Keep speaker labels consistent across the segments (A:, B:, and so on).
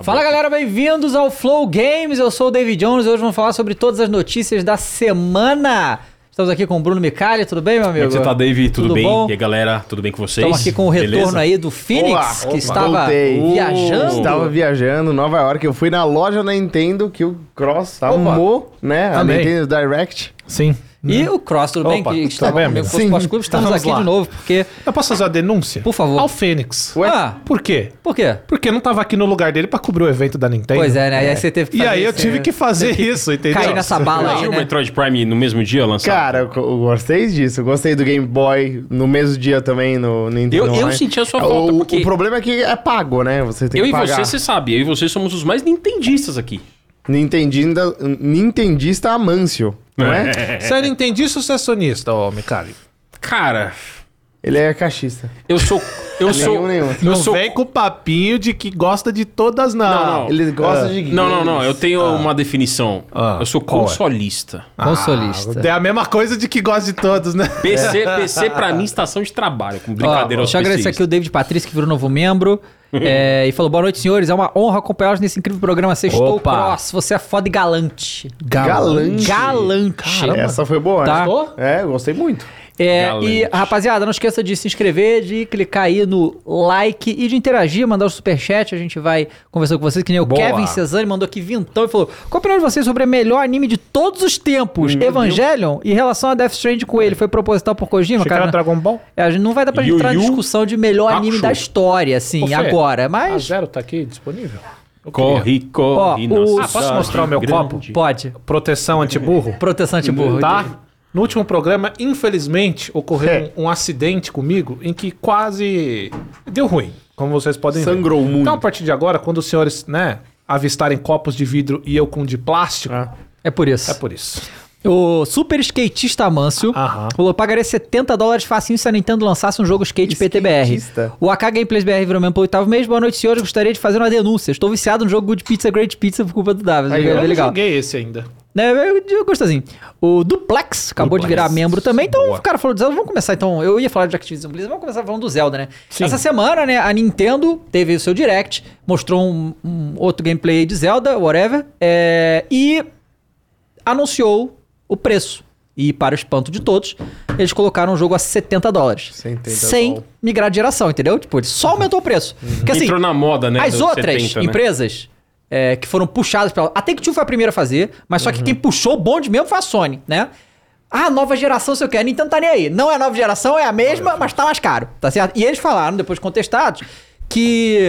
A: Fala galera, bem-vindos ao Flow Games. Eu sou o David Jones e hoje vamos falar sobre todas as notícias da semana. Estamos aqui com o Bruno Micali, tudo bem, meu
B: Como é
A: amigo?
B: que você tá, Dave? Tudo,
A: Tudo
B: bem?
A: bom?
B: E aí, galera? Tudo bem com vocês?
A: Estamos aqui com o retorno
B: Beleza?
A: aí do Phoenix,
C: Olá,
A: que
C: opa,
A: estava
C: voltei.
B: Uh.
A: viajando.
C: Estava viajando, Nova York. Eu fui na loja da Nintendo que o Cross amou, né? A
D: Amei.
C: Nintendo Direct.
D: Sim.
A: E o Cross, tudo bem?
B: Opa, tá
A: Que está
D: tudo bem,
A: no
D: amigo?
A: Fluxo
C: Sim.
A: Pós Clube. Estamos
D: Vamos
A: aqui
D: lá.
A: de novo, porque.
D: Eu posso fazer a denúncia?
A: Por favor.
D: Ao Fênix.
C: Ué?
A: Ah,
D: Por quê?
A: por quê?
D: Porque não tava aqui no lugar dele pra cobrir o evento da Nintendo.
A: Pois é, né? E aí você teve que
D: E
A: fazer
D: aí eu
A: isso,
D: tive
A: né?
D: que fazer isso, entendeu?
A: Cair nessa
B: Não
A: bala aí,
B: tinha o
A: né?
B: Metroid Prime no mesmo dia lançado?
C: Cara, eu, eu gostei disso. Eu gostei do Game Boy no mesmo dia também no Nintendo.
B: Eu- eu
C: Online.
B: senti a sua falta,
C: O,
B: porque-
C: o problema é que é pago, né? Você tem
B: eu
C: que
B: e
C: pagar.
B: você, você sabe, eu e você somos os mais nintendistas aqui.
C: Nintendinda, Nintendista Amâncio, não é?
D: Você é nintendista ou você é sonista, ô Micari?
B: Cara,
C: Ele é caixista.
B: eu sou. Eu sou.
C: nenhum.
B: Eu
D: Não
B: sou.
D: vem com papinho de que gosta de todas, não.
B: Não, não.
C: Ele gosta de
B: Não, não, não. Eu tenho uma definição.
D: Ah,
B: eu sou
D: qual é?
B: consolista.
A: Consolista.
D: É a mesma coisa de que gosta de todos, né?
B: PC,
C: É.
B: PC pra mim, estação de trabalho. Com brincadeira
A: Ó,
B: aos
A: Deixa eu agradecer aqui
B: PCs.
A: o David Patrício, que virou novo membro. é, e falou: boa noite, senhores. É uma honra acompanhá-los nesse incrível programa. Sextou
D: Opa.
A: Cross. Você é foda e galante.
C: Galante.
A: Galante.
C: Essa foi boa,
A: Tá.
C: né? É, eu gostei muito.
A: É,
B: Galante.
A: e rapaziada, não esqueça de se inscrever, de clicar aí no like e de interagir, mandar o superchat. A gente vai conversando com vocês, que nem o
D: Boa.
A: Kevin Cesani mandou aqui vintão e falou: Qual a opinião de vocês sobre o melhor anime de todos os tempos, Evangelion? Em relação a Death Strand com ele, foi proposital por Kojima,
D: Achei que era
A: cara?
D: Dragon Ball.
A: É, a gente não vai dar pra gente
B: Yu
A: entrar na
B: Yu
A: discussão de melhor anime
B: Hakusho.
A: da história, assim,
D: tá Ô, Fê,
A: agora,
D: A
A: mas.
D: zero tá aqui disponível? Eu queria.
B: Corre, corre.
A: Ó, o-
B: nossa
A: Ah,
D: posso mostrar o meu copo?
A: Pode.
D: Proteção antiburro?
A: Proteção antiburro.
D: Tá? No último programa, infelizmente,
B: É.
D: ocorreu um, um acidente comigo em que quase deu ruim, como vocês podem ver.
C: Sangrou muito.
D: Então, a partir de agora, quando os senhores, né, avistarem copos de vidro e eu com de plástico,
B: Ah.
A: É por isso.
D: é por isso.
A: O super skatista Amâncio
D: Aham.
A: falou: pagaria 70 dólares facinho se a Nintendo lançasse um jogo skate PTBR.
C: Skatista.
A: O AK Gameplays BR virou mesmo pelo oitavo mês. Boa noite, senhores. Gostaria de fazer uma denúncia. Estou viciado no jogo Good Pizza Great Pizza por culpa do Davis.
C: Aí,
A: É
C: eu
D: não
A: legal.
D: joguei esse ainda.
A: Né, eu- eu gostosinho. O Duplex acabou de
D: Duplex.
A: virar membro também. Então,
D: Boa.
A: o cara falou do Zelda. Vamos começar então. Eu ia falar de Activision Blizzard, vamos começar falando do Zelda, né?
D: Sim.
A: Essa semana, né, a Nintendo teve o seu direct, mostrou um, um outro gameplay de Zelda, whatever. é, e anunciou o preço. E para o espanto de todos, eles colocaram o jogo a 70 dólares.
C: 70
A: sem
C: dólares.
A: migrar de geração, entendeu? Tipo, ele só aumentou o preço.
D: Uhum.
A: Porque assim,
B: Entrou na moda, né?
A: as
B: dos
A: outras
B: 70, né?
A: empresas é, que foram puxadas pela. A Take-Two foi a primeira a fazer, mas
B: Uhum.
A: só que quem puxou o bonde mesmo foi a Sony, né? Ah, nova geração, sei o que. A Nintendo tá nem aí. Não é nova geração, é a mesma, mas tá mais caro, tá certo? E eles falaram, depois contestados, que.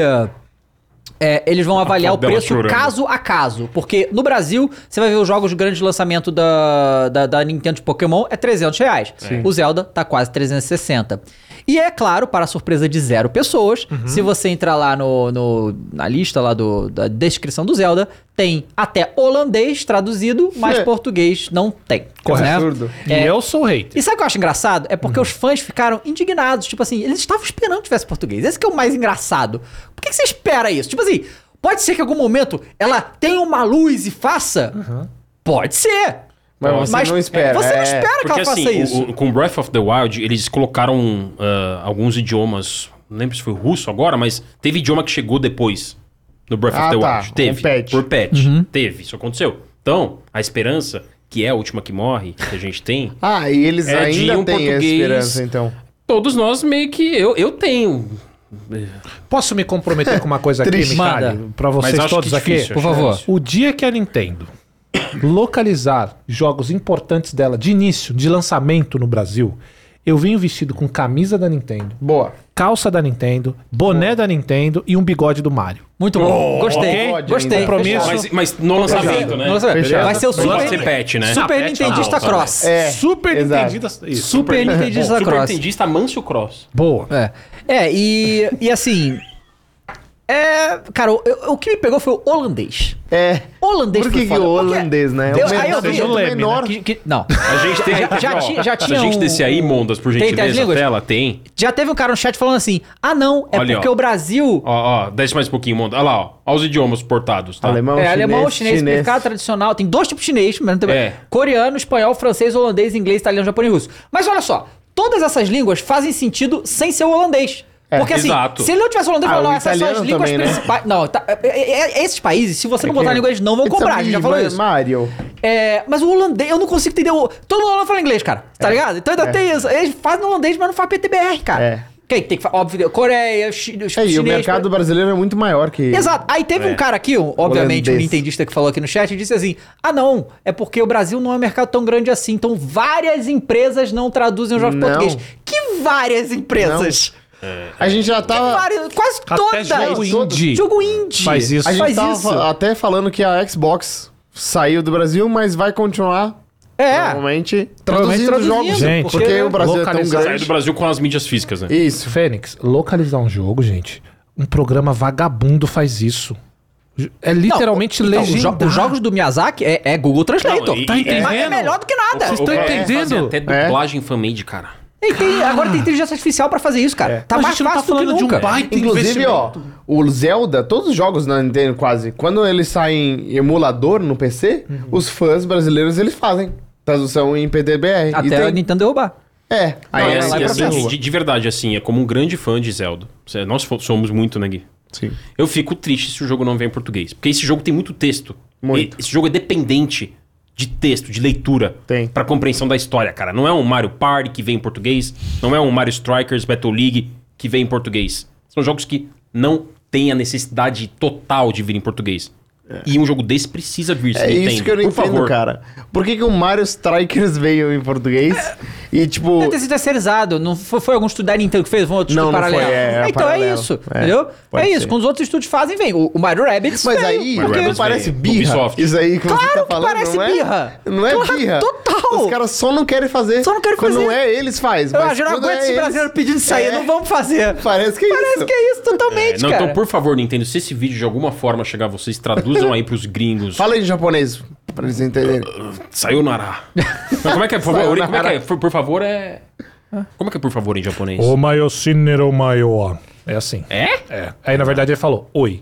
A: é, eles vão avaliar o
B: foto dela
A: preço
B: chorando.
A: caso a caso. Porque no Brasil, você vai ver os jogos de grande lançamento da, da, da Nintendo de Pokémon é 300 reais. O Zelda tá quase 360. E é claro, para a surpresa de zero pessoas, se você entrar lá no, no- na lista lá do, da descrição do Zelda, tem até holandês traduzido, mas
C: É.
A: português não tem. É,
D: Correto.
C: Absurdo.
D: E eu sou hater.
A: E sabe o que eu acho engraçado? É porque os fãs ficaram indignados. Tipo assim, eles estavam esperando que tivesse português. Esse que é o mais engraçado. Por que, que você espera isso? Tipo assim, pode ser que em algum momento ela tenha uma luz e faça? Pode ser.
C: Mas você não espera,
A: Você não
C: é.
A: espera que
B: Porque
A: ela faça
B: assim, o-
A: isso.
B: o- com Breath of the Wild, eles colocaram ah, alguns idiomas. Não lembro se foi russo agora, mas teve idioma que chegou depois do Breath
C: Ah,
B: of the
C: tá.
B: Wild.
C: Um
B: Teve.
A: É
C: patch.
B: Por patch. Teve. Isso aconteceu. Então, a esperança, que é a última que morre, que a gente tem,
C: Ah, e eles
B: É de
C: ainda
B: um
C: têm a
B: português-
C: esperança, então.
B: todos nós meio que. Eu, eu tenho.
D: Posso me comprometer com uma coisa aqui,
C: Triste.
D: Micari?
A: Manda.
D: Pra vocês
B: Mas acho
D: todos
B: que
D: aqui?
B: difícil,
A: Por
B: acho
A: favor.
B: difícil.
D: O dia que a Nintendo localizar jogos importantes dela de início, de lançamento no Brasil, eu venho vestido com camisa da Nintendo,
C: Boa.
D: calça da Nintendo, boné da Nintendo e um bigode do Mario.
A: Muito bom. gostei.
C: ok.
A: Gostei.
D: Compromisso.
A: Fechado.
B: é Mas, mas no lançamento, né?
A: Nossa,
C: Fechado.
A: vai ser o
B: Não
A: Super,
B: gosta de patch, né?
A: super
B: Ah, patch,
A: Nintendista
B: ah, não,
A: Cross.
C: É.
D: Super
C: exato.
D: Nintendo. Isso.
A: Super
B: Bom,
A: Nintendista
B: super
A: Cross.
B: entendista Manso Cross.
D: Boa.
A: É. É, e, e assim. É. Cara, o, eu- o que me pegou foi o holandês.
C: É.
A: Holandês
C: Por
A: foi
C: que, que
A: foda,
C: o
A: porque-
C: holandês, né?
A: Eu-
C: o
A: aí eu
C: menor,
A: vi-
C: o
D: Leme, né?
C: menor
A: Que- que- não.
B: A gente tem.
A: Já- já ti- já tinha
B: A gente
A: um-
B: desse aí, Mondas, por
A: tem as
B: gentileza,
A: línguas?
B: tela, tem.
A: Já teve um cara no chat falando assim: ah, não, é
B: Olha,
A: porque
B: ó.
A: o Brasil.
B: Ó, ó, desce mais um pouquinho, Mondas. Olha lá, ó. Olha os idiomas portados, tá?
C: alemão,
A: é
C: chinês,
A: alemão, chinês,
C: chinês.
A: mercado tradicional. Tem dois tipos de chinês, mas não tem-
B: É.
A: coreano, espanhol, francês, holandês, inglês, italiano, japonês e russo. Mas olha só, todas essas línguas fazem sentido sem ser o holandês. Porque assim,
B: exato.
A: se ele não tivesse falando, ele
C: Ah,
A: falou,
C: o
A: não, essas são as
C: italiano
A: línguas
C: também, né?
A: principais. Não, tá- é- é- é- esses países, se você não
C: É
A: botar a
C: que-
A: língua, eles não vão
C: It's a
A: cobrar, a gente já
C: big
A: falou
C: man-
A: isso.
C: Mario.
A: É, mas o holandês, eu não consigo entender. O, todo mundo lá fala inglês, cara. Tá ligado? Então ainda
C: É.
A: tem isso. Eles fazem holandês, mas não faz PTBR, cara.
C: É.
A: Quem tem que falar? Óbvio, Coreia, chi, os
C: É,
A: Tipo, chinês,
C: e o mercado brasileiro é muito maior que.
A: Exato. Aí teve um cara aqui, um- obviamente, um
C: Holandês.
A: nintendista que falou aqui no chat, e disse assim: ah, não, é porque o Brasil não é um mercado tão grande assim, então várias empresas não traduzem os jogos em
C: Não.
A: português. Que várias empresas?
C: A gente
A: É
C: já tava.
A: Várias, quase
D: Até
A: todas.
D: jogo indie.
A: Jogo indie.
D: Faz isso.
C: A gente
A: Faz
C: tava
A: isso.
C: fa- até falando que a Xbox saiu do Brasil, mas vai continuar
A: É.
C: normalmente
A: Provavelmente
C: traduzindo jogos.
A: traduzindo,
D: Gente,
C: Porque o Brasil é tão
D: localizar-
B: Saiu do
C: grande.
B: Brasil com as mídias físicas, né?
C: Isso.
D: Fênix, localizar um jogo, gente. Um programa vagabundo faz isso. É
A: Não,
D: literalmente
A: então, os jo-
D: legendar.
A: os jogos do Miyazaki é, é Google Translator.
B: Não, e- Tá
A: Mas É
D: entendendo?
A: melhor do que nada.
D: Vocês estão
B: É,
D: entendendo?
B: fazem Até dublagem fan-made, cara.
A: E tem- agora tem inteligência artificial pra fazer isso, cara. Tá
D: Mas a
A: mais
D: gente
A: fácil
D: não tá
A: do
D: falando
A: que
D: de um
A: nunca.
D: baita
C: Inclusive, ó,
D: investimento.
C: o Zelda, todos os jogos na Nintendo quase, quando eles saem em emulador no PC,
A: Uhum.
C: os fãs brasileiros eles fazem tradução em PDBR.
A: Até a Nintendo derrubar.
C: É,
B: Não,
C: aí
B: é
C: é,
B: assim,
C: é,
B: assim, de- de, de verdade, assim, é como um grande fã de Zelda. Cê- Nós fo- somos muito, né, Gui?
C: Sim.
B: Eu fico triste se o jogo não vem em português. Porque esse jogo tem muito texto.
C: Muito.
B: E esse jogo é dependente de texto, de leitura.
C: Tem.
B: Pra compreensão da história, cara. Não é um Mario Party que vem em português. Não é um Mario Strikers Battle League que vem em português. São jogos que não têm a necessidade total de vir em português. E um jogo desse precisa vir, se
C: É
B: Nintendo.
C: isso que eu não
B: Por
C: entendo,
B: favor.
C: cara. Por que, que o Mario Strikers veio em português e, tipo...
A: Deve ter sido terceirizado. Não foi, foi algum estúdio da Nintendo que fez? Foi um outro
C: Não,
A: estúdio
C: não
A: paralelo.
C: foi, é, é
A: então é
C: paralelo.
A: isso,
C: É,
A: entendeu? É
C: pode
A: isso.
C: ser.
A: Quando os outros estúdios fazem, vem. O, o Mario Rabbids
C: Mas
A: veio,
C: aí,
B: Mario
C: porque não
B: Rabbids
C: parece
B: veio,
C: birra.
B: Ubisoft.
C: Isso aí que
A: Claro
C: você tá
A: que
C: falando,
A: parece
C: não é?
A: birra.
C: Não é
A: Claro,
C: birra.
A: total.
C: Os caras só não querem fazer.
A: Só não querem
C: quando
A: fazer.
C: não é, eles faz.
A: Eu
C: mas
A: já não
C: quando
A: aguento
C: é
A: esse
C: eles-
A: brasileiro pedindo isso aí.
C: É.
A: Não vamos fazer.
C: Parece que é
A: Parece
C: isso.
A: que é isso totalmente,
B: Não,
A: cara.
B: então, por favor, Nintendo, se esse vídeo de alguma forma chegar a vocês, traduzam aí pros gringos.
C: Fala aí em japonês, pra eles entenderem.
B: Saiu Nará. Mas como é que é, por favor?
C: Sayonara.
B: Como é que é? Por, por favor é. Como é que é por favor em japonês?
D: O maiocinero maior. É assim.
B: É?
D: É. Aí, na verdade, ele falou, oi.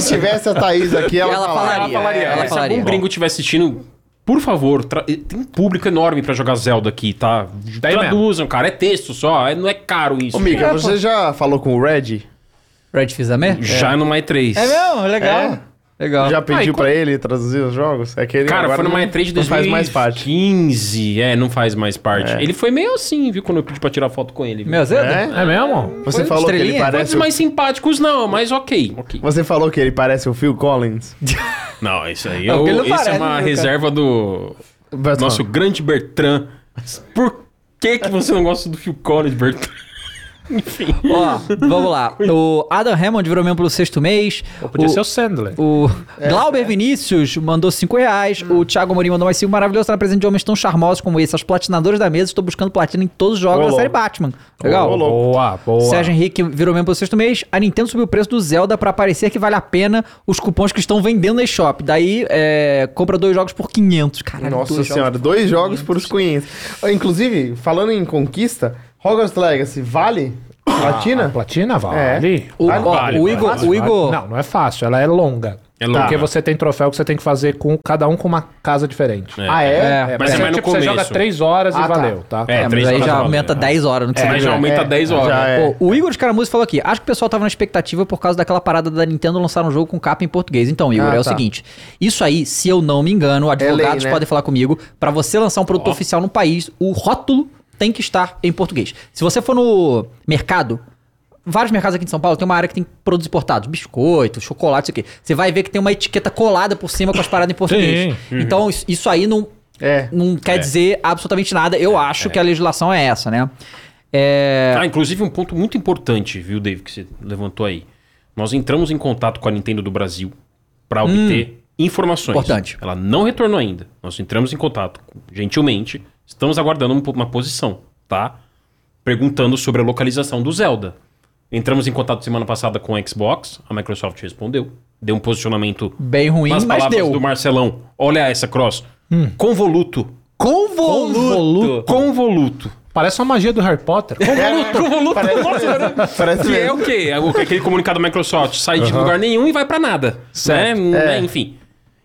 C: Se tivesse a Thaís aqui, ela,
A: Ela
C: falava.
A: falaria. Ela
B: Se algum
A: falaria.
B: gringo estiver assistindo, por favor, tra- tem um público enorme pra jogar Zelda aqui, tá? Traduzam, cara. É texto só. é- Não é caro isso.
C: Ô, Mika,
A: É,
C: você
A: pô.
C: já falou com o Red?
A: Red Fizamé?
B: Já no numa E3.
A: É mesmo? Legal.
C: É?
A: Legal.
C: Já
B: Ah, e
C: pediu
B: qual-
C: pra ele traduzir os jogos? É que ele
B: Cara,
C: agora
B: foi numa
C: não-
B: E3 de
C: não faz mais parte.
B: 2015. É, não faz mais parte. Ele foi meio assim, viu? Quando eu pedi pra tirar foto com ele. viu?
A: Meu Zedo?
C: É?
D: É mesmo?
C: Você
A: Foi
C: falou que ele
A: estrelinha?
B: Não é dos
C: parece. o-
B: mais simpáticos, não, mas ok. ok.
C: Você falou que ele parece o Phil Collins?
B: Não, isso aí.
A: Não,
B: eu-
A: porque ele não
B: Isso
A: parece,
B: é uma
A: né, cara?
B: reserva do.
C: Bertrand.
B: Nosso grande Bertrand. Por que, que você não gosta do Phil Collins, Bertrand? Enfim.
A: Ó, vamos lá. O Adam Hammond virou membro pelo sexto mês.
D: Podia
A: O-
D: ser o Sandler.
A: O Glauber Vinícius mandou 5 reais. O Thiago Morim mandou mais 5. Maravilhoso estar na presente de homens tão charmosos como esse. As platinadoras da mesa. Estou buscando platina em todos os jogos da
C: Ô,
A: série
C: louco.
A: Batman. Legal.
C: Ô, louco.
D: Boa, boa.
A: Sérgio Henrique virou membro pelo sexto mês. A Nintendo subiu o preço do Zelda para parecer que vale a pena os cupons que estão vendendo na eShop. Daí, é, compra dois jogos por 500. Caralho,
C: Nossa
A: dois
C: senhora,
A: jogos.
C: dois jogos por os 500. Inclusive, falando em conquista, Hogwarts Legacy vale?
A: É.
C: Platina?
D: Platina? Ah, platina vale.
A: O, ó,
B: vale,
A: o
B: vale,
A: Igor,
B: vale,
A: o Igor
D: Não, não é fácil. Ela é longa.
B: É longa.
D: Porque você tem troféu que você tem que fazer com cada um com uma casa diferente.
B: É.
C: Ah, é?
A: É.
B: Mas é mais no
D: tipo, você
B: começo.
D: joga 3 horas
C: Ah,
D: e
C: tá.
D: valeu, tá?
B: É,
A: É, mas
B: três
A: aí
B: horas
A: já
B: jogos,
A: aumenta
B: né?
A: 10 horas no que você vai
B: mas já
A: jogar.
B: aumenta
C: É,
B: 10 horas. né?
C: já é.
A: Pô, o Igor de Caramujo falou aqui: acho que o pessoal tava na expectativa por causa daquela parada da Nintendo lançar um jogo com capa em português. Então, Igor,
C: Ah,
A: é o
C: tá.
A: seguinte: isso aí, se eu não me engano, advogados
C: né?
A: podem falar comigo, pra você lançar um produto oficial no país, o rótulo tem que estar em português. Se você for no mercado. Vários mercados aqui de São Paulo tem uma área que tem produtos importados, biscoito, chocolate, isso aqui. Você vai ver que tem uma etiqueta colada por cima com as paradas em português. Então, isso- isso aí não,
C: É.
A: não quer dizer absolutamente nada. Eu acho que a legislação é essa, né? É...
B: Ah, inclusive um ponto muito importante, viu, Dave, que você levantou aí. Nós entramos em contato com a Nintendo do Brasil para obter informações.
A: Importante.
B: Ela não retornou ainda. Nós entramos em contato, gentilmente. Estamos aguardando um po- uma posição, tá? Perguntando sobre a localização do Zelda. Entramos em contato semana passada com a Xbox, a Microsoft respondeu. Deu um posicionamento
A: Bem ruim,
B: nas
A: mas
B: palavras
A: deu.
B: do Marcelão. Olha essa cross. Convoluto.
A: Convoluto.
B: Convoluto.
D: Parece uma magia do Harry Potter.
B: Convoluto. Convoluto. Nossa, era-
C: né? Parece
B: que é
C: mesmo.
B: o quê? É o- Aquele comunicado da Microsoft. Sai de lugar nenhum e vai pra nada.
D: Certo.
B: Né? Né? Enfim.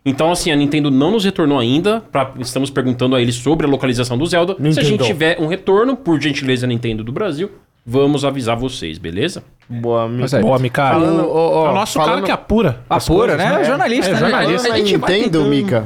B: Então, assim, a Nintendo não nos retornou ainda. pra- estamos perguntando a eles sobre a localização do Zelda. Se a gente
D: Nintendo.
B: tiver um retorno, por gentileza, Nintendo do Brasil, vamos avisar vocês, beleza?
C: Boa, me...
A: Pois é.
D: Boa, Mika.
C: Falando- ó, ó,
D: é o nosso
C: falando- Ah,
D: cara que apura. as
A: Apura,
D: coisas,
A: né? É jornalista,
D: É,
A: né?
D: jornalista.
C: Falando
A: A
C: na
A: gente vai
C: Nintendo,
A: tentando.
C: Mica,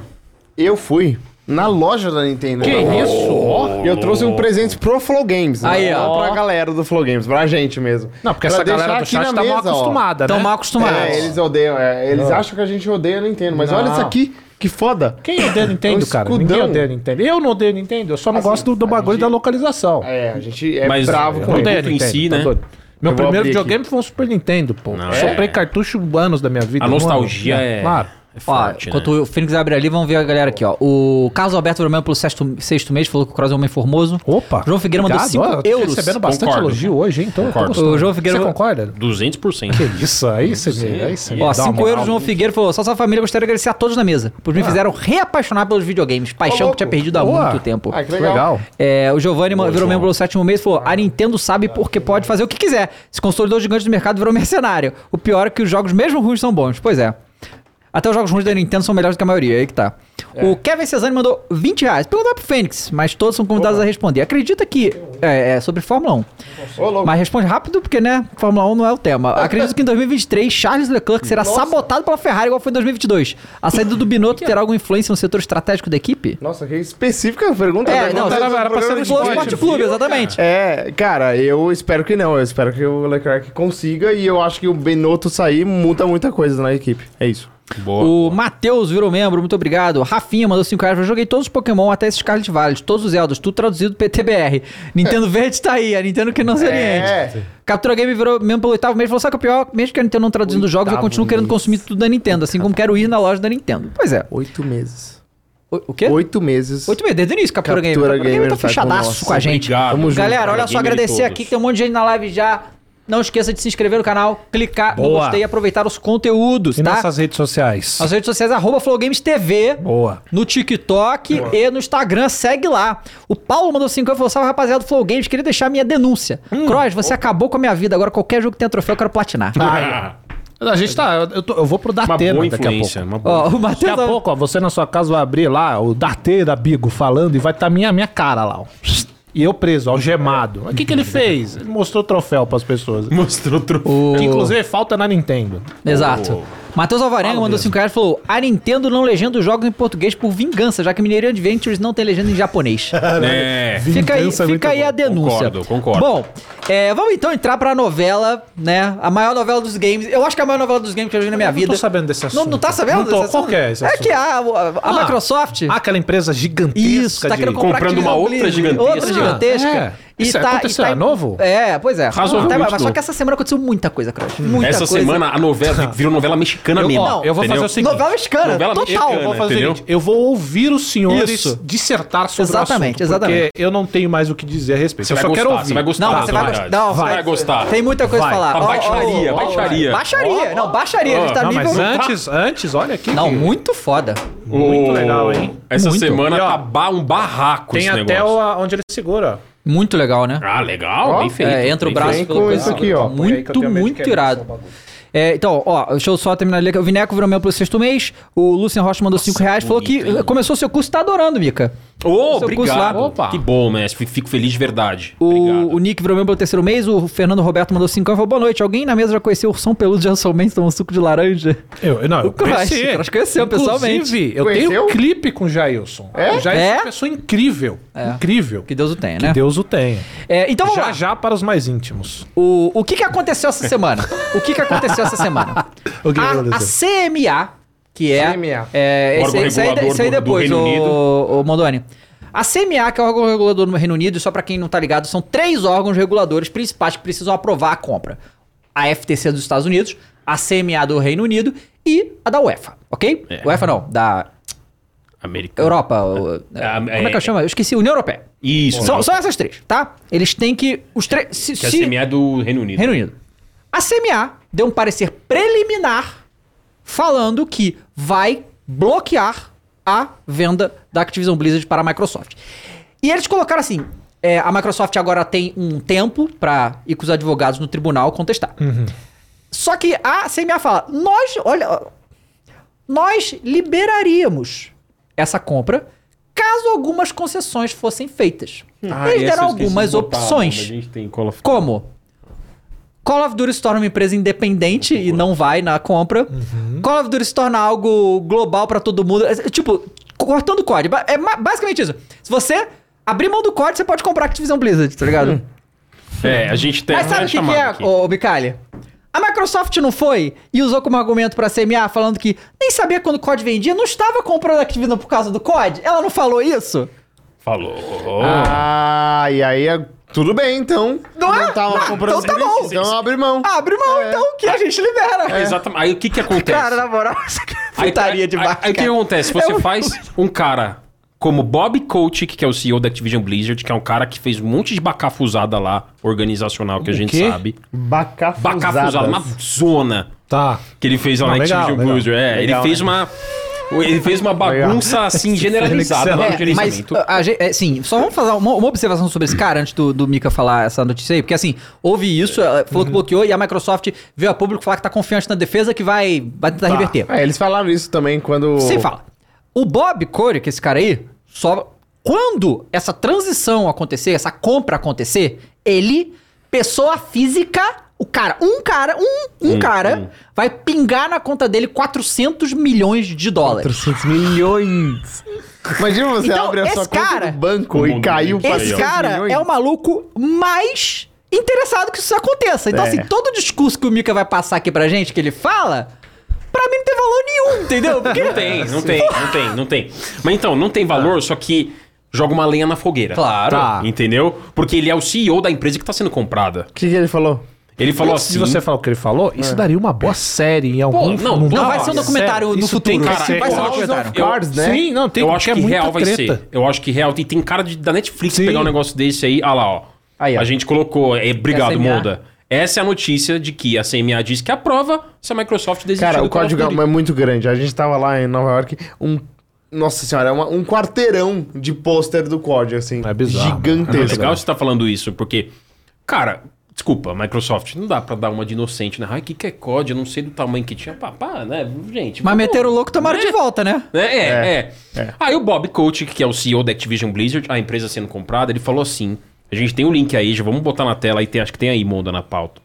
C: eu fui na loja da Nintendo.
D: Que isso? ó.
C: E eu trouxe um presente pro Flow Games. né?
A: Aí, ó.
C: Pra galera do Flow Games, pra gente mesmo.
D: Não, porque
C: Pra
D: essa
C: deixar
D: galera do
C: aqui
D: chat
C: na
D: tá mal
C: mesa, ó.
D: acostumada, né?
A: Estão mal acostumados.
C: É, eles odeiam. é, eles acham que a gente odeia a Nintendo. Mas olha
D: Não.
C: isso aqui, que foda.
D: Quem odeia
C: É
D: Nintendo,
C: um
D: cara?
C: escudão.
D: Ninguém odeia Nintendo. Eu não odeio Nintendo, eu só não gosto do, do
C: a
D: bagulho
C: gente-
D: da localização.
C: É, a gente é
B: Mas-
C: bravo
B: é,
D: Não
C: com
B: Produto
D: odeio
C: ele.
B: tem- em si, né?
D: tá doido. Meu
C: tá Eu vou
D: primeiro
C: abrir
D: videogame foi um Super Nintendo, pô.
B: Não,
D: Eu Soprei
B: é.
D: cartucho anos da minha vida.
B: A
D: um ano.
B: nostalgia é,
D: Claro.
B: é
A: Ó,
B: forte, né?
A: enquanto o Phoenix abre ali, vamos ver a galera aqui, ó. O Carlos Alberto Vermelho pelo sexto, sexto mês falou que o Cross é um homem formoso.
D: Opa.
A: João Figueira mandou
D: obrigado.
A: 5
D: Ó, eu tô
A: euros.
D: recebendo bastante
B: Concordo.
D: elogio hoje, hein? Então, eu tô
B: Concordo.
D: gostando.
A: O João Figueira-
D: Você concorda?
B: 200%.
D: Isso aí, você me... Aí você me
A: Ó,
D: dá uma
A: 5
D: moral. Ah.
A: euros, João Figueira falou: Só sua família, gostaria de agradecer a todos na mesa, pois me fizeram reapaixonar pelos videogames, paixão que tinha perdido há
D: Boa.
A: muito tempo.
C: Ah, que legal.
D: Legal.
A: É, o Giovanni ma- virou membro pelo sétimo mês e falou: A Nintendo sabe porque pode fazer o que quiser. Se consolidou gigante do mercado, virou mercenário. O pior é que os jogos, mesmo ruins, são bons. Pois é. Até os jogos ruins da Nintendo são melhores que a maioria, aí que tá. O Kevin Cezanne mandou 20 reais. Perguntar pro Fênix, mas todos são convidados a responder. Acredita que. É, é sobre Fórmula 1.
C: Ô, louco.
A: Mas responde rápido, porque, né, Fórmula 1 não é o tema. Acredito que em 2023, Charles Leclerc será sabotado pela Ferrari, igual foi em 2022. A saída do Binotto terá alguma influência no setor estratégico da equipe?
C: Nossa, que específica a pergunta.
A: É,
C: né?
A: não,
C: Tá
A: era-
C: no
D: era pra
C: programa
D: ser no
C: de
A: Globo
D: esporte,
A: Esporte
D: viu?
A: Clube, exatamente.
C: É, cara, eu espero que não. Eu espero que o Leclerc consiga e eu acho que o Benotto sair muda muita coisa na equipe. É isso.
B: Boa.
A: O Matheus virou membro, muito obrigado. Rafinha mandou 5 reais. Eu joguei todos os Pokémon até esses Scarlet Valley, todos os Eldos, tudo traduzido PTBR. Nintendo Verde tá aí, a Nintendo que não se
C: É.
A: oriente. Captura Game virou mesmo pelo oitavo mês. Falou, sabe o que é pior? Mesmo que a Nintendo não traduzindo os jogos, eu
D: Oitavo
A: continuo querendo
D: mês.
A: consumir tudo da Nintendo, assim como quero ir na loja da Nintendo. Pois é.
C: Oito meses.
A: O, o quê?
C: Oito meses.
A: Oito meses, desde o início, Captura, Game.
C: Captura
A: Captura Game,
C: Gamer
A: tá
C: tá com
A: fechadaço
C: nós.
A: com a gente.
B: Obrigado. Tamo junto,
A: Galera,
B: cara.
A: olha só,
B: Gamer de
A: agradecer
B: todos.
A: aqui, que tem um monte de gente na live já. Não esqueça de se inscrever no canal, clicar no
D: Boa.
A: gostei e aproveitar os conteúdos,
D: E
A: tá?
D: nossas redes sociais?
A: Nas redes sociais, arroba Flow Games TV.
D: Boa.
A: No TikTok e no Instagram, segue lá. O Paulo mandou 5 e falou: salve rapaziada do Flow Games, queria deixar minha denúncia.
D: Hum.
A: Cross, você acabou com a minha vida, agora qualquer jogo que tenha troféu eu quero platinar.
B: Ah,
D: A gente tá. Eu, eu tô- eu vou pro
B: uma
D: Datena
B: boa
D: daqui a pouco.
B: influência. né? Uma boa.
A: Ó, o
D: Daqui a
A: Matheus.
D: pouco, ó, você na sua casa vai abrir lá o Datê da Bigo falando e vai estar tá minha, minha cara lá, ó. E eu preso, algemado. Mas O que, que ele fez? Ele mostrou o troféu pras pessoas.
B: Mostrou outro.
A: O-
D: Que inclusive falta na Nintendo.
A: Exato. Matheus Alvarenga
D: Fala
A: mandou
D: mesmo.
A: 5 reais e falou: A Nintendo não legenda os jogos em português por vingança, já que Mineiro Adventures não tem legenda em japonês.
B: É.
A: Fica aí,
D: Vingança é muito
A: fica aí
D: bom.
A: a denúncia.
B: Concordo, concordo.
A: Bom, é, vamos então entrar pra novela, né? A maior novela dos games. Eu acho que é a maior novela dos games que eu já vi na minha
D: não
A: vida.
D: tô sabendo desse
A: Não,
D: assunto.
A: não tá sabendo?
D: Não tô.
A: desse
D: Qual
A: assunto?
D: que é esse
A: É
D: assunto?
A: que a, a
D: Ah,
A: Microsoft...
D: Ah, aquela empresa gigantesca.
A: Isso, tá
D: de-
A: querendo
B: com-
A: comprar
B: comprando
A: Activision
B: uma outra
A: Blizzard,
B: gigantesca.
A: Outra gigantesca.
D: É. Isso aconteceu, é
A: em-
D: novo?
A: É, pois é.
B: Razoavelmente
A: Até- mas só
B: novo.
A: que essa semana aconteceu muita coisa, Crush. Muita
B: Essa
A: coisa.
B: semana a novela virou novela mexicana
D: Eu-
B: mesmo.
D: ó, eu vou fazer
B: entendeu?
D: é o seguinte.
A: Novela mexicana,
B: Novela
A: total.
B: mexicana,
A: Vou
D: Vou fazer o
B: entendeu?
D: seguinte, eu vou ouvir os senhores
B: Isso.
D: dissertar sobre
A: Exatamente,
D: o assunto. porque
A: exatamente.
D: eu não tenho mais o que dizer a respeito.
B: Você
D: eu
B: vai
D: só
B: gostar,
D: quero ouvir.
B: você vai gostar.
A: Não, mas
B: tá,
A: você vai
B: tá,
A: gostar.
B: tá.
A: Não,
B: Você vai gostar.
A: Tem muita coisa
D: Vai.
A: pra falar.
B: Tá,
A: Ó, ó,
B: baixaria,
A: ó, ó,
B: baixaria.
A: Baixaria. Não, baixaria. a gente tá
D: Não,
A: nível...
D: Ah, mas antes, antes, olha aqui.
A: Não,
D: que-
A: muito foda.
D: Muito legal, hein?
B: Essa
A: Muito.
B: semana
D: E, ó,
B: tá ba- um barraco
D: Tem
B: esse
D: até
B: negócio.
D: o- a- onde ele segura. ó.
A: Muito legal, né?
B: Ah, legal.
C: Ó,
B: bem feito.
A: é, entra o
B: bem
A: braço
C: vem
B: feito.
A: pela
C: com
A: coisa. assim.
C: isso aqui, ó.
D: Põe aí que eu
A: Muito,
D: tenho medo de
A: muito
D: quebrar esse
A: irado.
D: bagulho.
A: É, então, ó, deixa eu só terminar ali. que O Vineco virou meu pelo sexto mês. O Lucian Rocha mandou 5 reais. Falou que
B: bonito, hein?
A: começou seu curso e tá adorando, Mica.
B: Ô,
A: Seu curso
B: obrigado.
A: lá.
B: Que bom, mestre. Fico feliz de verdade. Obrigado.
A: O, o Nick virou membro pelo terceiro mês, o Fernando Roberto mandou 5 e falou: boa noite. Alguém na mesa já conheceu o Ursão Peludo de Anson Mendes tomou um suco de laranja?
D: Eu, eu- não, eu
A: Cross,
D: conheci.
A: o Cross conheceu pessoalmente.
D: Inclusive, eu tenho
C: Conheceu?
D: um clipe com o Jailson.
C: É?
D: O Jailson é
A: É?
D: uma pessoa incrível. Incrível.
A: Que Deus o tenha,
D: Que
A: né?
D: Deus o tenha.
A: É, então vamos
D: Já
A: lá.
D: já para os mais íntimos.
A: O, o que, que aconteceu essa semana? O que, que aconteceu essa semana?
D: O que
A: a, a
D: aconteceu?
A: CMA, que é.
C: CMA.
A: é esse,
B: Órgão
A: esse aí,
B: regulador
A: esse aí
B: do- do
A: depois,
B: Reino Unido.
A: o, Mondoni. A CMA, que é o órgão regulador no Reino Unido, e só pra quem não tá ligado, são três órgãos reguladores principais que precisam aprovar a compra: a FTC dos Estados Unidos, a CMA do Reino Unido e a da UEFA, ok?
B: É.
A: UEFA não, da
B: Americano.
A: Europa. o-
B: Ah,
A: como é que
B: é-
A: eu chamo? Eu esqueci, União Europeia.
B: Isso.
A: São,
B: né?
A: são essas três, tá? Eles têm que. Os três. se-
B: Que a
A: se-
B: CMA é do Reino Unido.
A: Reino Unido. A CMA deu um parecer preliminar falando que vai bloquear a venda da Activision Blizzard para a Microsoft. E eles colocaram assim: é, a Microsoft agora tem um tempo para ir com os advogados no tribunal contestar.
B: Uhum.
A: Só que a CMA fala: nós, olha, nós liberaríamos essa compra caso algumas concessões fossem feitas.
B: Ah,
A: Eles
B: essa
A: deram
B: eu esqueci
A: algumas
B: de botar,
A: opções.
B: mas A gente tem Call of
A: Como? Call of Duty se torna uma empresa independente e não vai na compra.
B: Uhum.
A: Call of Duty se torna algo global pra todo mundo. É, Tipo, cortando o COD. Ba- É ma- basicamente isso. Se você abrir mão do COD, você pode comprar a Activision Blizzard, tá ligado?
B: Uhum. É, a gente tem
A: Mas sabe o que, que
B: chamada
A: é,
B: aqui.
A: ô Bicalha? A Microsoft não foi e usou como argumento pra CMA, falando que nem sabia quando o COD vendia, não estava comprando a Activision por causa do COD? Ela não falou isso?
B: Falou.
C: Ah, e aí é- tudo bem, então.
A: Não é?
C: tava
A: Ah,
C: comprando
A: então tá
C: serviço,
A: bom.
C: Então abre mão.
A: Abre mão,
B: É.
A: então, que a gente libera.
B: Exatamente. Aí o que que acontece?
A: Cara, na moral, isso aqui é putaria
B: aí,
A: de barco.
B: Aí o que acontece? Você
D: É
B: faz um cara como Bob Kotick, que é o CEO da Activision Blizzard, que é um cara que fez um monte de bacafusada lá, organizacional, que a gente
D: quê?
B: sabe.
C: Bacafuzadas.
B: Bacafusada, uma zona
D: Tá.
B: que ele fez lá
D: Não,
B: na
D: legal,
B: Activision
D: legal. né?
B: Blizzard. É, ele
C: Legal,
B: fez uma... Ele fez uma bagunça, assim, generalizada lá no
A: É, mas,
B: gerenciamento.
A: a gente- é, sim, só vamos fazer uma, uma observação sobre esse cara antes do, do Mika falar essa notícia aí, porque assim, houve isso, ela falou que bloqueou e a Microsoft veio a público falar que tá confiante na defesa que vai, vai tentar reverter.
C: É, eles falaram isso também quando.
A: Sem fala. O Bob Corey, que é esse cara aí, só quando essa transição acontecer, essa compra acontecer, ele, pessoa física, o cara, um cara, um, um cara, vai pingar na conta dele 400 milhões de dólares.
C: 300 milhões. Imagina você
A: Então,
C: abre a sua
A: esse
C: conta
A: cara-
C: do banco
B: O
C: e
B: mundo
C: caiu
B: inteiro.
A: Esse
C: 400
A: cara
C: milhões.
A: é o maluco mais interessado que isso aconteça. Então,
C: É.
A: assim, todo o discurso que o Mika vai passar aqui pra gente, que ele fala, pra mim não tem valor nenhum, entendeu? Porque tipo,
B: Não tem, não tem, não tem, não tem. Mas então, não tem
D: Ah.
B: valor, só que joga uma lenha na fogueira.
A: Claro. Tá.
B: Entendeu? Porque ele é o CEO da empresa que tá sendo comprada.
C: O que, que ele falou?
B: Ele falou
D: Antes de
B: assim...
D: você falar o que ele falou, isso daria uma boa série em algum...
B: não,
D: num-
B: não
A: vai ser um documentário
D: sério,
A: no
D: isso
A: futuro,
D: Tem
A: cara.
D: que ser.
A: Vai ser um
B: House of
A: documentário.
B: Eu-
C: Cards, né?
D: Sim, não, tem
B: eu acho
D: é
B: que
D: muita
B: real vai
D: treta.
B: ser. Eu acho que real. E tem cara de, da Netflix
D: Sim.
B: pegar um negócio desse aí. Ah lá, ó.
A: Aí, ó.
B: A gente colocou. É, obrigado,
A: SMA.
B: Monda. Essa é a notícia de que a CMA diz que aprova se a Microsoft desistir
C: Cara,
B: do
C: o
B: Call of
C: código
B: Duty.
C: é muito grande. A gente tava lá em Nova York, um. Nossa senhora, é uma- um quarteirão de pôster do código, assim.
D: É bizarro.
B: É
C: Gigantesco.
B: legal você tá falando isso, porque... Cara, desculpa, Microsoft, não dá pra dar uma de inocente, né? Ai, que que é COD? Eu não sei do tamanho que tinha. Pá, pá, né? Gente...
A: Mas
B: pô,
A: meteram o louco e tomaram de
B: né?
A: volta, né?
B: É, é, é. Aí o Bob Kotick, que é o CEO da Activision Blizzard, a empresa sendo comprada, ele falou assim: a gente tem o link aí, já vamos botar na tela, aí tem, acho que tem aí, Monda, na pauta.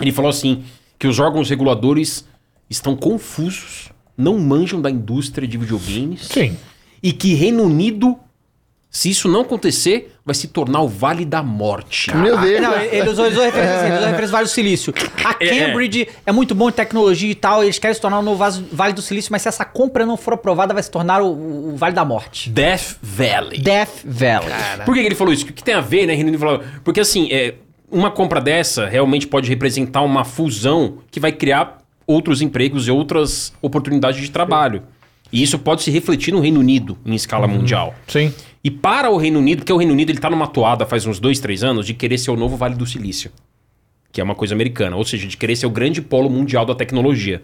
B: Ele falou assim: que os órgãos reguladores estão confusos, não manjam da indústria de videogames.
D: Sim.
B: E que Reino Unido, se isso não acontecer, vai se tornar o Vale da Morte.
C: Meu Deus.
A: Ah,
C: né?
A: Não, ele usou, usou referência, assim, ele
C: É.
A: usou referência do Vale do Silício. A
B: É.
A: Cambridge é muito bom em tecnologia e tal, eles querem se tornar o novo vaso- Vale do Silício, mas se essa compra não for aprovada, vai se tornar o, o Vale da Morte.
B: Death Valley.
A: Death Valley.
B: Por que, que ele falou isso? O que tem a ver, né, Renan? Ele falou- Porque assim, é, uma compra dessa realmente pode representar uma fusão que vai criar outros empregos e outras oportunidades de trabalho. E isso pode se refletir no Reino Unido em escala mundial.
D: Sim.
B: E para o Reino Unido, porque o Reino Unido ele tá numa toada faz uns dois, três anos de querer ser o novo Vale do Silício. Que é uma coisa americana, ou seja, de querer ser o grande polo mundial da tecnologia.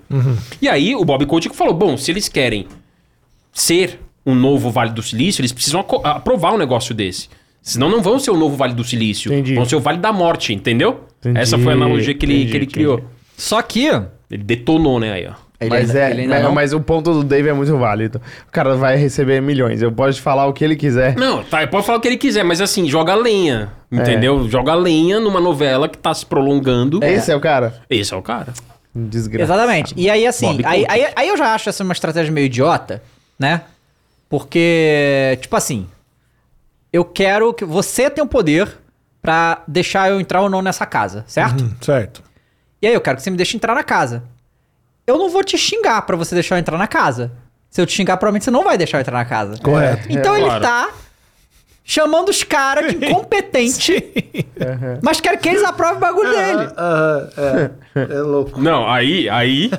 B: E aí o Bob Kotick falou: bom, se eles querem ser um novo Vale do Silício, eles precisam aco- aprovar um negócio desse. Senão não vão ser o novo Vale do Silício.
C: Entendi.
B: Vão ser o Vale da Morte, entendeu?
C: Entendi,
B: Essa foi a analogia que ele,
C: entendi,
B: que ele
C: entendi.
B: criou.
A: Só que...
B: Ele detonou, né? Aí, ó.
A: ele
C: mas,
A: ainda-
C: é,
A: ele ainda
C: mas,
A: não-
C: mas o ponto do Dave é muito válido. O cara vai receber milhões. Eu posso falar o que ele quiser.
B: Não, tá, ele pode falar o que ele quiser, mas assim, joga lenha.
C: É.
B: Entendeu? Joga lenha numa novela que tá se prolongando.
C: Esse é o cara?
B: Esse é o cara.
C: Desgraça.
A: Exatamente. E aí, assim,
B: Bob
A: aí,
B: Cook.
A: aí, aí eu já acho essa uma estratégia meio idiota, né? Porque, tipo assim, eu quero que você tenha o poder pra deixar eu entrar ou não nessa casa,
B: Uhum.
A: certo?
D: Hum, certo.
A: E aí eu quero que você me deixe entrar na casa. Eu não vou te xingar pra você deixar eu entrar na casa. Se eu te xingar, provavelmente você não vai deixar eu entrar na casa.
D: Correto.
A: Então
B: É,
A: ele
B: claro.
A: tá chamando os caras de incompetente, mas quero que eles aprovem o bagulho dele.
D: é louco.
B: Não, aí, aí.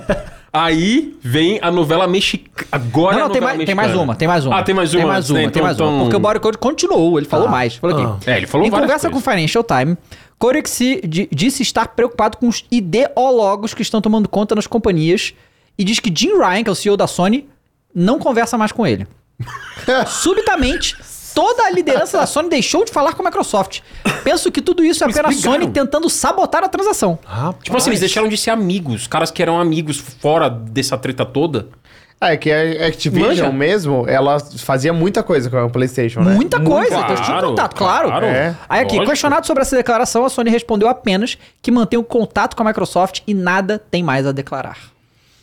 B: aí vem a novela mexicana. Agora
A: Não,
B: é a
A: não, tem mais,
B: novela
A: tem
B: mexicana.
A: mais uma, tem mais uma.
B: Ah, tem mais uma.
A: Tem mais
B: antes,
A: uma,
B: né?
A: tem
B: Então-
A: mais uma.
B: então-
A: Porque o Bodycode continuou, ele falou mais. Falou aqui.
B: Ah. É, ele falou
A: Em
B: várias
A: conversa com o
B: coisas.
A: Financial Time, Korex se di- disse estar preocupado com os ideólogos que estão tomando conta nas companhias e diz que Jim Ryan, que é o CEO da Sony, não conversa mais com ele. Subitamente, toda a liderança da Sony deixou de falar com a Microsoft. Penso que tudo isso é apenas a
B: explicaram.
A: Sony tentando sabotar a transação.
B: assim, Tipo assim, eles deixaram de ser amigos. Os caras que eram amigos fora dessa treta toda.
C: Ah, é que a Activision
B: Manja.
C: mesmo, ela fazia muita coisa com a PlayStation, né?
A: Muita
B: Muito
A: coisa,
B: claro,
A: claro, tinha contato, claro.
B: claro.
C: É.
A: Aí aqui,
B: Lógico.
A: questionado sobre essa declaração, a Sony respondeu apenas que mantém o contato com a Microsoft e nada tem mais a declarar.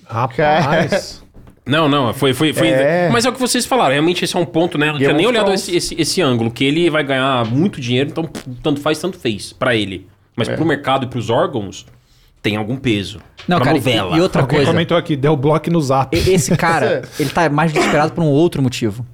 D: Rapaz. É
B: Não, não, foi. foi, foi
C: É.
B: Mas é o que vocês falaram, realmente esse é um ponto, né? Eu não tinha
C: of
B: nem olhado
C: Thrones.
B: esse, esse, esse ângulo, que ele vai ganhar muito dinheiro, então pff, tanto faz, tanto fez pra ele. Mas
A: É.
B: pro mercado e pros órgãos, tem algum peso.
A: Não,
B: pra
A: cara,
B: novela.
A: e, e outra
D: Alguém
A: coisa.
D: comentou aqui, deu bloco no zap.
A: E- Esse cara, ele tá mais desesperado por um outro motivo.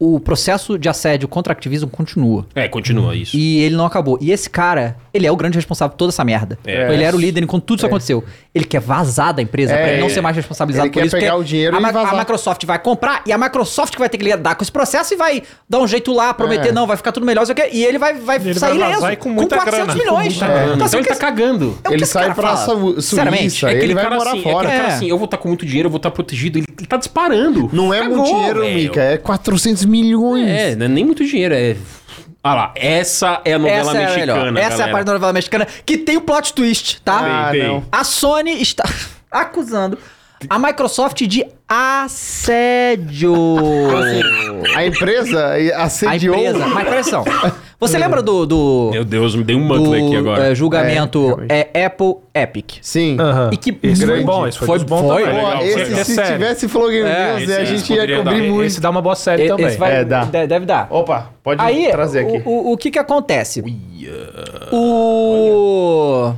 A: O processo de assédio contra a Activision continua.
B: É, continua isso.
A: E ele não acabou. E esse cara, ele é o grande responsável por toda essa merda.
B: É.
A: Ele era o líder enquanto tudo isso aconteceu. Ele quer vazar da empresa pra ele não ser mais responsabilizado
C: É. ele
A: por
C: quer
A: isso.
C: pegar
A: porque
C: o dinheiro
A: a,
C: e
A: Ma-
C: vazar.
A: a Microsoft vai comprar e a Microsoft que vai ter que lidar com esse processo e vai dar um jeito lá, prometer,
C: É.
A: não, vai ficar tudo melhor, não sei o quê, e ele vai, vai
D: Ele
A: sair
D: vai
A: leso.
D: vazar e com muita grana.
A: milhões.
D: Com muita
A: É. Então, assim,
B: Então
A: o
B: ele
A: que
B: tá
A: esse-
B: cagando.
A: é o que
C: Ele
A: esse
C: sai
A: cara
C: pra
A: fala?
C: Su-
A: Sinceramente,
C: Suíça,
A: é que
C: ele vai
B: cara
C: morar
B: assim,
C: fora.
B: É aquele
A: É.
B: cara assim, eu vou estar com muito dinheiro, eu vou estar protegido. Ele, ele tá disparando.
C: Não é muito dinheiro,
B: velho.
C: Mica, é 400 milhões.
B: É, não é nem muito dinheiro, é. Ah lá, essa é a novela
A: Essa é a
B: mexicana.
A: melhor. Essa é a
B: galera.
A: parte da novela mexicana que tem o plot twist, tá?
C: Ah,
B: Tem, tem.
C: não.
A: A Sony está acusando a Microsoft de assédio.
C: assim? A empresa
A: a
C: assediou.
A: empresa. Mas presta atenção. Você lembra do, do,
B: Meu Deus, me dei um
A: do,
B: muckle aqui agora.
A: é, julgamento
C: É,
A: é, Apple Epic?
C: Sim.
D: Aham.
A: E que
D: esse foi
A: grande.
D: bom, esse foi,
A: Foi-
D: dos bons
A: foi-
D: também.
C: Pô,
B: legal,
C: esse,
B: legal.
C: se
D: Sério.
C: tivesse Flow Game News,
B: esse
C: a
B: aí
C: gente ia
B: poderia
C: cobrir
B: dar.
C: muito.
D: Esse dá uma boa série também.
A: Esse vai,
C: É, dá.
A: de- deve dar.
C: Opa, pode
A: Aí,
C: trazer aqui.
A: o, o, o que que acontece? O...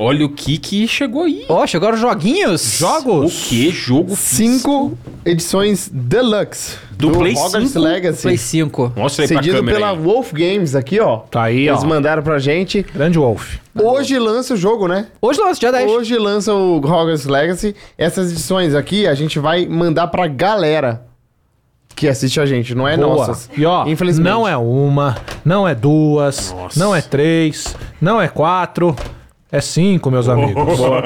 B: Olha o que que chegou aí.
A: Ó, chegaram os joguinhos.
B: O
D: Jogos?
B: que jogo
C: Cinco edições deluxe
B: Do Play
C: Hogwarts
B: 5?
C: Legacy.
A: Play 5.
B: Mostra aí pra
C: Cedido
B: câmera
C: pela
B: aí.
C: Wolf Games aqui, ó.
D: Tá aí,
C: Eles
D: ó. Tá
C: mandaram pra gente.
D: Grande Wolf.
C: Hoje lança o jogo, né?
A: Hoje lança, dia 10.
C: Hoje lança o Hogwarts Legacy. Essas edições aqui a gente vai mandar pra galera que assiste a gente, não é
D: Boa.
C: nossas.
D: E ó,
C: Infelizmente.
D: não é uma, não é duas,
B: Nossa.
D: não é três, não é quatro, é cinco, meus amigos. Boa,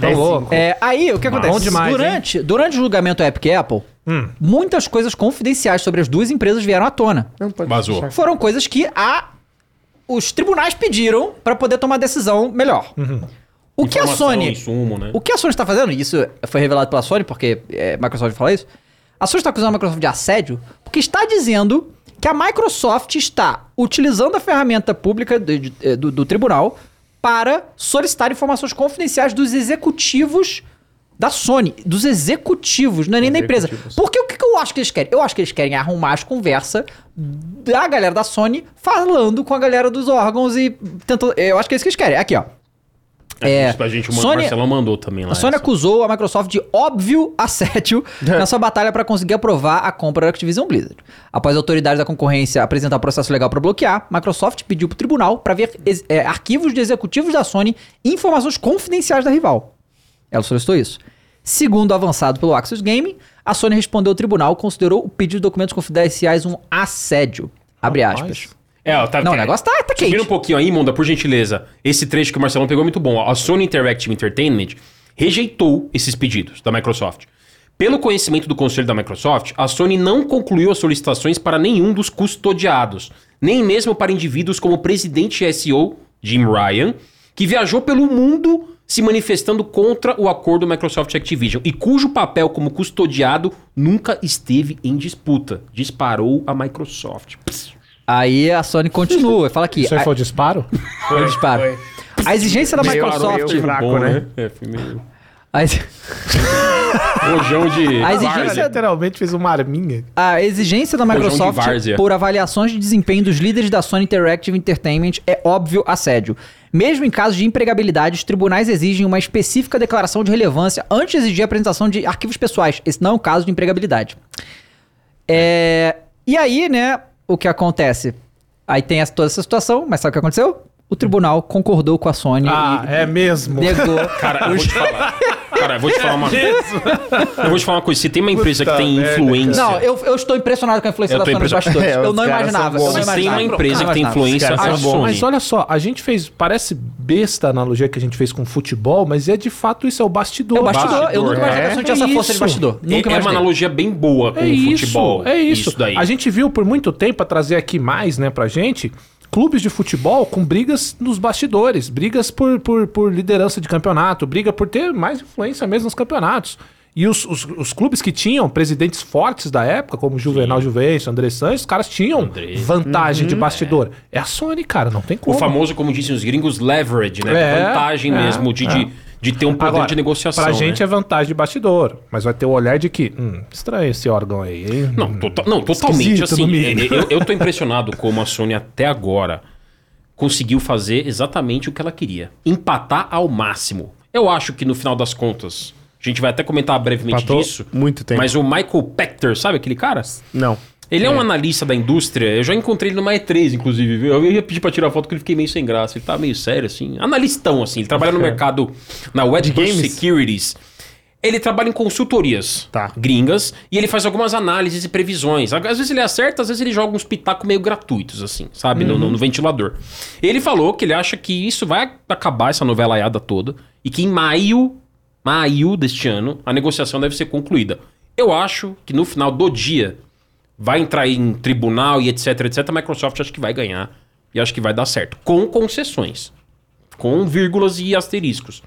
D: tá
C: É
D: louco.
A: É, aí, o que acontece?
D: Bom demais,
A: durante, durante o julgamento Epic e Apple, muitas coisas confidenciais sobre as duas empresas vieram à tona.
C: Não pode
B: Vazou.
C: deixar.
A: Foram coisas que a, os tribunais pediram pra poder tomar decisão melhor. O
C: é
A: que a
B: Informação,
A: Sony.
B: Insumo, né?
A: O que a Sony está fazendo, e isso foi revelado pela Sony, porque é, Microsoft fala isso, a Sony está acusando a Microsoft de assédio porque está dizendo que a Microsoft está utilizando a ferramenta pública de- de- eh, do, do tribunal para solicitar informações confidenciais dos executivos da Sony, dos executivos, não é nem da empresa. Porque o que, que eu acho que eles querem? Eu acho que eles querem arrumar as conversas da galera da Sony falando com a galera dos órgãos e tentando. Eu acho que é isso que eles querem. Aqui, ó.
B: É,
A: é,
B: isso pra gente, o
A: Sony-
B: Marcelão mandou também lá.
A: A Sony é
B: essa.
A: acusou a Microsoft de óbvio assédio
D: É.
A: na sua batalha para conseguir aprovar a compra da Activision Blizzard. Após autoridades da concorrência apresentar um processo legal para bloquear, Microsoft pediu para o tribunal para ver ex- é, arquivos de executivos da Sony e informações confidenciais da rival. Ela solicitou isso. Segundo avançado pelo Axis Game, a Sony respondeu ao tribunal e considerou o pedido de documentos confidenciais um assédio. Abre
D: Rapaz.
A: aspas.
B: É, ó, tá,
A: Não, o
B: tá-
A: negócio tá, tá
B: Subindo um
A: quente.
B: pouquinho aí, Monda, por gentileza. Esse trecho que o Marcelão pegou é muito bom. ó. A Sony Interactive Entertainment rejeitou esses pedidos da Microsoft. Pelo conhecimento do conselho da Microsoft, a Sony não concluiu as solicitações para nenhum dos custodiados, nem mesmo para indivíduos como o presidente SEO, Jim Ryan, que viajou pelo mundo se manifestando contra o acordo Microsoft Activision e cujo papel como custodiado nunca esteve em disputa. Disparou a Microsoft. Pss.
A: Aí a Sony continua, fala aqui.
D: Isso aí
A: a-
D: foi o disparo?
A: foi o disparo. A exigência da
C: Meio-
A: Microsoft.
C: meio- Fraco, né?
B: É, foi meio...
A: a ex-
B: Rojão de.
A: A exigência-
D: é
B: várzea.
D: literalmente fez uma arminha.
A: A exigência da
B: Rojão de
A: Microsoft
B: várzea.
A: por avaliações de desempenho dos líderes da Sony Interactive Entertainment é óbvio assédio. Mesmo em casos de empregabilidade, os tribunais exigem uma específica declaração de relevância antes de exigir a apresentação de arquivos pessoais. Esse não é um caso de empregabilidade. É, E aí, né, o que acontece? Aí tem essa- toda essa situação, mas sabe o que aconteceu? O tribunal concordou com a Sony
D: Ah, é mesmo.
A: e negou.
B: Cara, eu vou te falar. Cara, eu vou te falar uma coisa. Eu vou te falar uma coisa. Se tem uma empresa que tem influência.
A: Não, eu, eu estou impressionado com a influência
B: Eu
A: da
B: tô
A: Sony nos
B: impressionado.
A: bastidores.
C: É,
A: eu
C: os
A: não
C: caras
A: imaginava.
C: são
A: eu não
B: Se tem uma
A: imaginava.
B: empresa que tem
A: Não imaginava.
B: influência,
C: Os
B: a
C: caras
D: é
C: são
B: Sony.
D: Mas olha só, a gente fez, parece besta a analogia que a gente fez com futebol, mas é de fato isso, é o bastidor.
A: É o bastidor. Eu nunca
B: Bastidor,
A: imaginei que a
D: é.
A: Sony tinha
D: É
A: essa força de
D: isso.
A: bastidor.
B: É,
A: Nunca
B: é uma
A: imaginei.
B: analogia bem boa com
D: É
B: o
D: isso,
B: futebol.
D: é isso.
B: daí.
D: A gente viu por muito tempo, pra trazer aqui mais, né, pra gente, clubes de futebol com brigas nos bastidores, brigas por, por, por liderança de campeonato, briga por ter mais influência mesmo nos campeonatos. E os, os, os clubes que tinham presidentes fortes da época, como Juvenal Juvencio, André Sanches, os caras tinham
B: André. Uhum.
D: vantagem de bastidor. É. a Sony, cara, não tem
B: O
D: como.
B: famoso, como dizem os gringos, leverage, né?
D: É,
B: Vantagem
D: é,
B: mesmo de, de, de ter um poder
D: Agora,
B: de negociação.
D: Pra gente
B: né?
D: é vantagem de bastidor, mas vai ter o olhar de que, hum, estranho esse órgão aí, hein?
B: Não, tota- não totalmente
D: Esquisito, no
B: assim.
D: mínimo.
B: Eu, eu tô impressionado como a Sony até agora conseguiu fazer exatamente o que ela queria. Empatar ao máximo. Eu acho que no final das contas, a gente vai até comentar brevemente
C: Empatou
B: disso.
C: muito tempo.
B: Mas o Michael Pachter, sabe aquele cara?
C: Não.
B: Ele é. um analista da indústria, eu já encontrei ele numa E3, inclusive. viu? Eu ia pedir pra tirar foto porque ele fiquei meio sem graça. Ele tá meio sério, assim. Analistão, assim. Ele trabalha no mercado, na Webber
C: games?
B: Securities. Ele trabalha em consultorias
C: Tá.
B: gringas e ele faz algumas análises e previsões. Às vezes ele acerta, às vezes ele joga uns pitacos meio gratuitos, assim, sabe? No, no- no ventilador. Ele falou que ele acha que isso vai acabar, essa novelaiada toda, e que em maio, maio deste ano, a negociação deve ser concluída. Eu acho que no final do dia vai entrar em tribunal e etc, etc. A Microsoft acho que vai ganhar e acho que vai dar certo. Com concessões. Com vírgulas e asteriscos.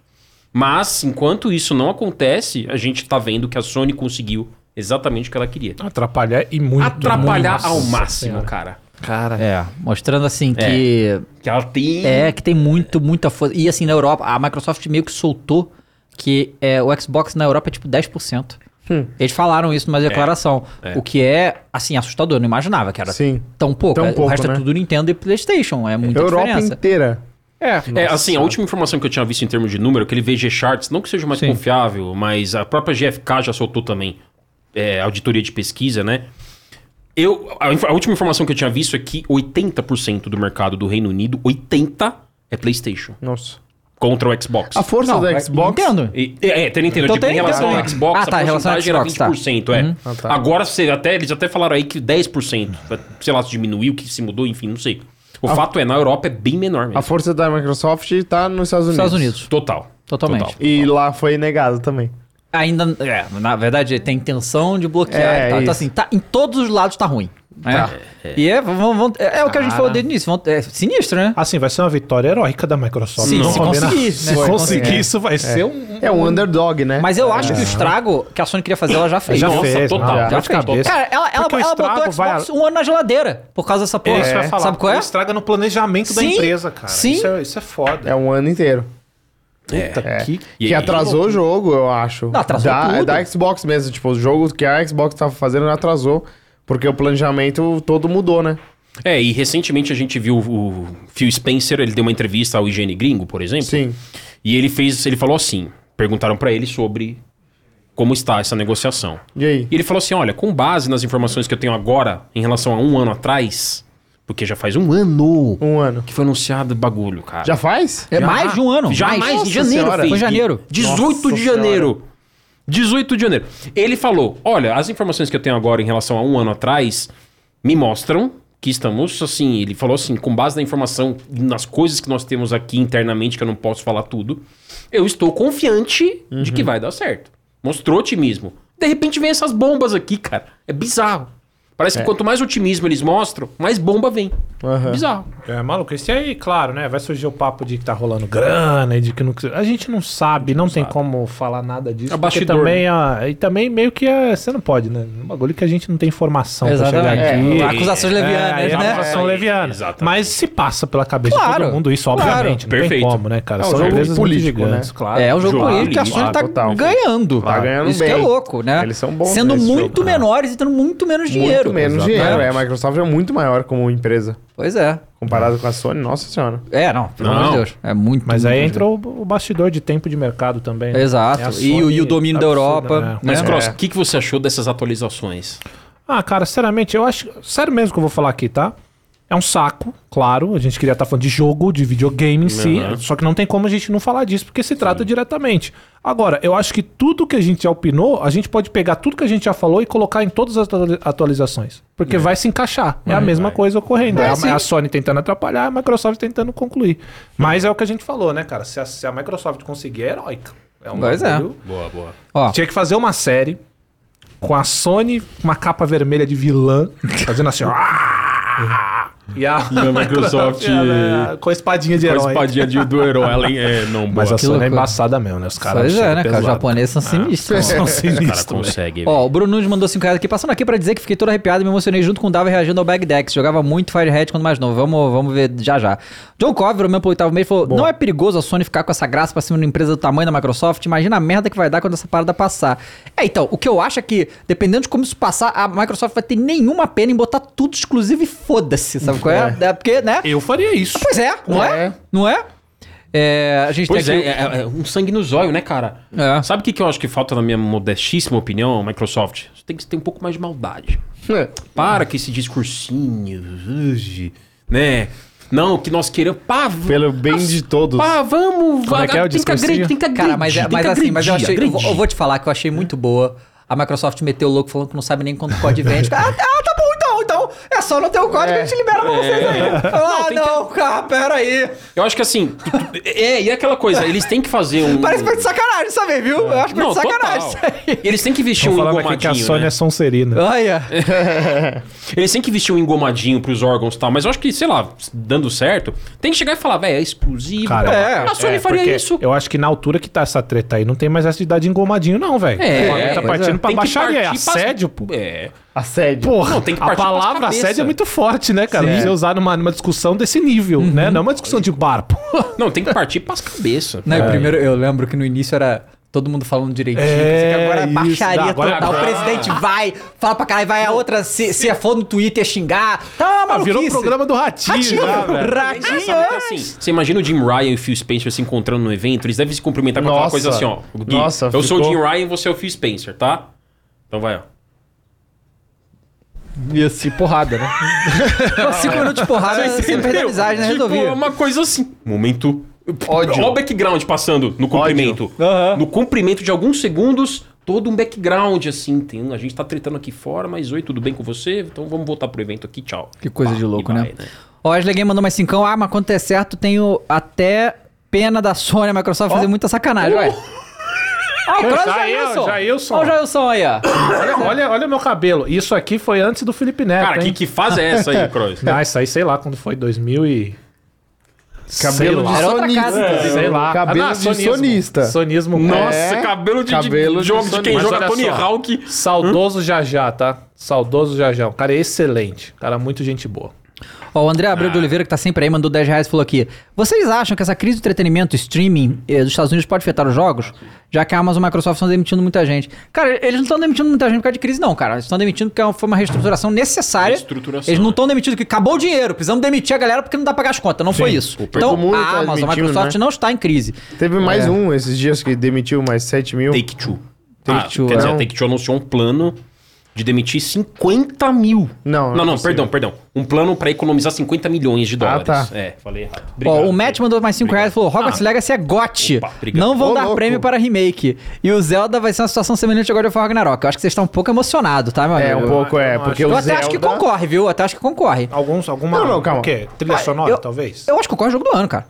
B: Mas, enquanto isso não acontece, a gente tá vendo que a Sony conseguiu exatamente o que ela queria.
D: Atrapalhar e muito.
B: Atrapalhar
D: muito.
B: ao
D: Nossa
B: máximo,
D: Senhora.
B: cara.
C: Cara.
A: É, mostrando assim que.
B: Que ela tem.
A: É, que tem muito, muita força. E assim, na Europa, a Microsoft meio que soltou que é, o Xbox na Europa é tipo 10%.
C: Hum.
A: Eles falaram isso numa declaração.
B: é.
A: O que é, assim, assustador. Eu não imaginava que era
C: Sim.
A: tão pouco.
C: Tão
A: É, o
C: pouco,
A: resto
C: né?
A: é tudo Nintendo e Playstation. É muita
C: Europa
A: diferença.
C: inteira.
B: É, assim, a última informação que eu tinha visto em termos de número, aquele VG Charts, não que seja o mais
A: Sim.
B: confiável, mas a própria GFK já soltou também é, auditoria de pesquisa, né? Eu, a, inf- a última informação que eu tinha visto é que 80% do mercado do Reino Unido, 80% é PlayStation
C: Nossa.
B: contra o Xbox.
C: A força
A: Não,
C: da
A: é-
C: Xbox.
A: Nintendo.
B: E- É, tem Nintendo.
A: Então
B: Então, tipo,
A: tem
B: em relação
A: Nintendo,
B: ao
A: né?
B: Xbox,
A: Ah, tá, em
B: a
A: relação ao
B: porcentagem era
A: Xbox, tá.
B: 20%. É.
C: tá.
B: Agora, você até, eles até falaram aí que 10%. Sei lá, se diminuiu, que se mudou, enfim, não sei. O fato é, na Europa é bem menor mesmo.
C: A força da Microsoft tá nos Estados Unidos.
A: Estados Unidos.
B: Total.
A: Totalmente.
C: E lá foi negado também.
A: Ainda, é, na verdade, tem intenção de bloquear
C: É,
A: e tal. Então,
C: isso.
A: assim, tá, em todos os lados tá ruim. né?
C: Tá.
A: E é, vamos- vamos- é, é o que a gente
C: Cara.
A: falou desde o início. vamos- é sinistro, né?
D: Assim, vai ser uma vitória heróica da Microsoft.
A: Sim,
D: não
A: se
D: combina.
A: conseguir, né?
D: Se
A: Foi,
D: conseguir,
A: é.
D: isso vai ser um.
C: É um underdog, né?
A: Mas eu acho que o estrago que a Sony queria fazer, ela já fez.
D: Já
B: Nossa,
D: fez,
B: total,
D: mano,
B: já
D: já de
B: fez,
D: cabeça.
A: Cara, ela, ela,
D: Porque o
A: ela botou o
D: estrago
A: Xbox
D: vai-
A: um ano na geladeira por causa dessa porra.
D: É, isso eu ia falar.
A: Sabe qual é?
D: Estraga no planejamento da
A: Sim,
D: empresa, cara.
A: sim.
D: Isso é, isso é foda.
C: É um ano inteiro.
B: Puta
C: É.
D: que-
B: E aí-
C: que atrasou o jogo, eu acho.
A: Não, atrasou
C: da,
A: tudo.
C: É da Xbox mesmo. Tipo, o jogo que a Xbox tava fazendo atrasou. Porque o planejamento todo mudou, né?
B: É, e recentemente a gente viu o Phil Spencer, ele deu uma entrevista ao IGN Gringo, por exemplo.
C: Sim.
B: E ele fez, ele falou assim, perguntaram pra ele sobre como está essa negociação.
C: E aí?
B: E ele falou assim: olha, com base nas informações que eu tenho agora em relação a um ano atrás, porque já faz um ano
C: Um ano.
B: que foi anunciado o bagulho, cara.
C: Já faz?
A: É mais de um ano.
B: Já mais, em
A: Nossa
B: janeiro,
A: senhora.
B: fez.
A: Foi em janeiro.
B: 18
C: Nossa
B: de janeiro. 18 de janeiro. Ele falou: olha, as informações que eu tenho agora em relação a um ano atrás me mostram que estamos assim. Ele falou assim, com base na informação, nas coisas que nós temos aqui internamente, que eu não posso falar tudo, eu estou confiante de
A: Uhum.
B: que vai dar certo. Mostrou otimismo. De repente vem essas bombas aqui, cara. É bizarro. Parece
A: É.
B: que quanto mais otimismo eles mostram, mais bomba vem.
C: Aham.
B: Bizarro.
D: É, maluco, esse aí, claro, né? Vai surgir o papo de que tá rolando grana e de que não. A gente não sabe, não tem como falar nada disso.
B: É
D: porque
B: bastidor,
D: também, ah, E também meio que é, você não pode, né? Um bagulho que a gente não tem informação pra
A: Exatamente.
D: chegar aqui.
A: É,
B: aqui.
A: acusações
B: É,
A: levianas,
D: É,
B: já
A: né?
B: passou.
D: acusação
B: É,
D: leviana.
B: exatamente.
D: Mas se passa pela cabeça de
A: Claro,
D: todo mundo, isso,
A: claro.
D: obviamente. Não tem
B: Perfeito.
D: como, né, cara?
C: É um
D: São
C: jogo
D: empresas
C: político,
D: muito gigantes,
C: né?
D: claro.
A: É um jogo
B: Claro,
A: político que a Sony
B: claro,
A: tá
C: total.
A: ganhando.
C: Tá ganhando
A: Isso que é
C: bem.
A: louco, né?
C: Eles são bons
A: Sendo
C: nesse
A: muito
C: jogo.
A: menores e tendo muito menos dinheiro.
C: Muito menos
A: Exatamente.
C: dinheiro. É, a Microsoft é muito maior como empresa.
A: Pois é.
C: Comparado com a Sony, nossa senhora.
A: É, não, pelo
B: Não.
A: amor de Deus. É muito.
D: Mas
A: muito
D: aí
A: dinheiro.
D: entra o, o bastidor de tempo de mercado também. né?
A: Exato.
D: É a
A: e, o, e o
D: Sony
A: domínio da
D: absurda,
A: Europa.
D: né?
B: Mas,
A: né?
B: Cross, o que, que você achou dessas atualizações?
D: Ah, cara, sinceramente, eu acho. Sério mesmo que eu vou falar aqui, tá? É um saco, claro. A gente queria estar falando de jogo, de videogame em si.
B: Uhum.
D: Só que não tem como a gente não falar disso, porque se trata diretamente. Agora, eu acho que tudo que a gente já opinou, a gente pode pegar tudo que a gente já falou e colocar em todas as atua- atualizações. Porque vai se encaixar. É a mesma coisa ocorrendo. É,
A: Uhum. sim.
D: a, a Sony tentando atrapalhar, a Microsoft tentando concluir. Mas é o que a gente falou, né, cara? Se a, se a Microsoft conseguir, é heróica. É um
A: Pois é.
D: bagulho-
B: Boa, boa.
A: Ó,
D: tinha que fazer uma série com a Sony, uma capa vermelha de vilã, fazendo assim, ó. E a,
B: E a Microsoft-
D: ela é com a espadinha de
B: Com a
D: herói.
B: espadinha de, do herói. Ela é, não,
D: Mas
B: boa.
D: a Sony é
A: loucura.
D: embaçada mesmo, né? Os caras.
A: Pois é,
D: são
A: né, cara? Os
D: pesados.
A: japoneses são sinistros. mano.
D: São
B: O cara
D: sinistros. velho.
B: consegue.
A: Ó, o Bruno Nunes mandou 5 reais aqui, passando aqui pra dizer que fiquei todo arrepiado e me emocionei junto com o Dava reagindo ao Bag Dex. Jogava muito Firehead quando mais novo. Vamos, vamos ver já já. John Cover, o meu pro oitavo mês, falou: Não é perigoso a Sony ficar com essa graça pra cima de uma empresa do tamanho da Microsoft? Imagina a merda que vai dar quando essa parada passar. É, então, o que eu acho é que, dependendo de como isso passar, a Microsoft vai ter nenhuma pena em botar tudo exclusivo e foda-se, sabe qual é? é? Porque, né?
D: Eu faria isso.
A: Pois é, não é?
C: É.
A: Não é? É, a gente
B: Pois é,
A: tem aqui.
B: é, é um sangue no zóio, né, cara?
A: É.
B: Sabe o que, que eu acho que falta, na minha modestíssima opinião, Microsoft? Você tem que ter um pouco mais de maldade. Para com esse discursinho, hoje, né? Não, que nós queremos. Pá, v-
C: Pelo bem de todos.
B: Pá, vamos,
D: Como é que é o
B: tem que
D: discursinho?
B: agredir, tem que agredir.
A: Cara, mas, é-
B: tem
A: mas
B: que
A: assim, mas eu,
B: agredir,
A: achei, eu, vou-
B: agredir.
A: eu vou te falar que eu achei muito boa. A Microsoft meteu o louco falando que não sabe nem quanto código vende. ah, tá- ah, tá bom então, então. É só não ter o código que a gente libera pra vocês
B: É.
A: aí. Ah, não, cara, pera aí.
B: Eu acho que assim, tu- tu- é, e é aquela coisa, eles têm que fazer um...
A: Parece que foi de sacanagem, sabe, viu? Eu acho que foi
B: Não,
A: de sacanagem
B: total.
A: isso aí.
B: Eles têm que vestir
D: Estão
B: um
D: falando aqui que a
B: engomadinho,
D: Sony
B: né?
D: é Sonserina.
A: Olha.
B: É. Eles têm que vestir um engomadinho pros órgãos e tal, mas eu acho que, sei lá, dando certo, tem que chegar e falar, velho, é exclusivo.
D: Cara,
A: É,
B: a Sony
D: é,
B: faria
D: porque
B: isso.
D: Eu acho que na altura que tá essa treta aí, não tem mais essa de dar de engomadinho, não, velho.
B: É,
D: O bagulho tá
B: pois
D: partindo
A: é.
D: pra
B: Tem que
D: baixaria. É
B: partir pras-
D: assédio, pô.
B: É.
C: Assédio.
D: Porra,
B: Não, tem que
D: a
B: partir pras
D: palavra
B: cabeça.
D: assédio é muito forte, né, cara? Você usar numa, numa discussão desse nível, né?
B: Uhum.
D: Não é uma discussão de bar, pô.
B: Não, tem que partir pras cabeças.
A: Não, e primeiro eu lembro que no início era todo mundo falando direitinho. não sei
D: É,
A: o que, agora é
D: isso,
A: baixaria
D: não, agora é
A: total.
D: agora-
A: O presidente vai, fala pra caralho, vai a outra se, se for no Twitter xingar. Tá,
D: Ah,
A: maluquice.
D: virou o programa do Ratinho,
A: Ratinho,
D: já, velho. é
A: ratinho.
B: Sabe que, assim, você imagina o Jim Ryan e o Phil Spencer se encontrando no evento, eles devem se cumprimentar com aquela
C: Nossa.
B: coisa assim, ó. Gui,
C: Nossa,
B: eu sou o Jim
C: ficou-
B: Ryan e você é o Phil Spencer, tá? Então vai, ó.
C: Ia se porrada, né?
A: Pô, cinco minutos de porrada, sem perder É, a amizade, né?
B: Tipo,
A: Resolvi.
B: uma coisa assim. Momento.
C: Ódio.
B: Olha o background passando no cumprimento.
A: Aham.
B: No cumprimento de alguns segundos, todo um background assim. Tem, um, a gente tá tretando aqui fora, mas oi, tudo bem com você? Então vamos voltar pro evento aqui, tchau.
A: Que coisa
B: Pá,
A: de louco,
B: e
A: né?
B: vai,
A: Ó, o Ashley Game mandou mais cincão. Ah, mas quando é certo, tenho até pena da Sony, a Microsoft fazer muita sacanagem, ué. Ah, o próprio Jailson.
D: Jail- Jailson.
A: Ó o Jailson aí, ó.
D: Olha, olha, olha meu cabelo. Isso aqui foi antes do Felipe Neto,
B: Cara, que,
D: hein?
B: que fase é essa aí, Croix?
D: Não, isso aí, sei lá, quando foi 2000 e...
C: Cabelo de
D: sei
A: Era
D: lá.
A: outra
C: sonista.
A: casa,
C: inclusive.
D: Sei lá.
C: Cabelo
D: Ah,
C: de sonista.
D: Sonismo.
B: Nossa,
D: É.
C: É,
B: cabelo de,
C: cabelo
B: de
C: de
B: jogo de,
C: Sony.
B: quem
D: Mas
B: joga
D: olha
B: Tony
D: só.
B: Hawk.
D: Saudoso Jajá, tá? Saudoso Jajá. O cara é excelente. O cara é muito gente boa.
A: Ó, o André Abreu
C: Ah.
A: de Oliveira, que tá sempre aí, mandou 10 reais e falou aqui. Vocês acham que essa crise do entretenimento, streaming eh, dos Estados Unidos pode afetar os jogos? Já que a Amazon e a Microsoft estão demitindo muita gente. Cara, eles não estão demitindo muita gente por causa de crise, não, cara. Eles estão demitindo porque é uma- foi uma reestruturação necessária.
B: Reestruturação,
A: Eles não
B: né?
A: estão demitindo, que acabou o dinheiro, precisamos demitir a galera porque não dá pra pagar as contas. Não foi isso. Então,
C: mundo
A: a
C: tá
A: Amazon, a
C: demitindo,
A: Microsoft
C: né?
A: não está em crise.
C: Teve
A: É.
C: mais um esses dias que demitiu mais 7 mil.
B: Take Two.
A: Take
B: Ah,
A: Two,
B: quer
A: é.
B: dizer, a
C: Não.
B: Take Two anunciou um plano de demitir 50 mil.
C: Não,
D: é
B: não,
C: não
B: não
C: consigo.
B: perdão, perdão. Um plano pra economizar 50 milhões
D: Ah,
B: de dólares.
C: tá.
B: É, falei errado.
A: Ó,
B: Obrigado.
A: o Matt mandou mais 5
B: Obrigado.
A: reais e falou: Hogwarts Legacy é gote.
B: Opa, obrigado.
A: Não vão
C: Ô,
A: dar
C: louco.
A: prêmio para remake. E o Zelda vai ser uma situação semelhante agora de War Ragnarok. Eu acho que vocês estão um pouco emocionados, tá, meu
C: É,
A: amigo?
C: um pouco é,
D: não
C: porque
A: Eu
C: o
A: até acho que
C: Zelda-
A: concorre, viu? Eu até acho que concorre.
D: Alguns, alguma...
C: Não, não, calma.
D: O quê?
B: Ah,
D: Trilha sonora,
A: eu-
D: talvez?
A: Eu acho que concorre o jogo do ano, cara.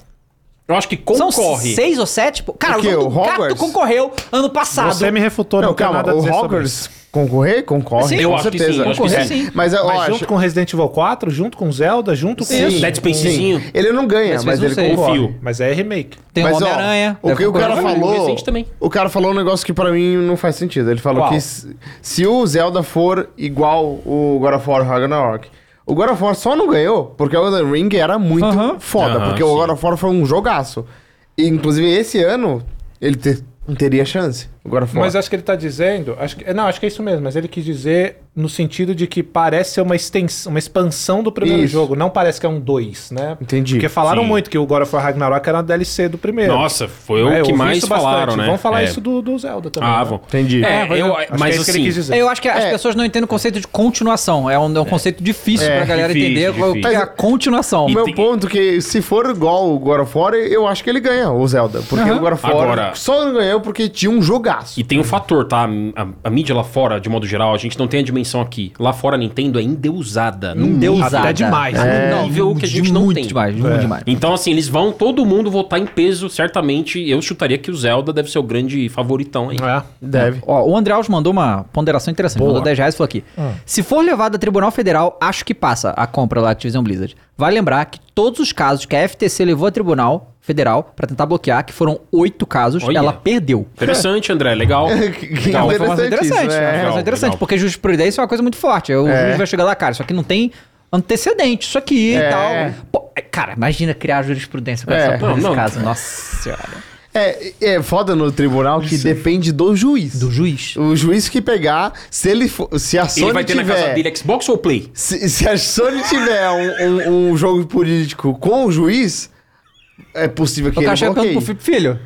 B: Eu acho que
A: São
B: concorre.
A: seis ou sete. pô. Cara,
C: O
A: o,
C: quê?
A: jogo
C: O
A: do gato
C: Hogwarts?
A: concorreu ano passado.
D: Você me refutou,
C: Não,
D: não, tem
C: calma,
D: nada a
C: o
D: dizer sobre
C: Hogwarts concorrer? Concorre,
A: Sim.
C: com
B: Eu acho que
C: certeza.
B: sim, eu acho que
A: Concorreu
B: sim.
A: sim.
C: Mas eu
D: Mas
C: acho...
D: junto com Resident Evil 4, junto com Zelda, junto com...
C: Sim,
B: Dead Space
C: sim.
B: cinco.
C: Ele não ganha,
A: Mas
C: mas
A: fez
C: ele
A: um seis.
C: concorre.
B: Confio.
D: Mas é remake.
A: Tem o
C: Mas, ó,
A: Homem-Aranha.
C: o que o cara
B: concorrer. O
C: falou.
B: Resident também.
C: O cara falou um negócio que pra mim não faz sentido. Ele falou
D: Qual?
C: que se, se o Zelda for igual o God of War Ragnarok. O God of War só não ganhou porque o Elden Ring era muito
A: Aham.
C: foda,
B: Aham,
C: porque
B: sim.
C: o God of War foi um jogaço. E, inclusive esse ano ele te- não teria chance. O God of War.
D: Mas acho que ele tá dizendo. Acho que, não, acho que é isso mesmo, mas ele quis dizer no sentido de que parece ser uma extensão, uma expansão do primeiro
C: Isso.
D: jogo, não parece que é um 2, né?
C: Entendi.
D: Porque falaram
B: Sim.
D: muito que o God of War Ragnarok era uma DLC do primeiro.
B: Nossa, foi o
D: É, eu
B: que
D: ouvi
B: mais
D: isso bastante.
B: falaram, né?
D: Vamos falar
B: É.
D: isso do, do Zelda também.
B: Ah,
D: né?
B: vão.
C: Entendi.
B: É,
D: É, mas
B: eu,
D: eu- acho que é
B: mas
D: isso que ele
B: assim,
D: quis dizer.
A: Eu acho que as
C: É.
A: pessoas não entendem o conceito de continuação. É um, é um conceito difícil
C: É,
A: pra galera
B: difícil,
A: entender o que é a
C: difícil.
A: continuação.
C: O meu
B: tem-
C: ponto é que se for igual o God of War, eu acho que ele ganha o Zelda. Porque
A: Aham.
C: o God of War
B: Agora-
C: só não ganhou porque tinha um jogaço.
B: E tem um fator, tá? A, a mídia lá fora, de modo geral, a gente não tem a menção aqui. Lá fora a Nintendo é endeusada. num
A: Endeusada.
D: Até demais.
A: Tá num
D: É,
A: nível que a gente não tem. demais,
C: É.
A: muito demais.
B: Então, assim, eles vão, todo mundo votar em peso, certamente. Eu chutaria que o Zelda deve ser o grande favoritão aí.
D: É.
C: Deve.
A: Ó, o André Alves mandou uma ponderação interessante.
D: Boa.
A: Mandou 10 reais e falou aqui.
C: Ah.
A: Se for levado a tribunal federal, acho que passa a compra da Activision Blizzard. Vale lembrar que todos os casos que a FTC levou a tribunal federal pra tentar bloquear, que foram oito casos,
B: Olha.
A: ela perdeu.
B: Interessante, André, legal.
C: Que- que
B: Legal.
A: Uma informação interessante.
C: Interessante isso, né?
A: uma
B: Legal,
A: informação interessante,
B: legal.
A: porque jurisprudência é uma coisa muito forte. O
C: É.
A: juiz vai chegar lá, cara, isso aqui não tem antecedente, isso aqui
C: É.
A: e tal. Pô, cara, imagina criar jurisprudência pra
C: É.
A: essa porra
B: Não,
A: desse
B: não.
A: caso. Nossa senhora.
C: É, é foda no tribunal que depende do juiz.
A: Do juiz.
C: O juiz que pegar, se ele for, se a Sony
B: Ele vai ter
C: tiver,
B: na casa dele Xbox ou Play?
C: se, se a Sony tiver um, um- um jogo político com o juiz, é possível que
A: O cara
C: ele
A: chega
C: bloqueie.
A: perguntando pro filho, filho,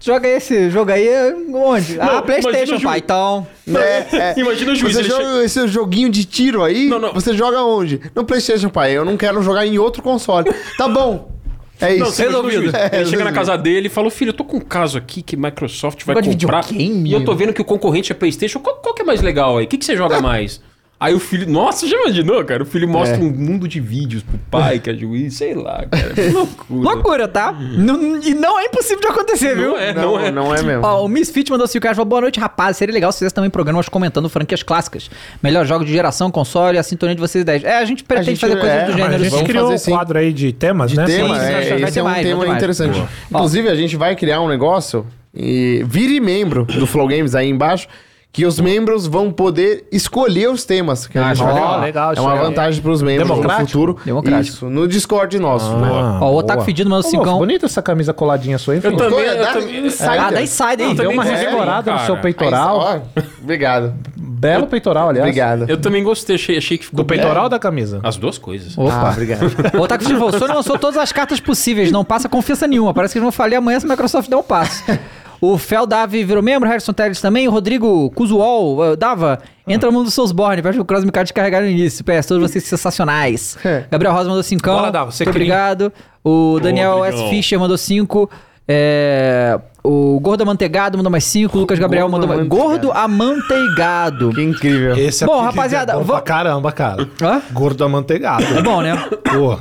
A: joga esse jogo aí onde?
B: Não,
A: ah, Playstation,
B: imagina o ju-
A: pai, então...
C: Né? É.
B: Imagina o juiz,
C: Você
B: ele
C: joga esse joguinho de tiro aí,
B: Não, não.
C: você joga onde? No Playstation, pai. Eu não quero jogar em outro console. tá bom. É isso.
B: Não, você
A: Resolvido.
B: imagina o juiz.
C: É,
B: Ele chega na
C: resolvido.
B: casa dele e fala: Filho, eu tô com um caso aqui que Microsoft vai
A: Negócio de
B: comprar.
A: videogame.
B: E eu tô vendo que o concorrente é PlayStation. Qual, qual que é mais legal aí? O que, que você joga mais? Aí o filho, nossa, já imaginou, cara? O filho
C: É.
B: mostra um mundo de vídeos pro pai, que é juiz, sei lá, cara. Que loucura.
A: Loucura, tá? Não- e não é impossível de acontecer, viu?
B: Uhum. Não é,
C: Não, não é mesmo.
A: Ó, o Misfit mandou 5 reais e falou, boa noite, rapaz. Seria legal se fizesse também programas comentando franquias clássicas. Melhor jogo de geração, console, a sintonia de vocês 10. É, a gente pretende
C: gente-
A: fazer coisas
C: é,
A: do
C: mas
A: gênero.
D: a gente
A: sim.
C: vamos
D: criou
C: fazer
D: um
C: sim.
D: quadro aí de temas,
C: de
D: né?
C: tema,
A: Sim,
C: é,
A: sim, sim, vai
C: esse é um
A: demais, vai
C: tema
A: demais.
C: interessante.
A: Boa.
C: Inclusive, a gente vai criar um negócio e vire membro do Flow Games aí embaixo, que os membros vão poder escolher os temas que a gente
A: isso é
C: vai
A: legal,
C: falar.
D: legal,
C: É
D: isso
C: uma
D: é-
C: vantagem para os membros
D: Democrático?
C: no futuro.
A: Democrático.
C: Isso, no Discord nosso.
D: Ah,
A: Ó, o
D: boa.
A: Otaku Fedido mandou assim,
D: Ô,
A: cincão.
D: Bonita essa camisa coladinha sua, hein?
B: Eu
D: filho?
B: também,
C: Pô,
B: eu
C: dá
B: também.
C: insider.
A: Ah, dá insider aí.
D: Deu
B: também
D: uma
B: gostei,
D: revigorada no
B: cara.
D: seu peitoral.
C: Aí, ó, Obrigado.
D: Belo peitoral, aliás.
C: Obrigado.
B: Eu também gostei, achei, achei que ficou
D: Do peitoral ou da camisa?
B: As duas coisas.
C: Ah, obrigado.
A: O Otaku Fedido falou, Sony lançou todas as cartas possíveis, não passa confiança nenhuma. Parece que eles vão falir amanhã se a Microsoft der um passo. O Fel Davi virou membro, Harrison Telles também, o Rodrigo Cusuol eh, dava, entra no mundo do Soulsborne, pede o Cross Mikado descarregar no início. PS, todos vocês sensacionais. Gabriel Rosa mandou cincão.
D: Bora, Dava, você
A: Muito
D: cria.
A: obrigado. O Daniel
B: Boa,
A: S.
B: Rodrigão.
A: Fischer mandou cinco. É, o Gordo Amanteigado mandou mais cinco. O Lucas Gabriel
C: Gordo
A: mandou mais. Gordo Amanteigado.
C: Que incrível.
D: Esse
A: Bom,
D: apelido
A: rapaziada,
D: é bom
A: vamos-
D: pra caramba, cara.
A: Hã?
D: Gordo amanteigado.
A: É bom, né?
D: Pô.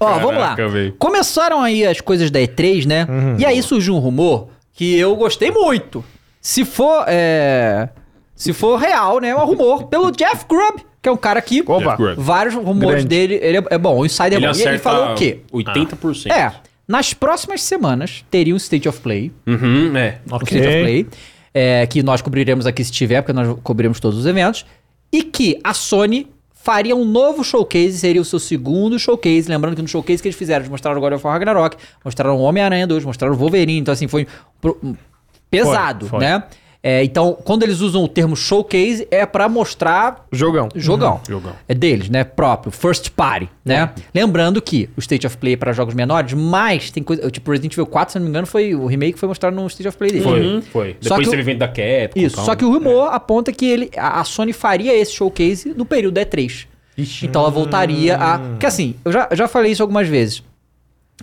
A: Ó,
B: Caraca,
A: vamos lá.
B: véi.
A: Começaram aí as coisas da E3, né?
C: Uhum.
A: e aí surgiu um rumor que eu gostei muito. Se for, é... Se for real, né? É um rumor pelo Jeff Grubb, que é um cara que...
C: Opa.
B: Grubb.
A: Vários rumores
C: Grande.
A: dele. Ele é, é bom, o insider
B: Ele
A: é bom. E
B: acerta
A: ele falou o quê?
B: 80%.
A: É, nas próximas semanas teria um State of Play.
B: Uhum, é.
A: o State of
D: Ok.
A: Play. é, que nós cobriremos aqui se tiver, porque nós cobriremos todos os eventos. E que a Sony faria um novo showcase, seria o seu segundo showcase. Lembrando que no showcase que eles fizeram, eles mostraram o God of War Ragnarok, mostraram o Homem-Aranha 2, mostraram o Wolverine. Então, assim, foi pro- um- pesado,
D: Foi, foi.
A: né? É, então, quando eles usam o termo showcase, é pra mostrar
C: Jogão.
A: Jogão.
B: Uhum. jogão. Uhum.
A: É deles, né? Próprio, first party, né? Lembrando que o State of Play é para jogos menores, mas tem coisa. Tipo, Resident Evil 4, se eu não me engano, foi o remake foi mostrado no State of Play dele.
B: Foi, É. foi.
A: Uhum. Só
B: Depois
A: que
B: teve
A: o-
B: o evento da Capcom.
A: Isso, só que o rumor aponta que ele, a a Sony faria esse showcase no período E3. Então ela voltaria a. Porque assim, eu já, eu já falei isso algumas vezes.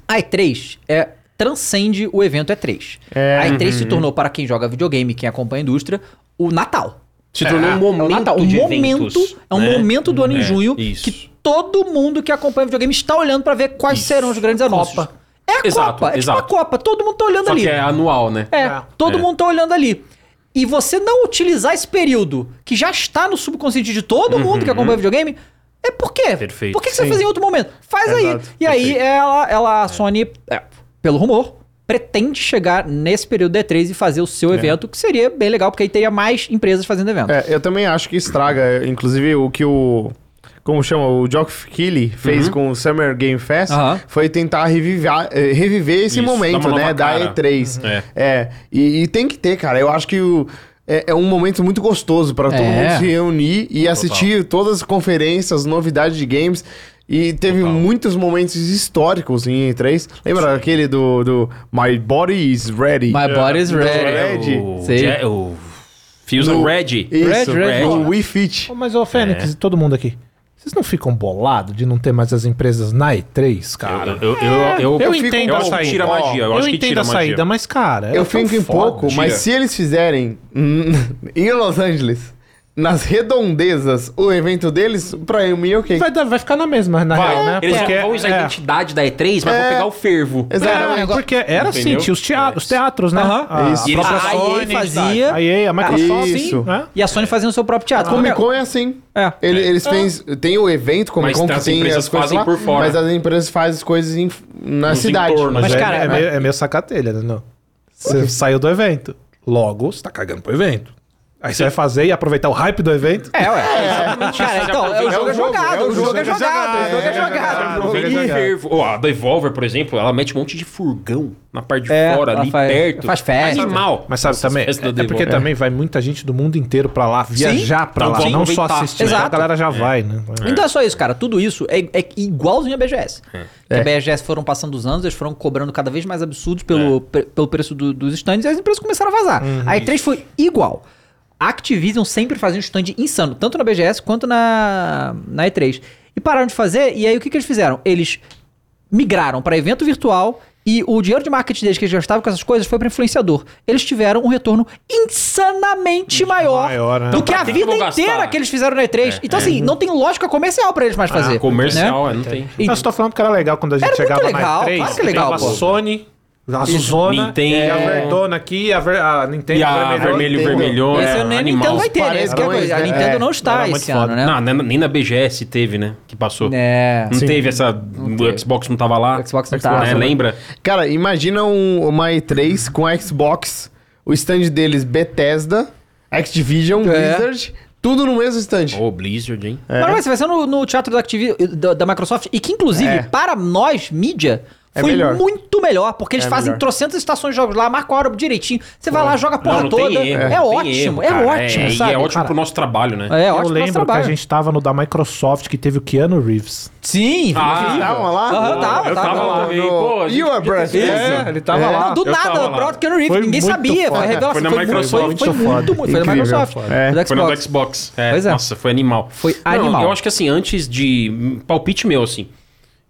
A: A E3 é, transcende o evento E3.
B: É.
A: A E3
B: Uhum.
A: se tornou, para quem joga videogame, quem acompanha a indústria, o Natal.
B: Se tornou um momento
A: É o Natal, um
B: de
A: momento,
B: eventos,
A: é um
B: né?
A: momento do ano em
B: É,
A: junho
B: isso.
A: que todo mundo que acompanha videogame está olhando para ver quais serão os grandes anúncios.
D: Copa.
A: É a
B: Exato,
A: Copa, é tipo
B: exato.
A: a Copa, todo mundo tá olhando
B: Só
A: ali.
B: que é anual, né?
A: É,
D: É.
A: todo
B: É.
A: mundo tá olhando ali. E você não utilizar esse período que já está no subconsciente de todo mundo que acompanha videogame, é por quê?
B: Uhum, Perfeito.
A: Por que, que você fez em outro momento? Faz aí.
C: Exato,
A: E aí ela, ela a Sony, é, pelo rumor, pretende chegar nesse período D3 e fazer o seu
B: É.
A: evento, que seria bem legal, porque aí teria mais empresas fazendo evento.
C: É, eu também acho que estraga, inclusive o que o. Como chama? O Geoff Keighley fez com o Summer Game Fest
A: Uhum. Aham.
C: foi tentar revivar, eh, reviver esse
B: Isso,
C: momento,
B: dar uma
C: né?
B: nova
C: Da
B: cara.
C: E3.
B: Uhum. É.
C: e, e tem que ter, cara. Eu acho que o- é, é um momento muito gostoso pra todo
A: É.
C: mundo se reunir e assistir todas as conferências, novidades de games. E teve muitos momentos históricos em E3. Lembra aquele do, do My Body is Ready?
A: My body is ready.
C: ready. Red.
B: É, O,
A: Sei.
B: Je- o Fios no Red.
A: Red,
C: Isso,
A: Red.
C: no Wii Fit.
D: Ô, Mas, ô,
B: É.
D: Fênix, e todo mundo aqui. Vocês não ficam bolados de não ter mais as empresas na E3, cara?
B: Eu, eu, eu, eu,
D: Eu
B: fico-
D: entendo
B: eu
D: a
B: acho que
D: saída.
B: tira a magia. Eu,
D: Eu
B: acho que
D: entendo
B: tira
D: a
B: magia.
D: saída,
B: tá
D: mas, cara.
C: Eu
D: é tão
C: fico em
D: foda.
C: pouco, mas
B: Tira.
C: se eles fizerem em Los Angeles, nas redondezas o evento deles, pra mim, ok.
D: Vai, dar- vai ficar na mesma, na real, né?
B: Eles
D: Porque,
B: não vão usar a
D: é.
B: identidade da E3, mas
C: É.
B: vão pegar o fervo.
C: Exatamente.
D: É, porque era assim,
B: Entendeu?
D: tinha os, tea- os teatros, né?
A: Aham.
D: A,
C: Isso.
D: a
B: E eles-
D: própria
A: a EA
D: Sony,
A: fazia-
D: a EA, é a Microsoft,
C: Isso.
D: né?
A: E a Sony fazendo o seu próprio
C: A
A: teatro.
C: Comic Con é assim.
A: É.
C: Ele- Eles fez, tem o evento Comic
B: Mas
C: Con que
B: as
C: tem
B: empresas
C: as coisas
B: fazem
C: lá,
B: por fora.
C: mas as empresas fazem as coisas em- na
B: Nos
C: cidade.
B: entornos,
A: Mas,
D: é-
A: cara,
D: é,
A: mas-
D: meio, é meio sacatelha, né? não? Você saiu do evento. Logo, você tá cagando pro evento. Aí você vai fazer e aproveitar o hype do evento.
A: É, ué. Cara, então, é o jogo é jogado. O jogo é jogado. O jogo é
C: Ah,
A: jogado.
C: jogo é
B: Vem de
C: jogado.
B: fervo. Ó, a Devolver, por exemplo, ela mete um monte de furgão na parte de
A: É,
B: fora,
A: ela
B: ali
A: faz-
B: perto.
A: faz festa.
B: Animal.
D: Mas sabe também,
B: festas da
D: é, é porque
B: Devolver.
D: também vai muita gente do mundo inteiro pra lá, viajar pra
B: Então
D: lá,
B: vamos
D: não só
B: aproveitar.
D: assistir.
A: Exato.
D: A galera já vai, né?
A: Então é só isso, cara. Tudo isso é, é igualzinho a BGS.
B: É.
A: Que A BGS foram passando os anos, eles foram cobrando cada vez mais absurdos
B: É.
A: pelo, pre- pelo preço do- dos stands e as empresas começaram a vazar.
B: Uhum.
A: a E3 foi igual. A Activision sempre fazia um stand insano, tanto na BGS quanto na, na E3. E pararam de fazer, e aí o que, que eles fizeram? Eles migraram para evento virtual e o dinheiro de marketing deles que eles gastavam com essas coisas foi para influenciador. Eles tiveram um retorno insanamente maior,
D: maior, né?
A: do que
B: Pra
A: a
B: que que
A: vida
B: eu vou gastar?
A: inteira que eles fizeram na E3. então, assim, não tem lógica comercial pra eles mais fazer.
B: Comercial, é, não tem.
A: Né? E-
D: Eu só tô tá falando porque era legal quando a gente
A: Era muito
D: chegava
A: legal,
D: na E3.
A: claro que é legal,
D: pegava
A: pô.
D: a Sony, a Suzona,
B: Nintendo.
D: e a Verdona aqui, a, ver, a Nintendo
B: E a vermelho e
C: Nintendo.
B: vermelhão
A: esse
B: é
A: ano nem a
B: animal.
A: Nintendo vai ter, né? Esse que é a coisa. A
C: Parece, né?
A: Nintendo
C: É,
A: não está
D: era muito
A: esse ano,
D: foda.
A: né?
B: Não, né- nem na BGS teve, né? Que passou.
A: É.
B: Não teve essa. O Xbox não tava lá.
A: O Xbox não
B: Né,
A: tava.
B: Lembra?
C: Cara, imagina um, uma E3 com Xbox, o stand deles Bethesda, Activision,
A: É.
C: Blizzard, tudo no mesmo stand.
B: Ô, Blizzard, hein?
A: Mas vai, você vai ser no, no teatro da, Activi- da, da Microsoft, e que inclusive,
C: É.
A: para nós, mídia,
C: É
A: foi
C: melhor.
A: muito melhor, porque eles
C: É
A: fazem
C: melhor.
A: trocentas estações de jogos lá, marca a hora direitinho, você vai lá, joga a porra
B: Não, não tem
A: toda.
B: erro,
A: é
B: não tem
A: ótimo,
B: erro,
A: é
B: cara.
A: ótimo,
B: É,
A: sabe?
B: E é ótimo
A: Cara,
B: pro nosso trabalho,
A: É
B: né?
D: Eu
A: ótimo pro nosso
D: lembro que a
A: trabalho.
D: gente tava no da Microsoft que teve o Keanu Reeves.
A: Sim,
B: Ah,
C: Estavam lá?
A: Aham, tava,
B: eu tava
A: tava
B: lá.
A: lá.
B: também.
C: no-
B: Pô, a gente
C: You are
B: podia ter
C: Breath.
B: feito.
C: É,
D: ele tava
A: Não, do
B: eu tava
A: nada,
B: lá.
A: brother Keanu Reeves,
D: Foi
A: ninguém
D: muito
A: sabia.
D: foda.
A: Foi, revelação,
B: Foi na Microsoft,
A: Foi, foi,
D: muito
A: foi muito,
D: foda.
A: muito. Foi na
C: Incrível.
A: Microsoft.
C: É.
A: Foi do
B: Foi no
A: Xbox.
B: do Xbox. É,
A: Pois é.
B: Nossa, foi animal.
A: Foi
B: Não,
A: animal.
B: eu acho que assim, antes de. hum, Palpite meu, assim.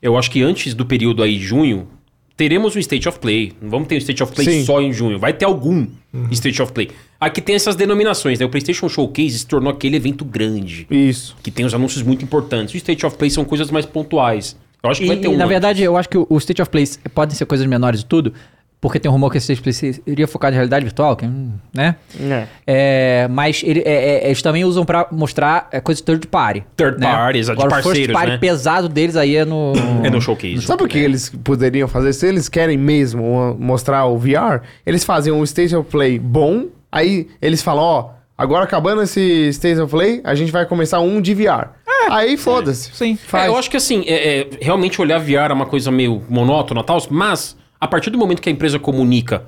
B: Eu acho que antes do período aí de junho, teremos um State of Play. Não vamos ter um State of Play
C: Sim.
B: só em junho. Vai ter algum
A: Uhum.
B: State of Play. Aqui tem essas denominações, né? O PlayStation Showcase se tornou aquele evento grande,
C: É. Isso.
B: que tem os anúncios muito importantes. O State of Play são coisas mais pontuais. Eu acho que
A: E,
B: vai ter
A: e,
B: um.
A: na
B: antes.
A: verdade, eu acho que o- o State of Play podem ser coisas menores e tudo, porque tem um rumor que esse State of Play iria focar em realidade virtual, que, hum, né?
C: É.
A: É, mas ele- é, é, eles também usam pra mostrar é, coisas third party.
B: Third
A: né?
B: party, exato, de
A: Agora, o first
B: parceiros,
A: party
B: né?
A: pesado deles aí é no...
B: É no showcase.
C: Sabe o que eles poderiam fazer? Se eles querem mesmo uh, mostrar o VR, eles fazem um State of Play bom, aí eles falam, ó, agora acabando esse State of Play, a gente vai começar um de VR. aí foda-se.
A: É, Sim.
C: Faz.
B: É, eu acho que assim, é, é, realmente olhar VR é uma coisa meio monótona tal, mas a partir do momento que a empresa comunica,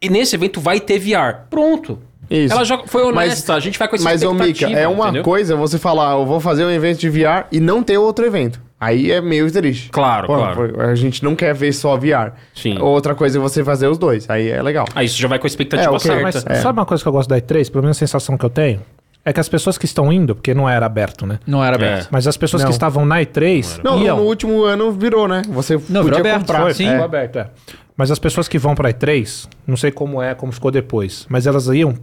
B: e nesse evento vai ter VR, pronto.
C: Isso.
B: Ela já foi honesta, a gente vai com essa
C: Mas, ô Mika, é uma
B: entendeu?
C: coisa você falar, eu vou fazer um evento de VR e não ter outro evento. Aí é meio triste.
B: Claro, claro.
C: A gente não quer ver só VR.
B: Sim.
C: Outra coisa é você fazer os dois. Aí é legal.
B: Aí você Ah, já vai com a expectativa
C: É, ok,
B: certa.
D: Mas sabe uma coisa que eu gosto da E3? Pelo menos a sensação que eu tenho? É que as pessoas que estão indo, porque não era aberto, né?
A: Não era
B: É.
A: aberto.
D: Mas as pessoas
C: Não.
D: que estavam na E3
C: Não,
D: iam.
C: no último ano virou, né? Você
A: é um Não, virou
C: podia
A: aberto,
C: comprar.
A: sim.
C: É.
D: Ficou aberto, é. Mas as pessoas que vão pra E3, não sei como é, como ficou depois, mas elas iam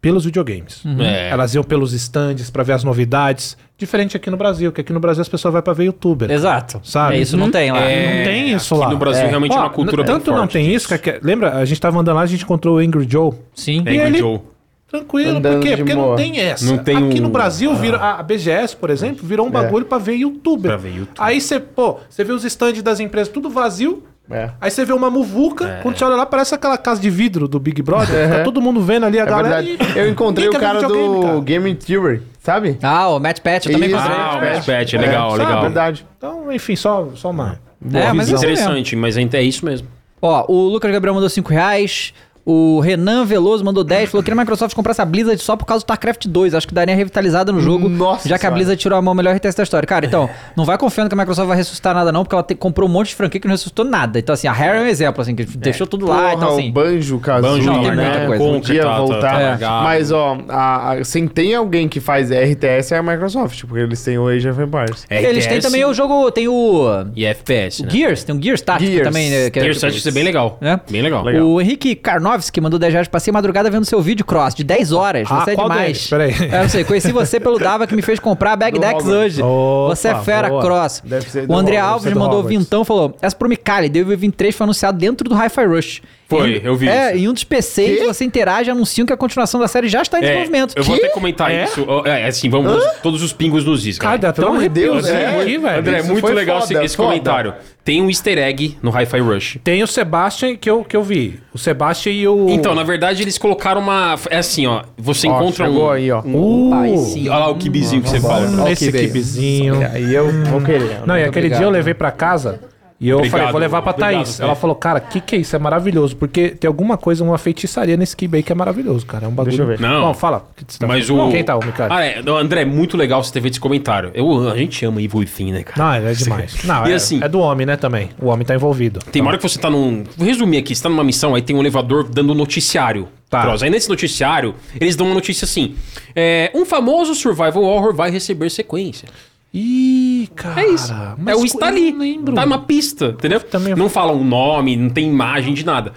D: pelos videogames.
B: É.
D: Elas iam pelos stands pra ver as novidades. Diferente aqui no Brasil, que aqui no Brasil as pessoas vão pra ver youtuber.
A: Exato.
D: Sabe?
A: É, isso não tem lá.
D: Não tem isso
B: aqui
D: lá.
B: no Brasil realmente é uma cultura
D: Tanto
B: muito
D: não
B: forte
D: tem isso, que, que- lembra? A gente tava andando lá, a gente encontrou o Angry Joe.
A: Sim.
B: Angry
D: E ele-
B: Joe.
D: Tranquilo,
C: Andando
D: por
C: de
D: quê? Porque
C: boa.
D: não tem essa.
B: Não tem
D: Aqui
B: um-
D: no Brasil, vira, a a BGS, por exemplo, virou um
C: É.
D: bagulho pra ver youtuber.
B: Pra ver youtuber.
D: Aí você, pô, você vê os stands das empresas tudo vazio.
C: É.
D: Aí você vê uma muvuca,
B: É.
D: quando você olha lá, parece aquela casa de vidro do Big Brother. Tá todo mundo vendo ali a
C: É
D: galera.
C: verdade.
D: e-
C: Eu encontrei o
D: Ninguém quer
C: cara
D: ver
C: do
D: videogame, cara.
C: Game Theory, sabe?
A: Ah, o Matt Pat, eu também
C: Isso.
A: gostei.
B: Ah, o
C: Match.
B: Match Patch, é legal,
C: É,
B: legal.
C: sabe? Verdade.
D: Então, enfim, só, só uma.
A: É,
D: boa
A: mas
D: visão.
A: isso mesmo.
B: Interessante, mas ainda é isso mesmo.
A: Ó, o Lucas Gabriel mandou 5 reais. O Renan Veloso mandou 10, falou que a Microsoft comprasse a Blizzard só por causa do StarCraft 2. Acho que daria revitalizada no jogo,
C: Nossa
A: já que a
C: senhora.
A: Blizzard tirou a mão melhor RTS da história. Cara, então, não vai confiando que a Microsoft vai ressuscitar nada não, porque ela te- comprou um monte de franquia que não ressuscitou nada. Então, assim, a Harry é um exemplo, assim, que deixou tudo lá, então,
C: Porra,
A: assim...
C: o Banjo, Kazooie,
B: Banjo,
A: tem muita
C: né?
A: coisa.
C: Podia
B: Tá, tá, tá
C: voltar.
B: largado.
C: Mas, ó, a, a, se tem alguém que faz RTS é a Microsoft, porque eles têm o Age of Empires.
A: É, Eles têm
B: RTS
A: também o jogo, tem o...
B: E FPS, né?
A: Gears, tem o Gears Tático
C: Gears.
A: também, né? que é
B: Gears
A: tipo
B: acho que isso é bem legal.
A: né?
B: Bem legal.
A: O Henrique Carnot Adanovski mandou 10 reais. Passei madrugada vendo seu vídeo cross de 10 horas.
D: Ah,
A: Você é
D: qual
A: demais. É,
D: deles? Peraí.
A: Eu não sei. Conheci você pelo Dava que me fez comprar a Bag Dex hoje.
D: Opa,
A: você é fera,
D: boa.
A: cross.
C: Deve ser do
A: O André
C: Roberts,
A: Alves
C: deve ser do
A: mandou
C: Roberts.
A: vintão falou: essa pro Micali, Devil 23 foi anunciado dentro do Hi-Fi Rush.
B: Foi,
A: Em-
B: eu vi
A: É,
B: isso.
A: em um dos PCs
C: Quê?
A: você interage e anunciam que a continuação da série já está em
B: É,
A: desenvolvimento.
B: Eu vou
C: Que?
B: até comentar
D: É?
B: isso. Ó, É, assim, vamos todos os pingos nos is,
D: Cara,
B: cara.
D: dá até
C: Pelo
D: um
C: amor de
D: arrepiozinho
C: Então, Deus, é.
D: aqui, velho.
B: André, é
C: isso
B: muito
C: foi
B: legal
C: foda,
B: esse, esse
C: foda.
B: comentário. Tem um easter egg no Hi-Fi Rush.
D: Tem o Sebastian que eu, que eu vi. O Sebastian e o.
B: Então, na verdade, eles colocaram uma. É assim, ó. Você
C: Ó,
B: encontra
C: chegou
B: um.
C: aí, ó.
D: Uh,
A: Pai, sim.
B: Olha lá o kibizinho que você fala.
D: hum,
C: Olha
D: esse
C: que ideia.
D: equipezinho.
C: Aí eu vou querer.
D: Não, né? e aquele dia eu
C: levei.
D: levei pra casa e eu
B: Obrigado,
D: falei, vou levar pra
B: obrigado,
D: Thaís.
B: cara.
D: Ela falou, cara, que que é isso? É maravilhoso. Porque tem alguma coisa, uma feitiçaria nesse kibe aí que é maravilhoso, cara. É um bagulho.
C: Deixa eu ver.
B: Não.
D: Bom, fala. O que você tá
B: Mas
D: falando?
B: o.
D: Quem tá, o Micali?
B: Ah, é. Não, André, é muito legal você ter feito esse comentário. Eu, a gente ama Evil Within, né, cara?
D: Não, é demais. Não,
B: E
D: é,
B: assim-
D: é do homem, né, também. O homem tá envolvido.
B: Tem uma hora que você tá num. Vou resumir aqui, você tá numa missão, aí tem um elevador dando um noticiário.
D: Tá.
B: Cross. Aí nesse noticiário, eles dão uma notícia assim: é, um famoso survival horror vai receber sequência.
D: Ih, cara.
B: É isso. é o está ali.
D: Eu não lembro.
B: Tá uma pista, entendeu?
D: Também-
B: Não falam um nome, não tem imagem de nada.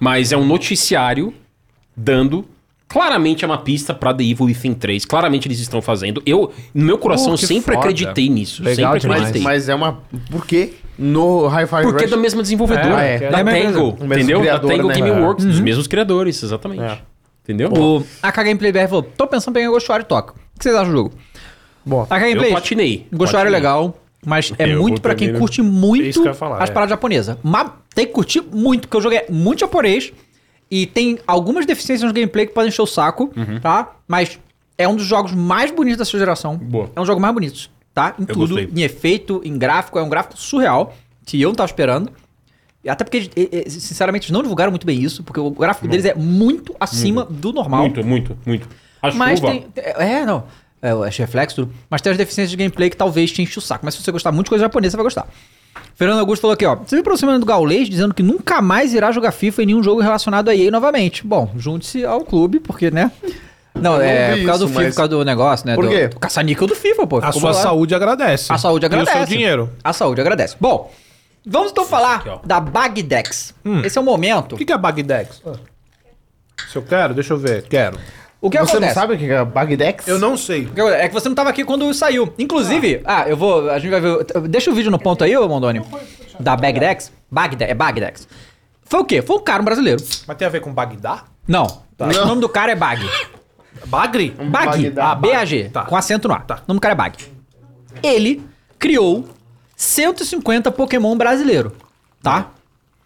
B: Mas é um noticiário dando. Claramente é uma pista pra The Evil Within 3. Claramente eles estão fazendo. Eu, no meu coração,
D: Pô, que
B: sempre
D: foda.
B: acreditei nisso.
D: Legal
B: sempre
D: demais.
B: acreditei.
C: Mas é uma. Por quê? No Hi-Fi
B: Porque é
C: Rush.
B: da mesma desenvolvedora.
C: É, é.
B: Da
A: É a mesma
B: Tango,
A: coisa.
C: O mesmo
B: entendeu? Da
C: criador,
B: Tango
C: né?
D: É.
C: É.
B: Gameworks,
D: Uhum.
B: dos mesmos criadores, exatamente. Entendeu?
A: O AK Gameplay BR falou: tô pensando em pegar Ghostwire Toca. O que vocês acham do jogo?
C: Bom,
A: AK Gameplay.
B: eu patinei.
A: Ghostwire é
B: Patinei.
A: legal, mas é
B: Eu
A: muito pra quem
B: também não-
A: curte
D: Isso
A: muito
D: que eu ia falar,
A: as
D: é.
A: paradas japonesas. Mas tem que curtir muito, porque o jogo é muito japonês e tem algumas deficiências no gameplay que podem encher o saco, tá? Mas é um dos jogos mais bonitos da sua geração.
B: Boa.
A: É um jogo mais bonito, tá? Em
B: Eu
A: tudo,
B: gostei.
A: em efeito, em gráfico. É um gráfico surreal, que eu não tava esperando. E Até porque, eh, eh, sinceramente, eles não divulgaram muito bem isso, porque o gráfico deles é muito acima do normal.
B: Muito, muito, muito. A
A: Mas
B: chuva.
A: tem. É, não. É, eu achei reflexo, tudo. Mas tem as deficiências de gameplay que talvez te enche o saco. Mas se você gostar muito de coisa japonesa, você vai gostar. Fernando Augusto falou aqui, ó. Se aproximando do Gaulês, dizendo que nunca mais irá jogar FIFA em nenhum jogo relacionado a EA novamente. Bom, junte-se ao clube, porque, né? Não, é
C: vi
A: por causa do
C: isso,
A: FIFA,
C: mas-
A: por causa do negócio, né?
C: Por
A: do,
C: quê?
A: do caça-níquel do FIFA, pô.
D: A
A: Ficou
D: sua
A: bolado.
D: saúde agradece.
A: A saúde agradece.
D: E o seu dinheiro.
A: A saúde agradece. Bom, vamos então falar
B: Aqui, ó.
A: da Bagdex. Esse é o momento.
D: O que que é Bagdex? Se eu quero, deixa eu ver. Quero.
A: O que
C: você
A: acontece?
C: não sabe o que é Bagdex?
D: Eu não sei.
A: Porque, É que você não tava aqui quando saiu. Inclusive, ah, eu vou. A gente vai ver. o- Deixa o vídeo no ponto aí, ô Mondoni. Da Bagdex. Bagdex. É Bagdex. Foi o quê? Foi um cara, um brasileiro.
D: Mas tem a ver com Bagdá?
A: Não. O nome do cara é Bag.
D: Tá. Bagre?
A: Bag.
C: Bagdá.
A: B-A-G.
D: Tá.
A: Com acento no ar.
D: Tá.
A: O nome do cara é Bag. Ele criou 150 Pokémon brasileiro. Tá?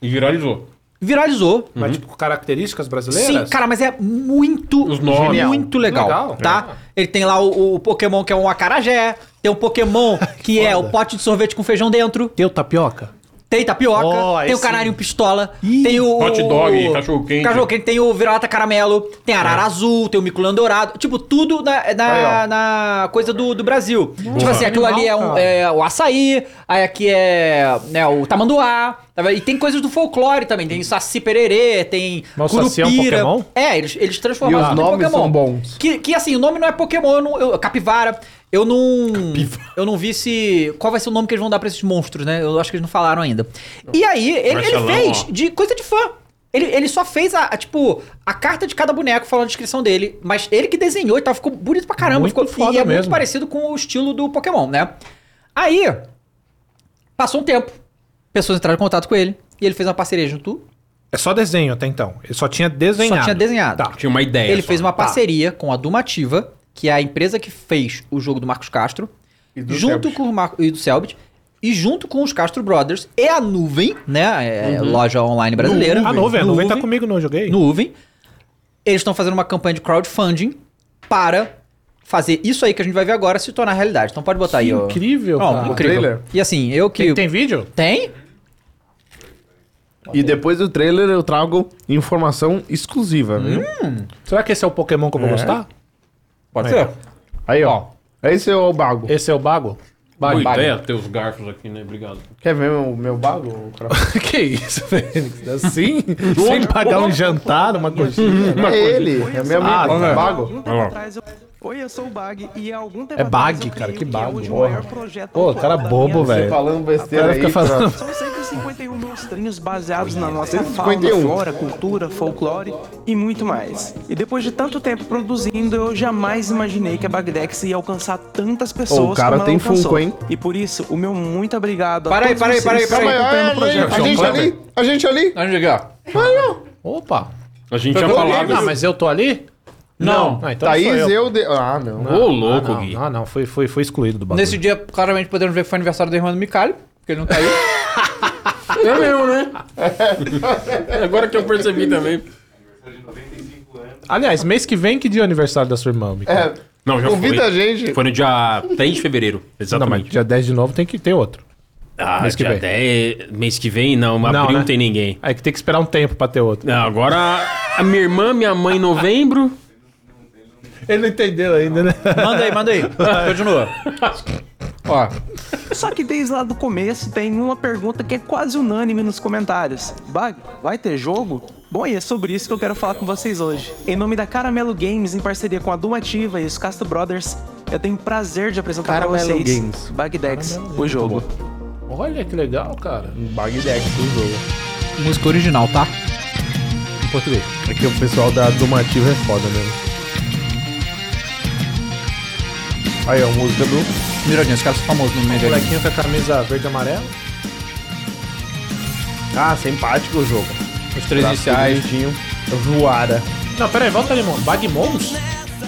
B: E viralizou.
A: Viralizou.
B: Uhum.
D: Mas tipo, características brasileiras?
A: Sim, cara, mas é muito,
B: Os nomes.
A: genial. muito legal,
D: Legal.
A: tá? Ele tem lá o, o Pokémon que é um acarajé, tem um Pokémon que é o pote de sorvete com feijão dentro,
D: Teu tapioca?
A: tem tapioca,
D: Oh, aí
A: tem o
D: sim.
A: canarinho pistola,
D: Ih,
A: tem o...
B: hot dog, É.
A: o-
B: cachorro-quente.
A: Cachorro-quente, tem o vira-lata caramelo, tem arara azul, tem o miculão dourado, tipo, tudo na, na,
C: Aí, ó.
A: na coisa do, do Brasil. Tipo
B: Boa.
A: assim, aquilo ali é, um,
D: Animal, cara.
A: é o açaí, aí aqui é né, o tamanduá, tá vendo? e tem coisas do folclore também, tem saci pererê, tem
D: Mas o saci é um Pokémon?
A: é, eles, eles transformaram
C: E os
A: tudo em
C: nomes
A: Pokémon.
C: são bons.
A: Que, que assim, o nome não é Pokémon, eu não- eu- capivara. Eu não. Eu não vi se. Qual vai ser o nome que eles vão dar pra esses monstros, né? Eu acho que eles não falaram ainda. E aí, ele, ele
B: Marcelão,
A: fez
B: ó.
A: de coisa de fã. Ele, ele só fez a, a, tipo, a carta de cada boneco falando a descrição dele. Mas ele que desenhou e tal, ficou bonito pra caramba.
D: Muito
A: ficou,
D: foda
A: e é muito
D: mesmo.
A: parecido com o estilo do Pokémon, né? Aí, passou um tempo. Pessoas entraram em contato com ele. E ele fez uma parceria junto
D: É só desenho até então. Ele só tinha desenhado.
A: Só tinha desenhado.
D: Tá.
B: Tinha uma
E: É,
B: ideia.
A: ele
B: só.
A: fez uma
D: Tá.
A: parceria com a Dumativa, que é a empresa que fez o jogo do Marcos Castro,
C: E do
A: junto
C: Selbit.
A: com o Marco, e do Selbit, e junto com os Castro Brothers e a Nuvem, né, é,
E: Uhum.
A: loja online brasileira.
D: A nuvem, a nuvem tá comigo, não. Eu joguei.
A: Nuvem. Eles estão fazendo uma campanha de crowdfunding para fazer isso aí que a gente vai ver agora se tornar realidade. Então pode botar
D: Que
A: aí, ó.
D: incrível,
A: Ó,
D: cara.
A: incrível.
C: O trailer?
A: E assim, eu que
D: Tem, tem vídeo?
A: tem?
C: E depois do trailer eu trago informação exclusiva, viu?
D: Será que esse é o Pokémon que eu vou gostar?
A: Pode
D: ser.
C: Aí, ó. Esse é o bago.
D: Esse é o Bago?
B: Boa
A: Vai, vai.
B: ideia ter É, os garfos aqui, né? Obrigado.
C: Quer ver o meu bago?
D: que isso, Fênix? Assim? Sem pagar um jantar, uma assim. coxinha.
C: é ele. É meu
D: Ah,
C: amigo.
D: tá.
C: bago.
F: Muito Um tempo atrás eu- Oi, eu sou o Bag e há algum tempo
D: É Bag,
F: atrás eu
D: cara,
F: criei
D: que
F: o
D: Bag,
F: hoje o
D: porra.
F: maior projeto
D: Pô,
F: atual
D: cara
F: da
D: bobo,
F: minha vida.
D: velho.
C: Falando besteira
D: cara
C: aí.
D: É. fica falando-
C: pra-
F: São 151 monstrinhos baseados na nossa fauna,
C: 151.
F: flora, cultura, folclore e muito mais. E depois de tanto tempo produzindo, eu jamais imaginei que a Bagdex ia alcançar tantas pessoas
C: Ô, o cara
F: como ela
C: tem
F: alcançou.
C: Funko, hein?
F: E por isso, o meu muito obrigado
A: Para
F: a
A: aí,
F: todos
A: para aí, para aí,
F: vocês
A: para aí.
D: tá
F: que
C: Olha, olha
F: acompanham o
C: ali,
F: projeto.
C: a gente
B: Kleber.
C: ali, a gente ali.
E: Onde ligar?
D: Opa.
B: A gente tinha
E: Pegou
B: falado.
E: Ah, mas eu tô ali?
B: Não.
D: Ah, então sou
C: Thaís, eu... de- Ah, não.
B: Ô, louco,
D: ah, não,
B: Gui.
D: Ah, não, foi, foi, foi excluído do bagulho.
E: Nesse dia, claramente, podemos ver que foi aniversário da irmã do Micalho, porque ele não caiu.
B: É mesmo, né? Agora que eu percebi também.
D: Aliás, mês que vem, que dia é o aniversário da sua irmã, Mica?
C: É,
B: Não, já
C: Convida
B: foi.
C: a gente.
B: Foi no dia 3 de fevereiro,
D: Não, mas
B: exatamente.
D: dia 10 de novo tem que ter outro.
B: ah,
D: mês que
B: dia
D: vem.
B: 10, mês que vem, não. Mas
D: Não,
B: abril
D: né?
B: não tem ninguém.
D: É que tem que esperar um tempo pra ter outro.
B: Não, agora a minha irmã, minha mãe em novembro.
D: Ele não entendeu ainda, né?
A: Manda aí, manda aí. Continua.
E: Ó,
F: Só que desde lá do começo tem uma pergunta que é quase unânime nos comentários. Bag, vai ter jogo? Bom, e é sobre isso que eu quero falar com vocês hoje. Em nome da Caramelo Games, em parceria com a Dumativa e os Castro Brothers, eu tenho o prazer de apresentar para
C: Caramelo
F: vocês
C: Games.
F: Bagdex, o jogo.
D: Olha que legal, cara.
C: Bagdex do jogo.
A: Música original, tá? Em português.
C: É que o pessoal da Domativa é foda mesmo. Aí, ó, a música do...
A: Miradinha, os caras são famosos no meio
D: Molequinho com a camisa verde e amarela.
C: Ah, simpático o jogo. Tá
E: os três
A: tá.
E: iniciais.
C: Voara.
D: Não, pera aí, volta ali, mano. Bagmons?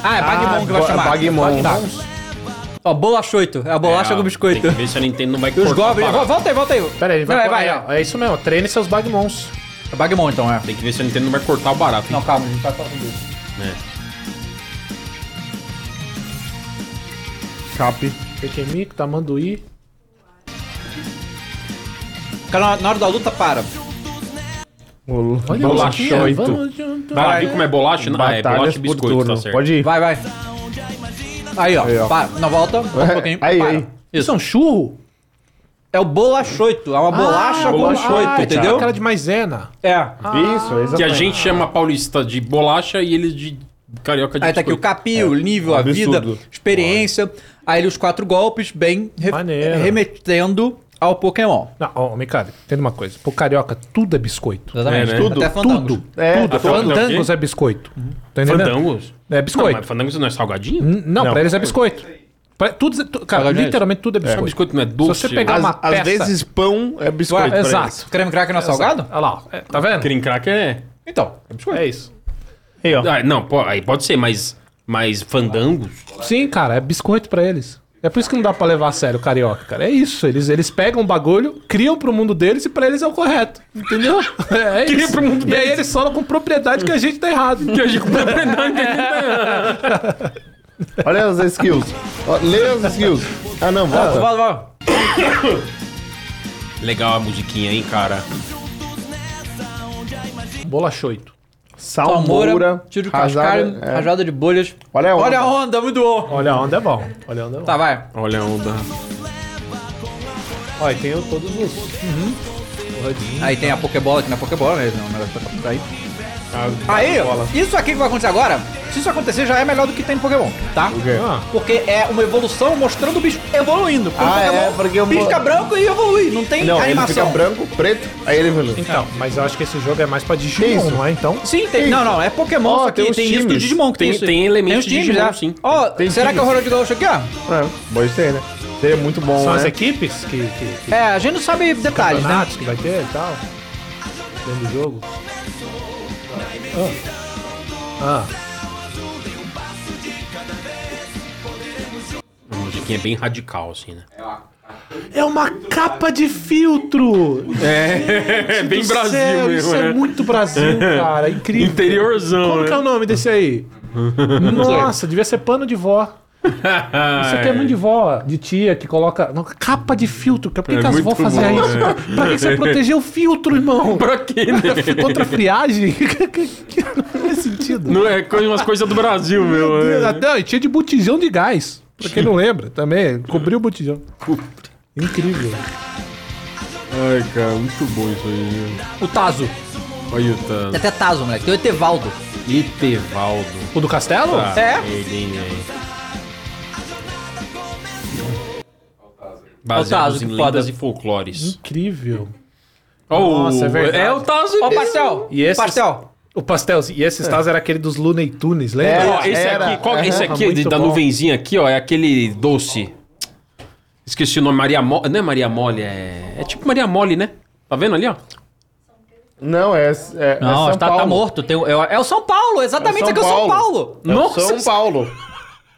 A: Ah, é Bagmon que vai
C: Ba-
A: chamar.
C: Bagmon.
D: Tá.
A: Ó, bolachoito. É a bolacha com biscoito.
B: Tem que ver se a Nintendo não vai
A: E os
B: cortar
A: goblins.
B: a
A: Vo-
B: parada.
A: Volta aí, volta aí.
D: Pera aí,
A: vai.
D: vai,
A: Não, é, vai,
D: é, é isso mesmo, treine seus Bagmons.
A: É Bagmon então, é.
B: Tem que ver se a Nintendo não vai cortar o barato. hein?
A: Não, calma, a gente tá. vai falar sobre isso.
C: Cap.
D: Pequenico, tamanduí.
A: Cara, na- na hora da luta, para.
D: Olha
B: Bolacha
D: aqui, ó,
B: oito.
D: vamos-
B: Vai lá, viu como é bolacha? Não, ah, é
C: Batalhas
B: bolacha e
C: por
B: biscoito, tá
C: turno.
B: certo.
C: né? Pode ir.
A: Vai, vai. Aí, ó.
C: Aí, ó.
A: Para. Não, volta. volta um pouquinho.
C: Aí,
A: para.
C: aí.
D: Isso é um churro?
A: É o bolachoito. É uma bolacha com
D: bolacha,
A: biscoito,
D: ah,
A: entendeu?
D: Cara de maisena.
A: É.
C: Ah, Isso,
D: Ah.
C: exatamente.
B: Que a gente chama paulista de bolacha e eles de carioca de
A: Aí tá aqui o
B: biscoito.
A: capio, o nível, a vida,
C: absurdo.
A: experiência. Aí ele os quatro golpes, bem re-
D: Maneiro.
A: remetendo ao Pokémon.
D: Não, ó, Micari, entenda uma coisa. Pro carioca, tudo é biscoito.
A: Exatamente.
B: É, né?
A: Tudo. Até fandangos.
D: Tudo.
C: É,
D: tudo.
B: a Fandangos
D: Fandangos
B: é
D: é biscoito. Tá entendendo?
B: Fandangos?
D: É
B: Não,
D: biscoito.
B: mas fandangos não é salgadinho?
D: N- Não, pra eles é biscoito. Pra- tudo, é- tu- cara,
A: Salgadinho é
D: literalmente tudo é biscoito.
B: Só biscoito não é doce?
D: Se você pegar
C: Às,
D: uma
C: às
D: peça...
C: vezes pão é biscoito.
D: Ué,
C: pra
D: exato.
A: Creme crack não é salgado?
D: Olha lá, ó, é, tá vendo?
B: Creme cracker é...
D: Então, é isso.
C: eles. Aí, ó.
B: Ah, não, pô, aí pode ser, mas... Mas fandangos?
D: Sim, cara, é biscoito pra eles. É por isso que não dá pra levar a sério o carioca, cara. É isso, eles, eles pegam um bagulho, criam pro mundo deles e pra eles é o correto. Entendeu? É, é isso.
B: pro mundo
D: e aí eles falam com propriedade que a gente tá errado.
B: Que a gente compra fandangos.
C: Olha as skills. Ó, Lê as skills. Ah, não, volta.
A: Vai, vai.
B: Legal a musiquinha, hein, cara?
D: Bolachoito.
A: Salmoura,
C: Salmoura,
A: tiro de
C: rasada-
A: cascalho,
C: é.
A: rajada de bolhas.
C: Olha a onda.
A: Olha a onda, muito bom.
D: Olha a onda é bom. Olha a onda é bom.
A: Tá, vai.
B: Olha a onda.
D: Ó, e tem o- todos os. Uhum.
A: Aí tem a Pokébola, que não é Pokébola Tá, mesmo, é um negócio pra pra ir. Aí, isso aqui que vai acontecer agora, se isso acontecer, já é melhor do que tem no Pokémon, tá?
D: Ah,
A: Porque é uma evolução mostrando o bicho evoluindo. Porque
C: Ah,
A: o Pokémon
C: é, porque eu mo-
A: pisca branco e evolui, não tem
C: Não, ele fica
A: animação.
C: branco, preto, aí ele evolui.
B: Tá.
D: então, mas eu acho que esse jogo é mais pra
C: Que
D: Digimon,
C: isso?
D: não é? Então.
A: Sim, tem.
C: Isso.
A: Não, não, é Pokémon,
C: Ó,
A: só que
C: tem
A: tem,
C: os
A: isso do
C: times.
A: Digimon que tem,
B: Tem-
A: isso. aí.
B: tem elementos
A: os
B: de
A: times,
B: Digimon,
A: é.
B: sim.
A: Ó,
C: Tem
A: será que é o
C: times.
A: Ronald Gaúcho aqui, ó?
C: É, pode ser, né? Seria muito bom,
D: São
C: né?
D: as equipes que. que, que
A: É, a gente não sabe
D: Ah,
A: detalhes, né?
D: campeonatos que vai ter e tal. Dentro do jogo. Ah. Ah,
B: A musiquinha é bem radical, assim, né?
D: É uma capa de filtro!
B: É, bem
D: Céu, Isso é muito Brasil, cara. é Incrível.
B: Interiorzão,
D: Como
B: né?
D: que é o nome desse aí? Nossa, devia ser pano de vó. Isso aqui é muito de vó, de tia, que coloca. Não, capa de filtro. Por que,
B: É
D: que as vó
B: muito
D: faziam
B: bom,
D: isso?
B: né?
D: Pra que que você proteger o filtro, irmão?
B: Pra quê, né?
D: Contra a friagem? Que não faz sentido.
B: Não é coisa, umas coisas do Brasil, meu.
D: Deus,
B: é.
D: até- e tinha de botijão de gás. Pra quem não lembra, também. Cobriu o botijão. Incrível.
B: Ai, cara, muito bom isso aí.
A: O Tazo.
B: Olha o
A: Tem
B: Tano.
A: até Tazo, moleque. Tem o Etevaldo.
B: Itevaldo.
D: O do castelo?
B: Ah,
A: É?
B: Ele, né?
A: Altazo,
B: Baseados
A: que
B: em
A: foda.
B: lendas e folclores.
D: Incrível.
B: Nossa,
D: Hum? é verdade.
B: É o Tazo
E: Ó, o
B: mesmo.
E: pastel.
D: E esses-
E: Pastel.
A: tá
D: O pastel, e esse Stas era aquele dos Looney Tunes, lembra?
B: Ó, É, esse
C: Era,
B: aqui, qual, é
C: era,
B: esse aqui
D: muito
B: da
D: bom.
B: nuvenzinha aqui, ó, é aquele doce. Esqueci o nome, Maria Mole. Não é Maria Mole, é. É tipo Maria Mole, né? Tá vendo ali, ó?
C: Não, é. é
A: Não,
C: é São
A: tá, tá
C: Paulo.
A: morto. Tem o- é, o- é o São Paulo, exatamente.
C: É
A: isso
C: o
A: aqui é o
C: São
A: São
C: Paulo.
A: Paulo.
C: É o São Paulo.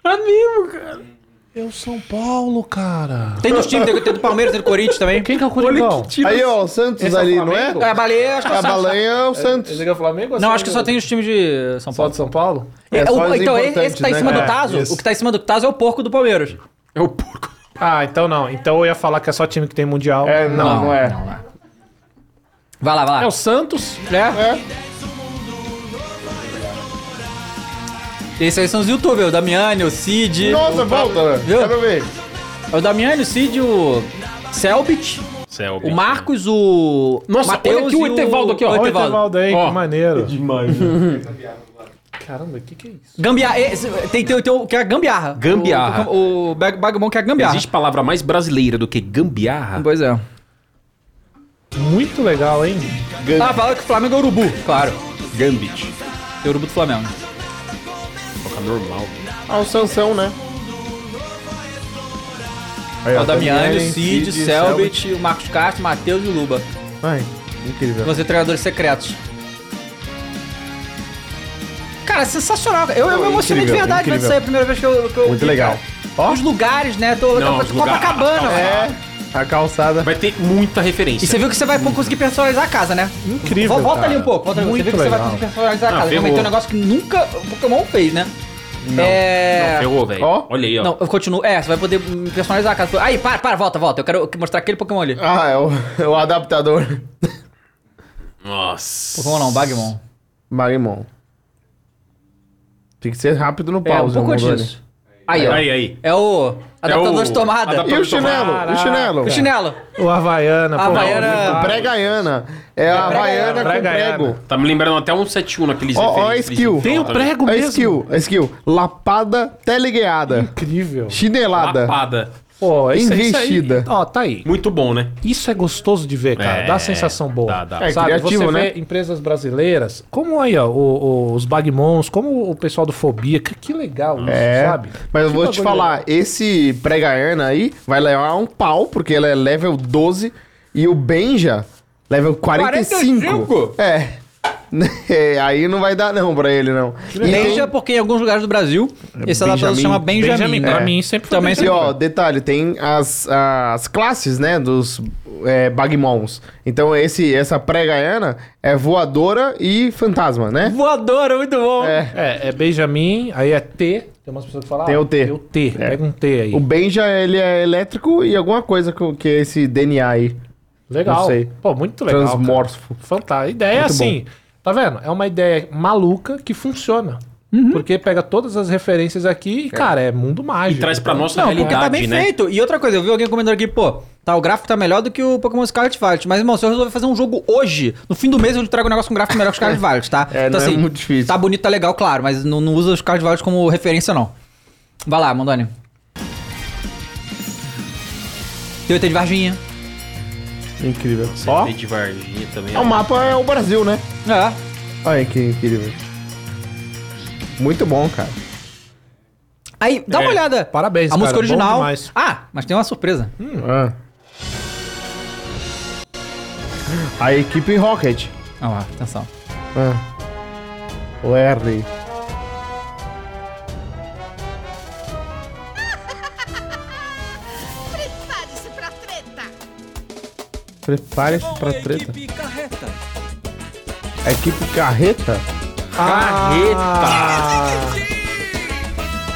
B: É mesmo, cara.
D: É o São Paulo, cara.
A: Tem dos times, tem, tem do Palmeiras, tem do Corinthians também.
D: Quem que é o Coringão?
C: Aí, ó, o Santos
D: Esse é o
C: ali, não é?
D: Flamengo?
A: É, a baleia, acho que é o
C: A
A: Santos.
C: Balanha é o Santos.
D: Esse aqui é o Flamengo? ou
A: Não,
D: é
A: acho que só tem os times de São
D: Só
A: Paulo.
D: de São Paulo?
A: É,
C: É,
A: o-
C: só os
A: então, esse
C: importantes,
A: que tá em
C: né,
A: cima do
C: cara?
A: Tazo,
C: Isso.
A: o que tá em cima do Tazo é o porco do Palmeiras.
B: É o porco.
D: Ah, então não. Então eu ia falar que é só time que tem mundial.
C: É, não, não, é.
A: Vai lá, É. vai
D: É
A: lá.
D: o Santos.
C: né?
A: Esses aí são os youtubers, o Damiani, o Cid.
C: Nossa, volta, né?
A: Viu?
C: quero ver.
A: É o Damiani, o Cid, o Selbit, o Marcos, o.
B: Nossa, olha aqui o
A: e
B: Etevaldo aqui, ó.
A: o
D: Olha o
A: Etevaldo.
D: Etevaldo aí,
B: Ó.
D: que maneiro. é
A: Gambiarra. esse- Tem, tem, tem o que é a gambiarra.
B: Gambiarra.
A: O, o, Bag- Bagmon que é a gambiarra.
B: Existe palavra mais brasileira do que gambiarra?
A: Pois é.
D: Muito legal, hein?
A: Ah, fala que o Flamengo é urubu, claro.
B: Gambit.
A: Tem urubu do Flamengo.
B: Toca normal.
C: Ah, o Sansão, né? Aí,
A: É o Damiani,
C: Damiani,
A: o Cid, o Selbit, o Marcos Castro, o Matheus e o Luba.
C: Ai, incrível.
A: Os entregadores secretos. Cara, é sensacional. Eu, eu me emocionei de
C: incrível,
A: verdade vendo
C: incrível.
A: isso aí, a primeira vez que eu, que eu
C: Muito
A: vi,
C: legal.
A: cara. Os lugares, né? Tô,
B: Não, os lugares.
A: Copacabana.
C: É, a calçada.
B: Vai ter muita
A: E
B: referência.
A: você viu que você vai conseguir personalizar a casa, né?
D: Incrível,
A: Vol- Volta
D: cara.
A: ali um pouco, volta ali. Você
D: Muito
A: vê que você vai
D: legal.
A: conseguir personalizar a
B: Ah,
A: casa. Também
B: ferrou.
A: tem um negócio que nunca o Pokémon fez, né? Não.
B: Não,
A: É...
B: ferrou, velho.
C: Ó.
B: Olha aí, ó.
A: Não, eu continuo. É, você vai poder hum, personalizar a casa. Aí, para, para, volta, volta. Eu quero mostrar aquele Pokémon ali.
C: Ah, é o, é o adaptador.
B: Nossa.
A: Pokémon não, um Bagmon.
C: Marimon. Tem que ser rápido no
A: É, um
C: pause,
A: pouco
C: Mondoni.
A: disso. Aí, ó.
B: Aí, aí.
A: É o adaptador
B: o-
A: de tomada.
B: adaptador.
C: E o chinelo?
D: Caraca.
C: O chinelo?
A: O chinelo.
D: O Havaiana.
A: A
D: pô,
A: Havaiana-
D: É. muito legal.
C: Pré-Gaiana. É a Havaiana com
D: Pré-Gaiana.
C: prego.
B: Tá me lembrando até um 71 naqueles
C: Ó, ó, a
B: referentes.
C: skill.
D: Tem o
B: né?
D: prego
C: A
D: mesmo.
C: skill, a skill. é Lapada teleguiada.
D: Incrível.
C: Chinelada.
B: Lapada.
D: Pô, isso, isso aí-
C: Investida.
D: Ó, tá aí.
B: Muito bom, né?
D: Isso é gostoso de ver, cara.
B: É,
D: dá uma sensação boa.
B: dá, dá.
D: É
C: É
D: Sabe,
C: criativo,
D: você
C: né?
D: vê empresas brasileiras, como aí, ó, o- o- os Bagmons, como o pessoal do Fobia, que, que legal isso,
C: É,
D: sabe?
C: mas eu
D: Que
C: vou te
D: bagulho
C: falar, esse pré-gaiana aí vai levar um pau, porque ela é level 12 e o Benja level 45.
A: 45?
C: É. É, aí não vai dar não pra ele, não. E
A: Benja, porque em alguns lugares do Brasil, esse adaptador se
C: Benjamin.
A: chama Benjamin.
D: Benjamin,
A: né?
D: pra mim sempre foi
A: Também
C: E ó, detalhe, tem as, as classes, né, dos é, Bagmons. Então esse, essa pré-gaiana é voadora e fantasma, né?
A: Voadora, muito bom.
C: É.
D: É, é Benjamin, aí é T. Tem umas pessoas que falam.
C: Tem
D: ah,
C: o T.
D: Tem o T.
C: É.
D: Pega um T aí.
C: O Benja, ele é elétrico e alguma coisa com- que é esse DNA aí.
D: Legal.
C: não sei.
D: Pô, muito legal. cara.
C: Transmorfo.
D: Fantástico. Ideia
C: Muito
D: assim. Tá vendo? É uma ideia maluca que funciona.
A: Uhum.
D: Porque pega todas as referências aqui e, cara, é mundo mágico.
B: E traz pra
D: Então,
B: nossa
A: Porque
B: realidade,
A: tá bem
B: né?
A: feito. E outra coisa, eu vi alguém comentando aqui, pô, tá, o gráfico tá melhor do que o Pokémon Scarlet Violet. Mas, irmão, se eu resolver fazer um jogo hoje, no fim do mês eu trago um negócio com gráfico melhor que o Scarlet Violet, tá?
C: É, não é muito difícil.
A: Tá bonito, tá legal, claro, mas não, não usa o Scarlet Violet como referência, não. Vai lá, Mandoni. Tem o ET de Varginha.
C: Incrível.
B: Ó.
C: Ó,
B: Tem de Varginha também.
C: o mapa é o Brasil, né?
A: É.
C: Olha que incrível. Muito bom, cara.
A: Aí, dá uma
B: É,
A: olhada.
D: parabéns,
A: A
D: cara, é
A: música
D: bom
A: original.
D: demais.
A: Ah, mas tem uma surpresa.
C: Ah. A equipe Rocket.
A: Ah, lá, atenção.
C: Ah. O R.
G: Prepare-se pra treta!
C: Prepare-se pra treta. A equipe carreta?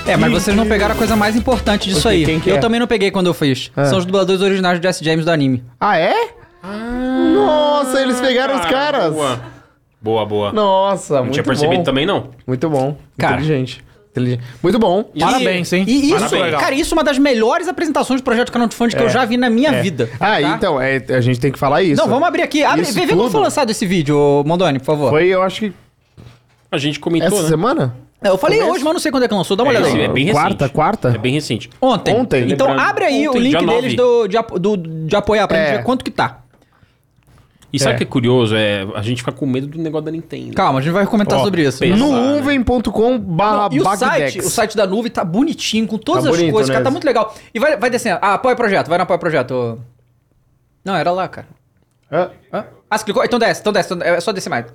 A: É, mas vocês não pegaram a coisa mais importante disso
C: Ok,
A: aí.
C: quem que
A: eu
C: é?
A: também não peguei quando eu fiz. São os dubladores originais do Jesse James do anime.
C: Ah, é? Nossa, eles pegaram os caras.
B: Ah, Boa, boa. boa. Não,
C: Nossa, muito
B: tinha
C: bom.
B: percebido também, não.
C: Muito bom.
A: Cara.
C: Inteligente. Inteligente. Muito bom.
A: E-
D: Parabéns, hein?
A: E isso,
B: Parabéns.
A: legal. cara, isso é uma das melhores apresentações do projeto Canal de Fãs que eu já vi na minha vida.
C: É. Ah,
A: tá?
C: então, é, a gente tem que falar isso.
A: Não, vamos abrir aqui. Abre,
C: Isso
A: vê, assim, vê quando
C: tudo.
A: foi lançado esse vídeo, ô, Mondoni, por favor.
C: Foi, eu acho que
B: A gente comentou,
C: essa
B: né?
C: semana?
A: Eu falei hoje, mas não sei quando é que lançou. Dá uma
B: É,
A: olhada
B: isso,
A: aí.
B: é bem recente.
C: Quarta, quarta?
B: É bem recente.
A: Ontem.
C: Ontem.
A: Então
B: Lembrando.
A: abre aí
B: Ontem,
A: o
B: dia
A: link
B: 9.
A: deles do, de, apo- do- de apoiar pra
C: É.
A: gente ver quanto que tá.
B: E sabe o
C: É.
B: que é curioso? É, a gente fica com medo do negócio da Nintendo.
E: Calma, a gente vai comentar
B: Ó,
E: sobre isso.
B: pensa.
E: né?
C: Nuvem.com barra
A: E o site, o
C: Ah, Bagdex.
A: site da nuvem tá bonitinho, com todas
C: Tá
A: as
C: bonito,
A: coisas, cara,
C: né?
A: tá muito legal. E vai, vai descendo. Ah, apoia o projeto, vai no apoia o projeto. ô. Não, era lá, cara.
C: Hã?
A: Hã? Ah, você clicou? Então desce, então desce, então- é só descer mais.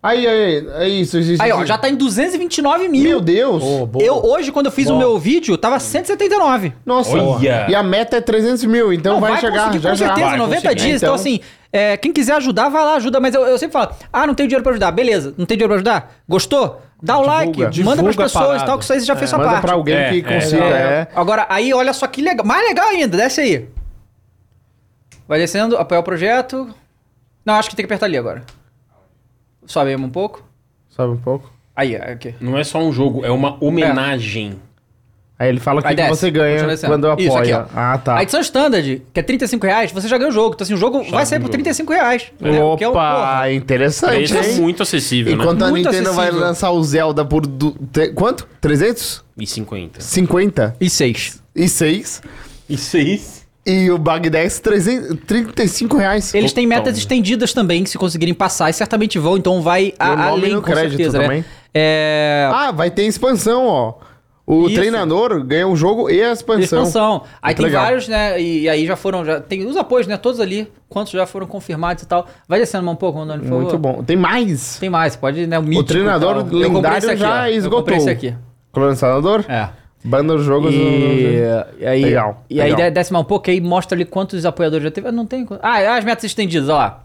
C: Aí, aí, é isso, isso,
A: Aí,
C: isso,
A: ó,
C: isso.
A: já tá em 229 mil.
C: Meu Deus!
A: Eu, hoje, quando eu fiz o meu vídeo, tava 179.
C: Nossa,
B: Olha.
C: e a meta é 300 mil, então vai, chegar,
A: conseguir,
C: já
A: com
C: já.
A: certeza,
B: Vai
A: 90
B: conseguir.
A: dias. Então,
C: Então-
A: assim, é, quem quiser ajudar, vai lá, ajuda. Mas eu, eu sempre falo, ah, não tenho dinheiro pra ajudar. Beleza, não tem dinheiro pra ajudar? Gostou? Dá o like, manda
D: divulga
A: pras
D: a
A: pessoas
D: parada.
A: e tal, que isso aí você já fez sua
C: Manda
A: parte.
C: pra alguém
B: É,
C: que
B: é,
C: consiga, é.
A: Agora, aí olha só que legal. Mais legal ainda, desce aí. Vai descendo, apoiar o projeto. Não, acho que tem que apertar ali agora. Sobe um pouco.
C: Sabe um pouco?
A: Aí, aqui.
B: Não é só um jogo, é uma homenagem.
C: É. Aí ele fala o
A: Aí
C: que, que
A: desce,
C: você
A: continua
C: ganha
A: descendo.
C: quando apoia.
A: Isso, aqui, ó.
C: ah, tá.
A: A edição standard, que é 35 reais, você já ganha o jogo. Então, assim, o jogo vai sair por 35 reais. entendeu? Que é um-
C: Opa,
A: porra.
C: interessante,
B: Esse é
C: hein?
B: muito acessível, né?
C: Enquanto a
A: Muito
C: Nintendo vai
A: acessível.
C: lançar o Zelda por... du- te- quanto? 300?
B: E 50.
C: 50?
A: E 6.
C: E 6?
B: E 6?
C: E o Bagdex, 300 35 reais.
A: Eles têm metas
B: Totalmente.
A: estendidas também, que se conseguirem passar, e certamente vão, então vai a,
C: nome
A: além
C: no
A: com
C: crédito
A: certeza,
C: também.
A: né? É...
C: Ah, vai ter expansão, ó. O
A: Isso.
C: treinador ganha o jogo e a expansão.
A: Expansão. Aí
C: Muito
A: tem
C: legal.
A: vários, né? E, e aí já foram. Já, tem os apoios, né? Todos ali. Quantos já foram confirmados e tal. Vai descendo mais um pouco, Andoni, por
C: Muito
A: favor.
C: bom. Tem mais.
A: Tem mais, pode, né? O, mítico e
C: treinador
A: tal. Eu comprei
C: lendário
A: esse aqui,
C: já
A: ó. Eu
C: esgotou.
A: comprei esse aqui.
C: Colonizador?
A: É.
C: Banda dos jogos.
A: E, e aí,
C: uh, Legal,
A: e aí
C: legal.
A: de- desce mais um pouco aí mostra ali quantos apoiadores já teve. Ah, Não tem. quanto- Ah, as metas estendidas, ó lá.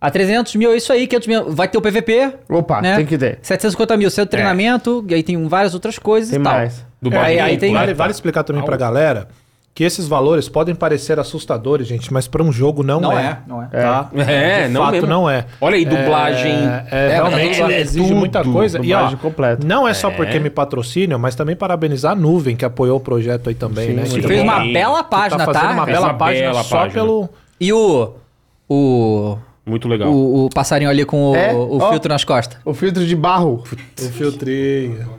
A: A 300 mil, é isso aí, 500 mil. Vai ter o PVP.
C: Opa,
A: né?
C: tem que ter. É.
A: 750 mil, seu treinamento, e aí tem um várias outras coisas
C: Tem
A: e tal.
C: mais.
B: Do
A: É, aí,
B: Bagulho,
A: aí tem.
B: né?
D: Vale, vale explicar também pra galera que esses valores podem parecer assustadores, gente, mas pra um jogo não,
A: Não
D: é.
A: é, não é.
D: Tá?
B: É,
D: De
B: não
D: fato,
B: mesmo.
D: não é.
B: Olha aí, dublagem.
D: É, é,
B: É,
D: realmente
B: é
D: exige
B: tudo,
D: muita coisa. E, ó,
C: dublagem completa.
D: não é só porque me patrocinam, mas também parabenizar a Nuvem, que apoiou o projeto aí também, né?
B: muito
D: Que
A: Fez
B: bom.
A: uma
B: Sim.
A: bela página, tá?
D: tá fazendo uma
A: Fez
D: bela
B: uma
D: página
B: bela
D: só
B: página.
D: pelo...
A: E o. O.
B: Muito legal.
A: O, o passarinho ali com o,
C: É?
A: o
C: Ó.
A: filtro nas costas.
C: O filtro de barro.
B: Um
D: O filtrinho.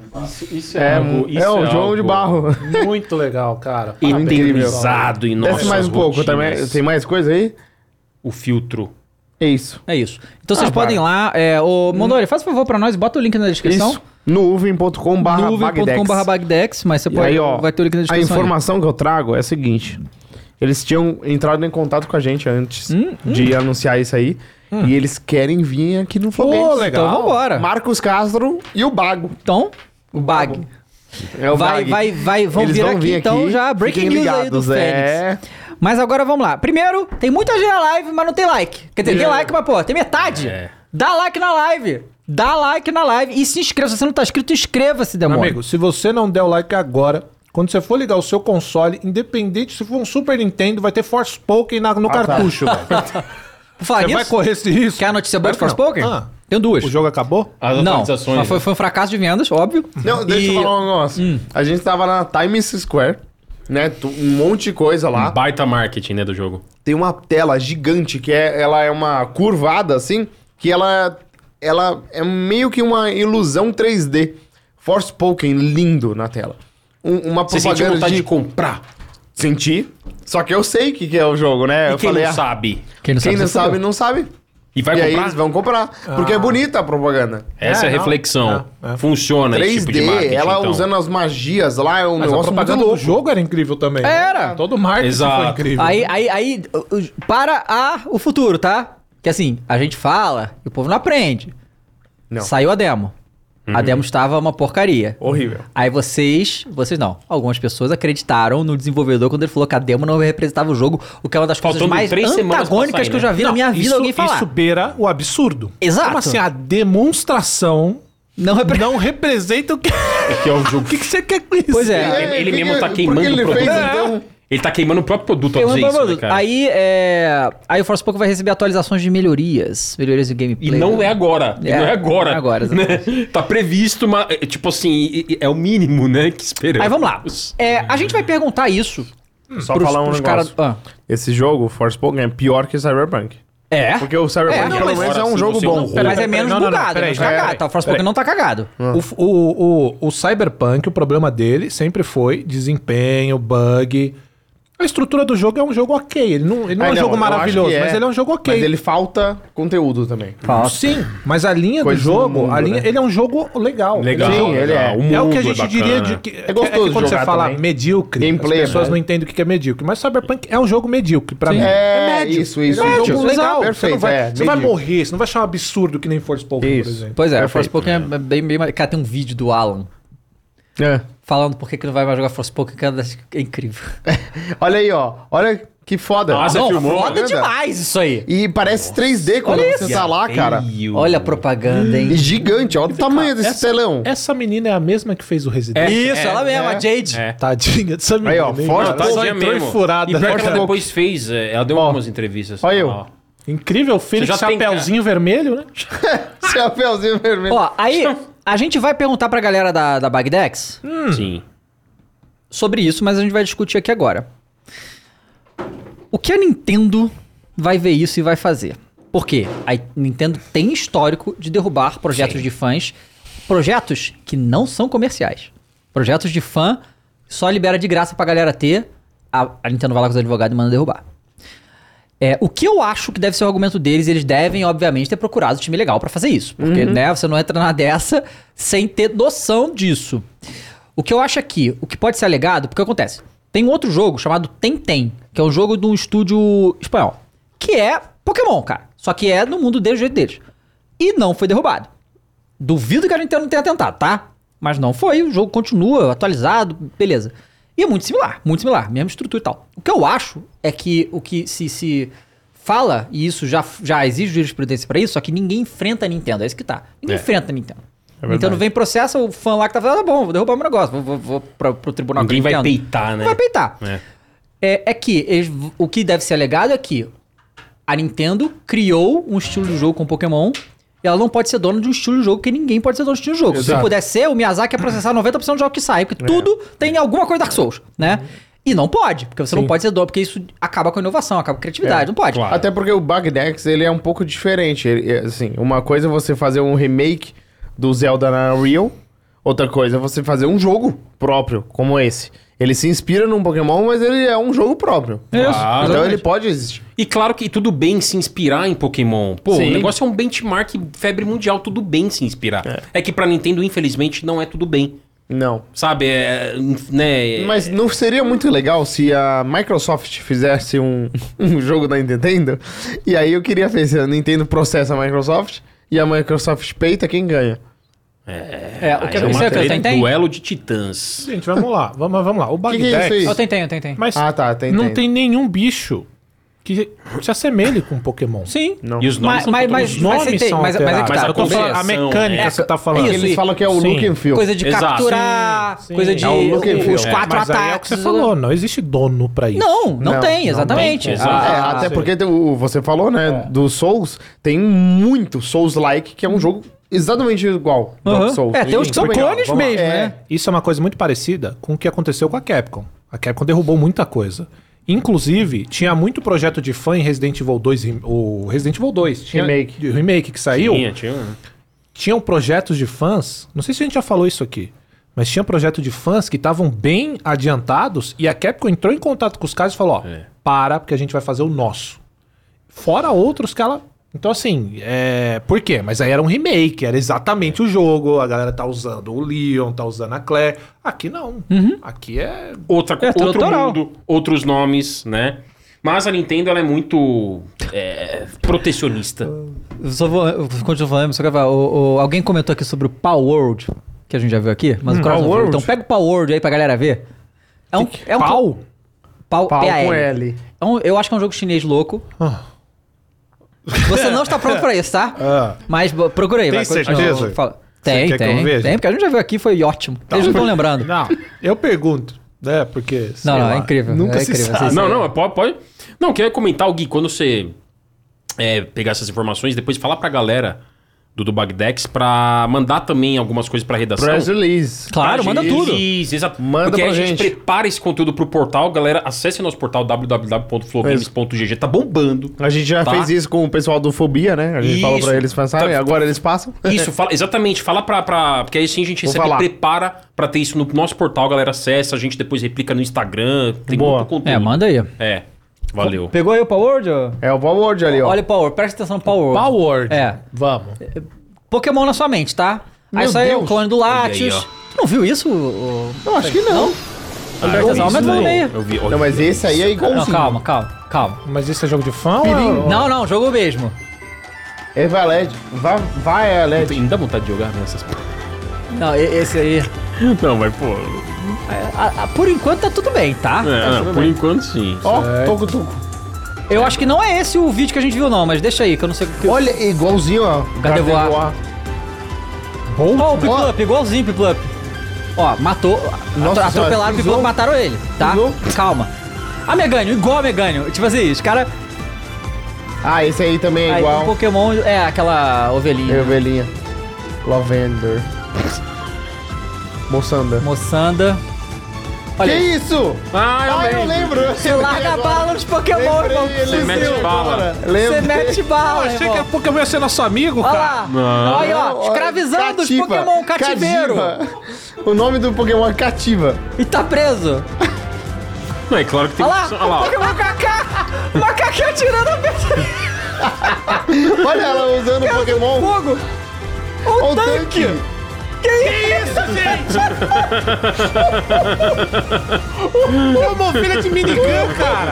B: Isso
C: É, é, o jogo de barro.
D: Muito legal, cara.
B: Itemizado em nossas
C: Desce mais um pouco
B: rotinas.
C: também. Tem mais coisa aí?
B: O filtro.
C: É isso.
A: É isso. Então
C: Ah,
A: vocês podem ir lá. É, o Mondori, faz um favor pra nós, bota o link na descrição.
C: Hum. Isso. Nuvem.com barra
A: nuvem.com barra
C: Bagdex.
A: bagdex, mas você
C: E
A: pode.
C: aí, ó,
A: vai ter o link na
C: a
A: descrição. aí.
C: informação que eu trago é a seguinte. Eles tinham entrado em contato com a gente antes
A: Hum,
C: de anunciar isso aí. E eles querem vir aqui no Flamengo.
D: legal.
A: Então Hum. vambora.
C: Marcos Castro e o Bago.
A: Então, o bag.
C: É o
A: Vai,
C: Bag.
A: vai, vai, vão
C: Eles
A: vir
C: vão
A: aqui,
C: vir
A: então
C: aqui,
A: já breaking
C: fiquem
A: news aí do
C: ligados, é.
A: Fênix. Mas agora vamos lá. Primeiro, tem muita gente na live, mas não tem like. Quer dizer, tem like, mas pô, tem metade.
B: É.
A: Dá like na live. Dá like na live e se inscreva. Se você não tá inscrito, inscreva-se, demônio.
D: Amigo, se você não der o like agora, quando você for ligar o seu console, independente se for um Super Nintendo, vai ter Forspoken na, no cartucho. velho.
A: Vou falar
D: Você
A: nisso?
D: vai correr esse risco.
A: Ah, tá. Quer a notícia Ah, boa de
D: Claro que
A: Forspoken?
D: não. Ah,
A: Tem duas.
D: o jogo acabou?
B: As
A: Não,
B: atualizações. né?
A: mas foi, foi um fracasso de vendas, óbvio.
C: Não, deixa
A: E- Hum.
C: eu falar um negócio. A gente tava na Times Square, né? tu- Um monte de coisa
A: Hum.
C: lá.
B: Baita marketing, né, do jogo.
C: Tem uma tela gigante que é, ela é uma curvada assim, que ela, ela é meio que uma ilusão 3D. Forspoken lindo na tela. Um- uma
B: Você sentiu
C: propaganda
B: vontade de
C: de...
B: comprar.
C: Senti. Só que eu sei o que, que é o jogo, né?
B: E
C: eu
B: quem
C: falei,
B: não
C: ah,
B: sabe?
A: Quem não
C: quem
A: se fudeu.
C: não sabe, não sabe.
B: E vai
C: e aí
B: comprar?
C: eles vão comprar. Porque é bonita a propaganda.
B: Essa é, a
D: É, não.
B: reflexão.
D: É, é.
B: Funciona esse tipo de
C: 3D,
B: marketing,
C: ela
B: então.
C: usando as magias lá, é um
D: Mas a
C: negócio muito
D: propaganda do
C: louco.
D: jogo era incrível também. né?
A: Era.
D: Todo o marketing
B: Exato.
D: foi incrível.
A: Aí, aí, aí, uh, uh, para a, o futuro, tá? Que assim, a gente fala e o povo não aprende.
C: Não.
A: Saiu a demo.
B: Uhum.
A: A demo estava uma porcaria.
C: Horrível.
A: Aí vocês, vocês não, algumas pessoas acreditaram no desenvolvedor quando ele falou que a demo não representava o jogo, o que é uma das coisas
B: Faltando
A: mais
B: três semanas pra
A: antagônicas
B: sair,
A: que eu
B: né?
A: já vi na minha vida
D: isso,
A: alguém falar.
D: Isso beira o absurdo.
A: Exato.
D: Como assim, a demonstração
A: Não representa.
D: não representa o que...
B: É que é o jogo.
D: O que, que você quer com isso?
A: Pois é.
B: Ele-
C: É,
B: ele
C: que
B: mesmo
C: que-
B: tá
C: por que
B: queimando
C: ele
B: o produto.
C: fez, então?
B: Ele tá queimando o próprio produto ao
A: Eu não
B: dizer
A: tô
B: isso, né,
A: falando.
B: cara?
A: aí, é... aí o Forspoken vai receber atualizações de melhorias, melhorias de gameplay.
B: E não
A: né?
B: é agora. E
A: É,
B: não é agora.
A: não é agora,
B: né? Tá previsto, uma, é, tipo assim, e- e- é o mínimo, né? Que esperamos.
A: Aí vamos lá. É, a gente vai perguntar isso
C: Só falar um negócio.
A: Ah.
C: Esse jogo, Forspoken, é pior que Cyberpunk.
A: É.
C: Porque o Cyberpunk,
A: É, não,
C: pelo
A: mas-
C: menos, é um
B: Agora,
C: jogo
B: se você
C: bom.
B: não- Pera-
A: Mas é menos
D: não, não, não,
A: bugado,
D: peraí,
A: menos
D: peraí,
A: cagado.
D: peraí.
A: tá? O Forspoken
D: Peraí.
A: não tá cagado.
B: Ah.
D: O, f- o, o, o Cyberpunk, o problema dele sempre foi desempenho, bug. A estrutura do jogo é um jogo ok. Ele não, ele não
C: Ah,
D: é um jogo
C: eu acho
D: maravilhoso,
C: que
D: mas ele é um jogo ok.
C: Mas ele falta conteúdo também.
D: Sim, mas a linha
C: Coisas
D: do jogo,
C: do mundo,
D: a linha,
C: né?
D: ele é um jogo legal.
B: Legal.
C: Sim, ele é.
B: legal.
D: É o que a
B: mundo
D: gente diria
B: bacana.
D: de que é,
C: gostoso
D: que quando você
C: jogar
D: fala
C: também.
D: medíocre,
C: Gameplay,
D: as pessoas
C: né?
D: não entendem o que que é medíocre, mas Cyberpunk é um jogo medíocre pra mim.
C: É, isso, isso.
D: É um
C: isso.
D: jogo legal, você
C: Perfeito,
D: não vai,
C: é,
D: você não vai
C: meio-
D: morrer, você não vai achar um absurdo que nem Forspoken, por
C: Isso.
D: exemplo.
A: Pois é,
C: Perfeito.
A: Forspoken é bem, bem... mais- Cara, tem um vídeo do Alan
C: É.
A: falando por que, que não vai mais jogar Forspoken, que é incrível.
C: Olha aí, ó. Olha que foda.
B: Nossa,
C: Não,
B: Ah, você filmou? É
A: foda
C: propaganda.
A: demais isso aí.
C: E parece 3D quando
A: Olha
C: você tá lá, cara.
B: Feio.
A: Olha a propaganda, hein?
C: E gigante, olha o tamanho desse telão.
D: Essa menina é a mesma que fez o Resident
B: É,
A: Isso,
B: é,
A: ela mesma, a Jade.
B: É.
D: Tadinha dessa menina.
C: ó,
D: hein?
C: forte,
B: Não,
D: Ela
B: tá
D: só
B: dia
D: entrou
B: mesmo.
D: e furada. né?
B: E pior que
D: Forte
B: ela
D: boca.
B: depois fez, é, ela deu algumas entrevistas.
C: Olha eu.
B: lá, ó.
D: Incrível, o Fênix
B: Você já tem
D: chapéuzinho vermelho, né?
B: é
C: Chapeuzinho vermelho.
A: Ó, aí a gente vai perguntar pra galera da, da Bagdex
B: Sim.
A: sobre isso, mas a gente vai discutir aqui agora. O que a Nintendo vai ver isso e vai fazer? Por quê? A Nintendo tem histórico de derrubar projetos de fãs, projetos que não são comerciais. Projetos de fã só libera de graça pra galera ter, a, a Nintendo vai lá com os advogados e manda derrubar. É, o que eu acho que deve ser o argumento deles, eles devem, obviamente, ter procurado o time legal pra fazer isso. Porque, né, você não entra na dessa sem ter noção disso. O que eu acho aqui, o que pode ser alegado, porque acontece. Tem um outro jogo chamado Tentem, que é um jogo de um estúdio espanhol, que é Pokémon, cara. Só que é no mundo deles, do jeito deles. E não foi derrubado. Duvido que a Nintendo não tenha tentado, tá? Mas não foi, o jogo continua atualizado, beleza. E é muito similar, muito similar, mesma estrutura e tal. O que eu acho é que o que se, se fala, e isso já, já exige jurisprudência pra isso, só que ninguém enfrenta a Nintendo, é isso que tá. Ninguém enfrenta a Nintendo.
B: É
A: Nintendo vem processa o fã lá que tá falando, ah, bom, vou derrubar meu negócio, vou, vou, vou pra, pro tribunal
B: Ninguém vai
A: Nintendo."
B: peitar, né?
A: Não vai peitar.
B: É.
A: É, é que eles- o que deve ser alegado é que a Nintendo criou um estilo de jogo com Pokémon e ela não pode ser dona de um estilo de jogo, porque ninguém pode ser dono de um estilo de jogo. Se
D: Exato.
A: puder ser, o Miyazaki ia processar 90% do jogo que sai, porque tudo tem alguma coisa Dark Souls, né? E não pode, porque você não pode ser dono, porque isso acaba com a inovação, acaba com a criatividade, não pode.
B: claro.
C: Até porque o Bagdex, ele é um pouco diferente. Ele, é, assim, uma coisa é você fazer um remake do Zelda na Unreal, outra coisa é você fazer um jogo próprio, como esse. Ele se inspira num Pokémon, mas ele é um jogo próprio.
B: Claro.
C: então ele pode existir.
B: E claro que tudo bem se inspirar em Pokémon. Pô,
C: Sim.
B: o negócio é um benchmark febre mundial, tudo bem se inspirar. É, que pra Nintendo, infelizmente, não é tudo bem.
C: Não.
B: Sabe, é, né?
C: Mas não seria muito legal se a Microsoft fizesse um, um jogo da Nintendo? E aí eu queria ver se a Nintendo processa a Microsoft e a Microsoft peita quem ganha.
A: É, o que
B: é
A: isso é o que eu
B: treta,
A: tentei?
B: duelo de titãs.
D: Gente, vamos lá, vamos, vamos lá. O
C: que é
D: Bagdex,
C: isso aí?
A: Eu tentei, eu tentei.
D: mas
C: Ah, tá, tem.
D: não tem nenhum bicho que se assemelhe com Pokémon.
A: Sim.
C: Não.
B: E os nomes
A: Mas,
B: são
A: mas, mas,
B: totalmente-
D: Os nomes
A: mas, tentei,
D: são
A: mas, mas é que
D: alterados.
A: tá,
B: Mas
D: eu tô falando a
B: concepção,
D: mecânica
B: é.
D: que você tá falando.
A: É isso,
C: Eles
A: e-
C: falam que é o
D: Sim.
C: look and feel.
A: Coisa de
B: Exato.
A: capturar,
D: Sim,
A: coisa
D: sim.
A: de
C: É o look and
A: os,
C: feel. É,
A: quatro
D: mas aí
A: ataques.
D: é o que você falou, não existe dono pra isso.
A: Não, não,
C: Não,
A: tem,
C: não
A: exatamente.
B: tem, exato.
A: Ah, É.
C: É,
B: Ah,
C: até
D: sim.
C: porque tem o- você falou, né? Do Souls, tem muito Souls-like, que é um jogo exatamente igual ao
A: Hum. Aham.
C: Dark Souls.
A: É, tem uns que são
C: Muito legal.
A: clones
C: Vamos lá.
A: mesmo,
C: É.
A: né?
D: Isso é uma coisa muito parecida com o que aconteceu com a Capcom. A Capcom derrubou muita coisa. Inclusive, tinha muito projeto de fã em Resident Evil 2, rem- o Resident Evil 2, tinha
C: Remake.
D: de remake que saiu.
B: Tinha, tinha
A: É
B: um.
D: Tinham projetos de fãs, não sei se a gente já falou isso aqui, mas tinha projeto de fãs que estavam bem adiantados e a Capcom entrou em contato com os caras e falou: ó,
B: É.
D: para, porque a gente vai fazer o nosso. Fora outros que ela. Então, assim, é... por quê? Mas aí era um remake, era exatamente o jogo, a galera tá usando o Leon, tá usando a Claire. Aqui não.
A: Uhum.
D: Aqui é.
B: Outra,
A: É,
B: outro
A: autoral.
B: mundo, outros nomes, né? Mas a Nintendo, ela é muito é, protecionista.
A: Eu só vou. eu Continuo falando, só quero falar. o- o- alguém comentou aqui sobre o Power World, que a gente já viu aqui, mas o Cross não falou.
C: Hum. World?
A: Então pega o Power World aí pra galera ver. É um. É um
D: Pau?
A: Pau,
C: Pau com
A: PAL.
C: L.
A: É um- eu acho que é um jogo chinês louco.
D: Ah.
A: Você não está pronto pra isso, tá?
D: Ah.
A: Mas bo- procura aí,
D: Tem
A: continuar.
D: certeza?
A: Fala. Tem,
D: quer que
A: tem.
D: eu veja? Tá.
A: Tem, porque a gente já viu aqui, foi ótimo. Eles não estão lembrando.
D: Não, eu pergunto, né? Porque. sei
A: Não, não,
D: lá,
A: é incrível,
D: Nunca
A: é
D: se
A: incrível,
D: sabe.
C: Tá
A: Isso
B: não,
A: aí.
B: não, pode, pode. Não, eu queria comentar, o Gui, quando você é, pegar essas informações, depois falar pra galera do, do Bagdex pra mandar também algumas coisas pra redação.
C: Press release.
A: Claro, manda tudo.
B: Isso, exato.
C: Manda
B: Porque
C: pra
B: a gente,
C: gente.
B: prepara esse conteúdo pro portal. Galera, acesse nosso portal www.flowgames.gg. Tá bombando.
C: A gente já
B: Tá.
C: fez isso com o pessoal do Fobia, né? A gente falou
B: Isso.
C: pra eles passarem,
B: Tá-
C: agora eles passam.
B: Isso, fala, exatamente. Fala pra, pra. Porque aí sim a gente
C: Vou
B: recebe,
C: falar.
B: prepara pra ter isso no nosso portal, galera. Acessa, a gente depois replica no Instagram. Tem
C: Boa.
B: muito conteúdo.
A: É, manda aí.
B: É, valeu.
E: Pegou aí o Power, Joe?
C: É o Valword ali, ó.
A: Olha o Power, presta atenção no Power.
H: Power.
A: É.
H: Vamos.
A: Pokémon na sua mente, tá? aí
C: Meu
A: saiu
C: Deus.
A: o clone do Latios.
B: Olha aí,
A: Tu não viu isso? o- o-
C: Eu acho que não.
B: Ah,
A: Olha,
B: eu vi
A: aumenta
B: isso
A: o volume
B: daí.
A: aí.
B: Eu vi, olha,
C: Não, mas esse aí é igualzinho.
A: Não, calma, calma, calma.
D: Mas esse é jogo de fã?
C: Pirim.
D: Ou...
A: Não, não, jogo mesmo.
C: Ele vai a LED. Vai, vai a LED.
B: Tem- Dá vontade de jogar nessas.
A: Não, e- esse aí.
B: Não, mas pô.
A: A- a- por enquanto tá tudo bem, tá?
B: É, não, por enquanto sim.
C: Ó, toco, toco.
A: Eu acho que não é esse o vídeo que a gente viu, não, mas deixa aí, que eu não sei o que.
C: Olha, é igualzinho, ó.
A: Gardevoir.
C: Gardevoir.
A: Ó, o Piplup, igualzinho o Piplup. Ó, matou.
C: Nossa
A: atro-
C: senhora,
A: atropelaram o Piplup,
C: pisou.
A: mataram ele, tá?
C: Pisou.
A: Calma. A Meganio, igual a Meganio. Tipo assim, os caras.
C: Ah, esse aí também é
A: Aí o
C: igual.
A: Pokémon é aquela ovelhinha.
C: É ovelhinha. Lavender. Moçanda.
A: Moçanda. Olha
C: Que
A: aí.
C: isso?
B: Ah,
C: Ah, eu lembro. Você
A: Larga a bala nos Pokémon, irmão.
B: Você mete bala.
A: Você
C: Lembrei.
A: mete bala,
D: Eu achei que
A: irmão.
D: a Pokémon ia ser nosso amigo,
A: Olha
D: cara.
A: lá. Olha aí, ó. Escravizando os
C: Cativa.
A: Pokémon, cativeiro.
C: Cativa. O nome do Pokémon é Cativa.
A: E tá preso.
B: Não, é claro que tem
A: Olha lá.
B: que. Olha lá. ó.
A: Pokémon Kaká. Macaquinho atirando a pessoa
C: Olha ela usando o
A: no
C: Pokémon.
A: fogo.
C: Olha
A: O
C: o tanque.
A: tanque.
H: Ô, meu filho de minigun, cara.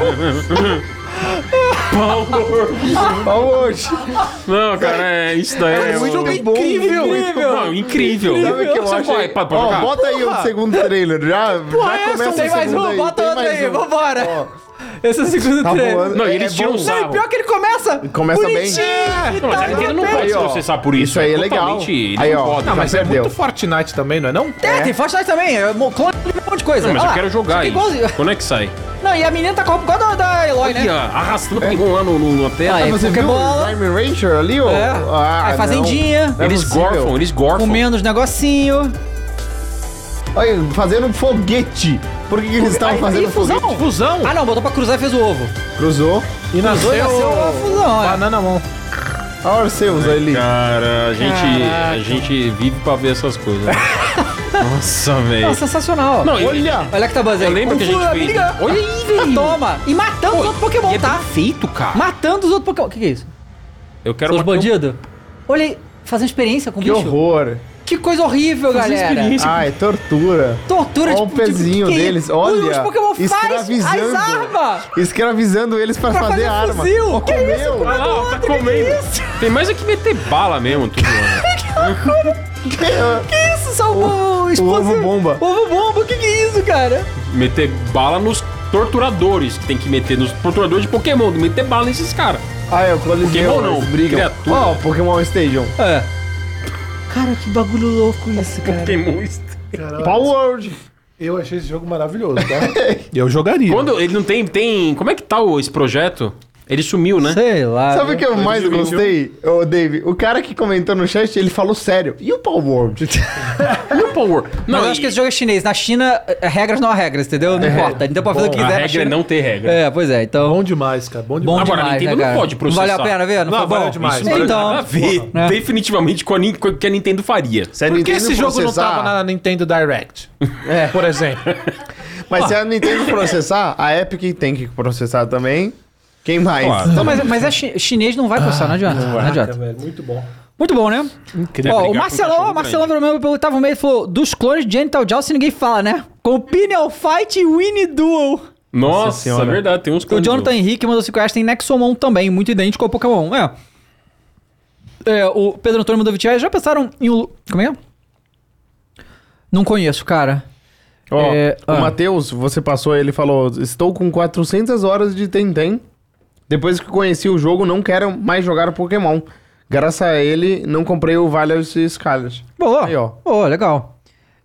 C: Valword.
B: Não, cara, é isso daí. É,
C: muito
B: o-
C: bom.
A: Incrível.
B: Não, incrível.
C: Sabe o que eu
B: Você
C: achei?
B: vai, pode
C: Ó,
B: jogar?
C: bota aí o segundo trailer. Já, já
A: essa
C: começa
A: tem
C: o
A: mais
C: segundo
A: um,
C: aí.
A: bota
C: tem
A: outro
C: mais
A: aí,
C: um.
A: vambora.
C: Ó,
A: Esse é o segundo
C: tá
A: treino.
C: voando.
B: Não, e
C: É-
B: eles
C: é
B: tiram
C: bom.
B: sarro.
A: E pior que ele começa.
C: Começa bem.
A: bonitinho e
B: É. Não, mas a
A: tal,
B: Nintendo não
A: perde.
B: pode se processar por isso.
C: Isso aí é legal.
B: totalmente- eles
C: Aí,
B: não
C: ó.
B: podem.
C: Não, mas
D: Mas é
C: perdeu.
D: muito Fortnite também, não é não?
A: É, tem Fortnite também. É mo- clone de um monte de coisa.
B: né? Não,
A: Olha
B: mas eu
A: lá.
B: quero jogar
A: Fica
B: isso.
A: igualzinho.
B: Quando é que sai?
A: Não, e a menina tá com a igual da, da Eloy,
B: Ih,
A: né?
B: ó, arrastando Pokémon lá no, no, na tela.
A: Aí,
C: Ah, Você viu o
A: Pokébola.
C: Time Ranger ali, Ah, ó?
A: É. Aí, fazendinha.
C: não é
B: eles
C: possível.
B: gorfam, eles gorfam.
A: Comendo os negocinho.
C: Olha, fazendo um foguete. Por que, que eles estavam
A: Aí-
C: fazendo
A: aí, fusão.
C: é foguete?
D: Fusão.
A: Ah, não, botou pra cruzar e fez o ovo.
C: Cruzou.
D: E nasceu...
A: nasceu uma fusão, é.
D: Banana Mão.
C: Olha o Arceus ali.
B: Cara, a gente, a gente vive pra ver essas coisas. né? Nossa,
A: Não,
B: velho.
A: sensacional.
B: Não, e-
C: Olha.
A: Olha que tá buzzando.
B: Eu lembro que a gente fez, né?
A: Olha aí, velho. Toma. E matando os outros
B: e
A: Pokémon,
B: é
A: tá?
B: perfeito, cara.
A: Matando os outros Pokémon. O que, que é isso?
B: Eu quero
A: São os
B: bater um-
A: bandidos? Olha aí, fazendo experiência com o
C: Que
A: bicho.
C: horror.
A: Que coisa horrível, galera.
C: Ah, é tortura.
A: Tortura
C: Olha o pezinho
A: que que é
C: deles,
A: isso?
C: olha.
A: Os Pokémon faz as
C: escravizando.
A: armas.
C: Escravizando eles pra,
A: Pra
C: fazer,
A: fazer
C: arma.
A: fuzil.
C: Ó,
A: Que isso,
C: comeu.
B: Olha lá, ó, tá comendo. Tem mais é que meter bala mesmo, tudo. né?
A: Que isso, salvou
C: o ovo bomba.
A: Ovo bomba, o que que é isso, cara?
B: meter bala nos torturadores que tem que meter, nos torturadores de Pokémon, meter bala nesses caras.
C: Ah, é o Coliseu.
B: Pokémon não,
C: eles brigam.
B: criatura.
C: Ó, Pokémon Stadium.
A: É. Cara, que bagulho louco isso, cara.
B: Pokémon.
C: Power World.
H: Eu achei esse jogo maravilhoso, tá?
D: Eu jogaria.
B: Quando ele não tem, tem. Como é que tá o- esse projeto? Ele sumiu, né?
A: Sei lá.
C: Sabe o
A: né?
C: que eu mais gostei, ô Dave? O cara que comentou no chat, ele falou sério. E o Power World?
B: E o Power?
A: Mas
B: Não,
A: eu
B: e-
A: acho que esse jogo é chinês. Na China, é- regras não há regras, entendeu? Não importa. Então pode fazer o que
B: a
A: quiser. na
B: regra é
A: China.
B: não ter regra.
A: É, pois é. Então,
H: bom demais, cara. Bom
A: bom
H: demais.
B: Agora, a
A: demais,
B: Nintendo
A: né,
B: não
A: cara?
B: pode
A: Valeu
B: processar.
A: a pena ver? Não,
D: Não,
A: foi
D: valeu
A: bom?
D: demais.
B: Não tem
A: Então,
B: nada a ver,
A: né?
B: definitivamente, com a, Nin- com o que a Nintendo faria.
C: Se a
D: Por que
C: Nintendo
D: esse jogo não
C: processar-
D: tava na Nintendo Direct? Por exemplo.
C: Mas se a Nintendo processar, a Epic tem que processar também. Quem mais?
B: Claro.
A: Não, mas, mas é chi- chinês não vai processar, não adianta. Não adianta.
H: é, muito bom.
A: Muito bom, né?
B: brigar
A: Ó,
B: com
A: o
B: um
A: Marcelão,
B: cachorro
A: o Marcelão virou mesmo pelo oitavo meio e falou: dos clones de Genital Joust ninguém fala, né? Com Pineal Fight e Winnie Duel.
B: Nossa, é verdade, tem uns
A: O
B: clones
A: Jonathan
B: do-
A: Henrique mandou 5 reais, tem Nexomon também, muito idêntico ao Pokémon. É. É, o Pedro Antônio mandou 20 reais. Já pensaram em. um lu- Como é? Não conheço, cara.
C: Ó,
A: É,
C: o
A: ah.
C: Matheus, você passou, ele falou: Estou com 400 horas de Tentem. Depois que conheci o jogo, não quero mais jogar Pokémon. Graças a ele, não comprei o Valiant Scarlet.
A: Boa.
C: Aí, ó.
A: Boa, legal.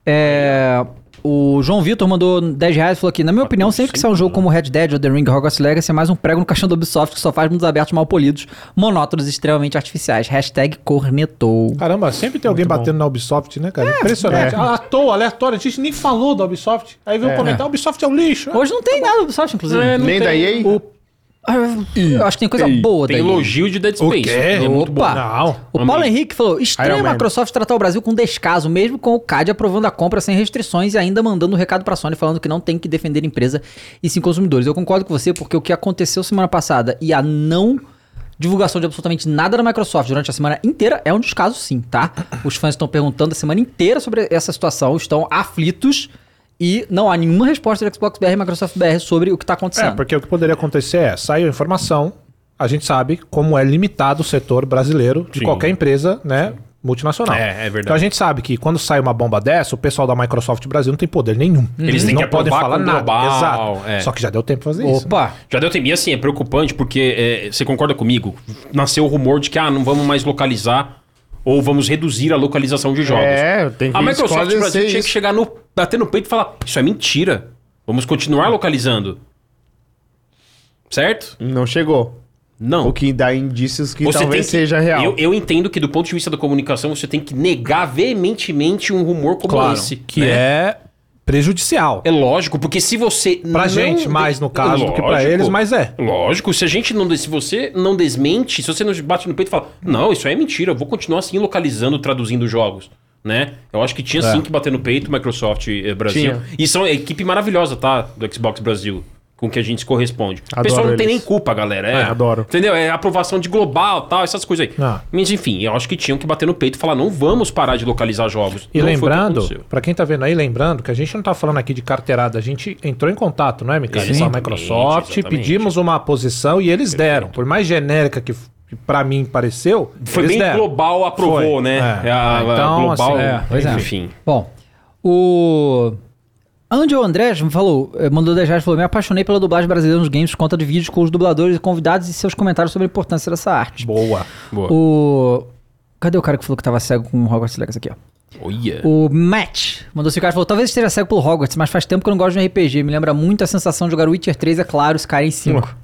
A: É. O O João Vitor mandou 10 reais e falou aqui: Na minha opinião, sempre que sai um jogo como Red Dead ou The Ring Hogwarts Legacy, é mais um prego no caixão da Ubisoft que só faz mundos abertos mal polidos, monótonos e extremamente artificiais. Hashtag cornetou.
D: Caramba, sempre tem alguém batendo na Ubisoft, né, cara? Impressionante. À toa, aleatório, a gente nem falou da Ubisoft. Aí veio comentar, Ubisoft é um lixo.
A: Hoje não tem nada da Ubisoft, inclusive.
C: Nem da EA?
A: Ah, Eu acho que tem coisa boa
B: Tem
A: daí.
B: elogio de Dead Space.
D: quê?
B: É muito bom.
A: Opa!
D: Não.
A: O
B: Amei.
A: Paulo Henrique falou: estranho a
C: Iron Man.
A: Microsoft tratar o Brasil com descaso, mesmo com o CAD aprovando a compra sem restrições e ainda mandando um recado pra Sony falando que não tem que defender empresa e sim consumidores. Eu concordo com você, porque o que aconteceu semana passada e a não divulgação de absolutamente nada da Microsoft durante a semana inteira é um descaso, sim, tá? Os fãs estão perguntando a semana inteira sobre essa situação, estão aflitos. E não há nenhuma resposta do Xbox BR e Microsoft BR sobre o que está
D: É,
A: acontecendo.
D: porque o que poderia acontecer é, saiu a informação, a gente sabe como é limitado o setor brasileiro de
B: Sim.
D: qualquer empresa, né? Multinacional.
B: É, é verdade.
D: Então a gente sabe que quando sai uma bomba dessa, o pessoal da Microsoft Brasil não tem poder nenhum.
B: Eles têm
D: não
B: que
D: podem
B: aprovar
D: falar
B: com o
D: nada.
B: global,
D: Exato.
B: é.
D: Só que já deu tempo pra fazer isso.
A: Opa!
B: Já deu tempo. E assim, é preocupante porque é, você concorda comigo? Nasceu o rumor de que ah, não vamos mais localizar ou vamos reduzir a localização de jogos.
C: É, tem que
B: A Microsoft
C: esclarecer
B: Brasil tinha
C: isso.
B: que chegar no bater no peito e falar: "Isso é mentira. Vamos continuar localizando". Certo?
C: Não chegou.
B: Não.
C: O que dá indícios que
B: Você
C: talvez
B: tem que-
C: seja real.
B: Eu, eu entendo que do ponto de vista da comunicação você tem que negar veementemente um rumor como
D: Claro,
B: esse,
D: que
B: né?
D: é prejudicial.
B: É lógico, porque se você
D: Pra gente, mais no caso do que pra eles, mas é.
B: Lógico, se a gente não. Se você não desmente, se você não bate no peito e fala, não, isso aí é mentira, eu vou continuar assim localizando, traduzindo jogos. Né? Eu acho que tinha
D: É.
B: sim que bater no peito Microsoft eh, Brasil.
C: Tinha.
B: E são a equipe maravilhosa, tá? Do Xbox Brasil, com que a gente se corresponde. o
C: Adoro
B: pessoal não tem
C: eles.
B: nem culpa, galera. É,
C: É, adoro.
B: Entendeu? É aprovação de global tal, essas coisas aí.
D: Ah.
B: Mas enfim, eu acho que tinham que bater no peito e falar, não vamos parar de localizar jogos.
D: E
B: Não foi o que
D: lembrando,
B: aconteceu.
D: pra quem tá vendo aí, lembrando que a gente não tá falando aqui de carteirada, a gente entrou em contato, não é, Micael? Com a
B: Exatamente,
D: Microsoft,
B: exatamente.
D: pedimos uma posição e eles deram. Por mais genérica que, f- que para mim pareceu,
B: Foi
D: eles
B: bem
D: deram.
B: global, aprovou,
D: Foi,
B: né?
D: é.
B: a, a
D: Então,
B: global,
D: assim, é,
A: pois é.
B: enfim.
A: Bom, o Angel Andrés falou, eh, mandou 10 reais, falou, me apaixonei pela dublagem brasileira nos games, conta de vídeos com os dubladores e convidados e seus comentários sobre a importância dessa arte.
D: Boa.
B: Boa.
A: O... Cadê o cara que falou que tava cego com o Hogwarts Legacy aqui, ó?
B: Olha.
A: O Matt mandou esse cara e falou, talvez esteja cego pelo Hogwarts, mas faz tempo que eu não gosto de um RPG, me lembra muito a sensação de jogar Witcher 3, é claro, Skyrim 5.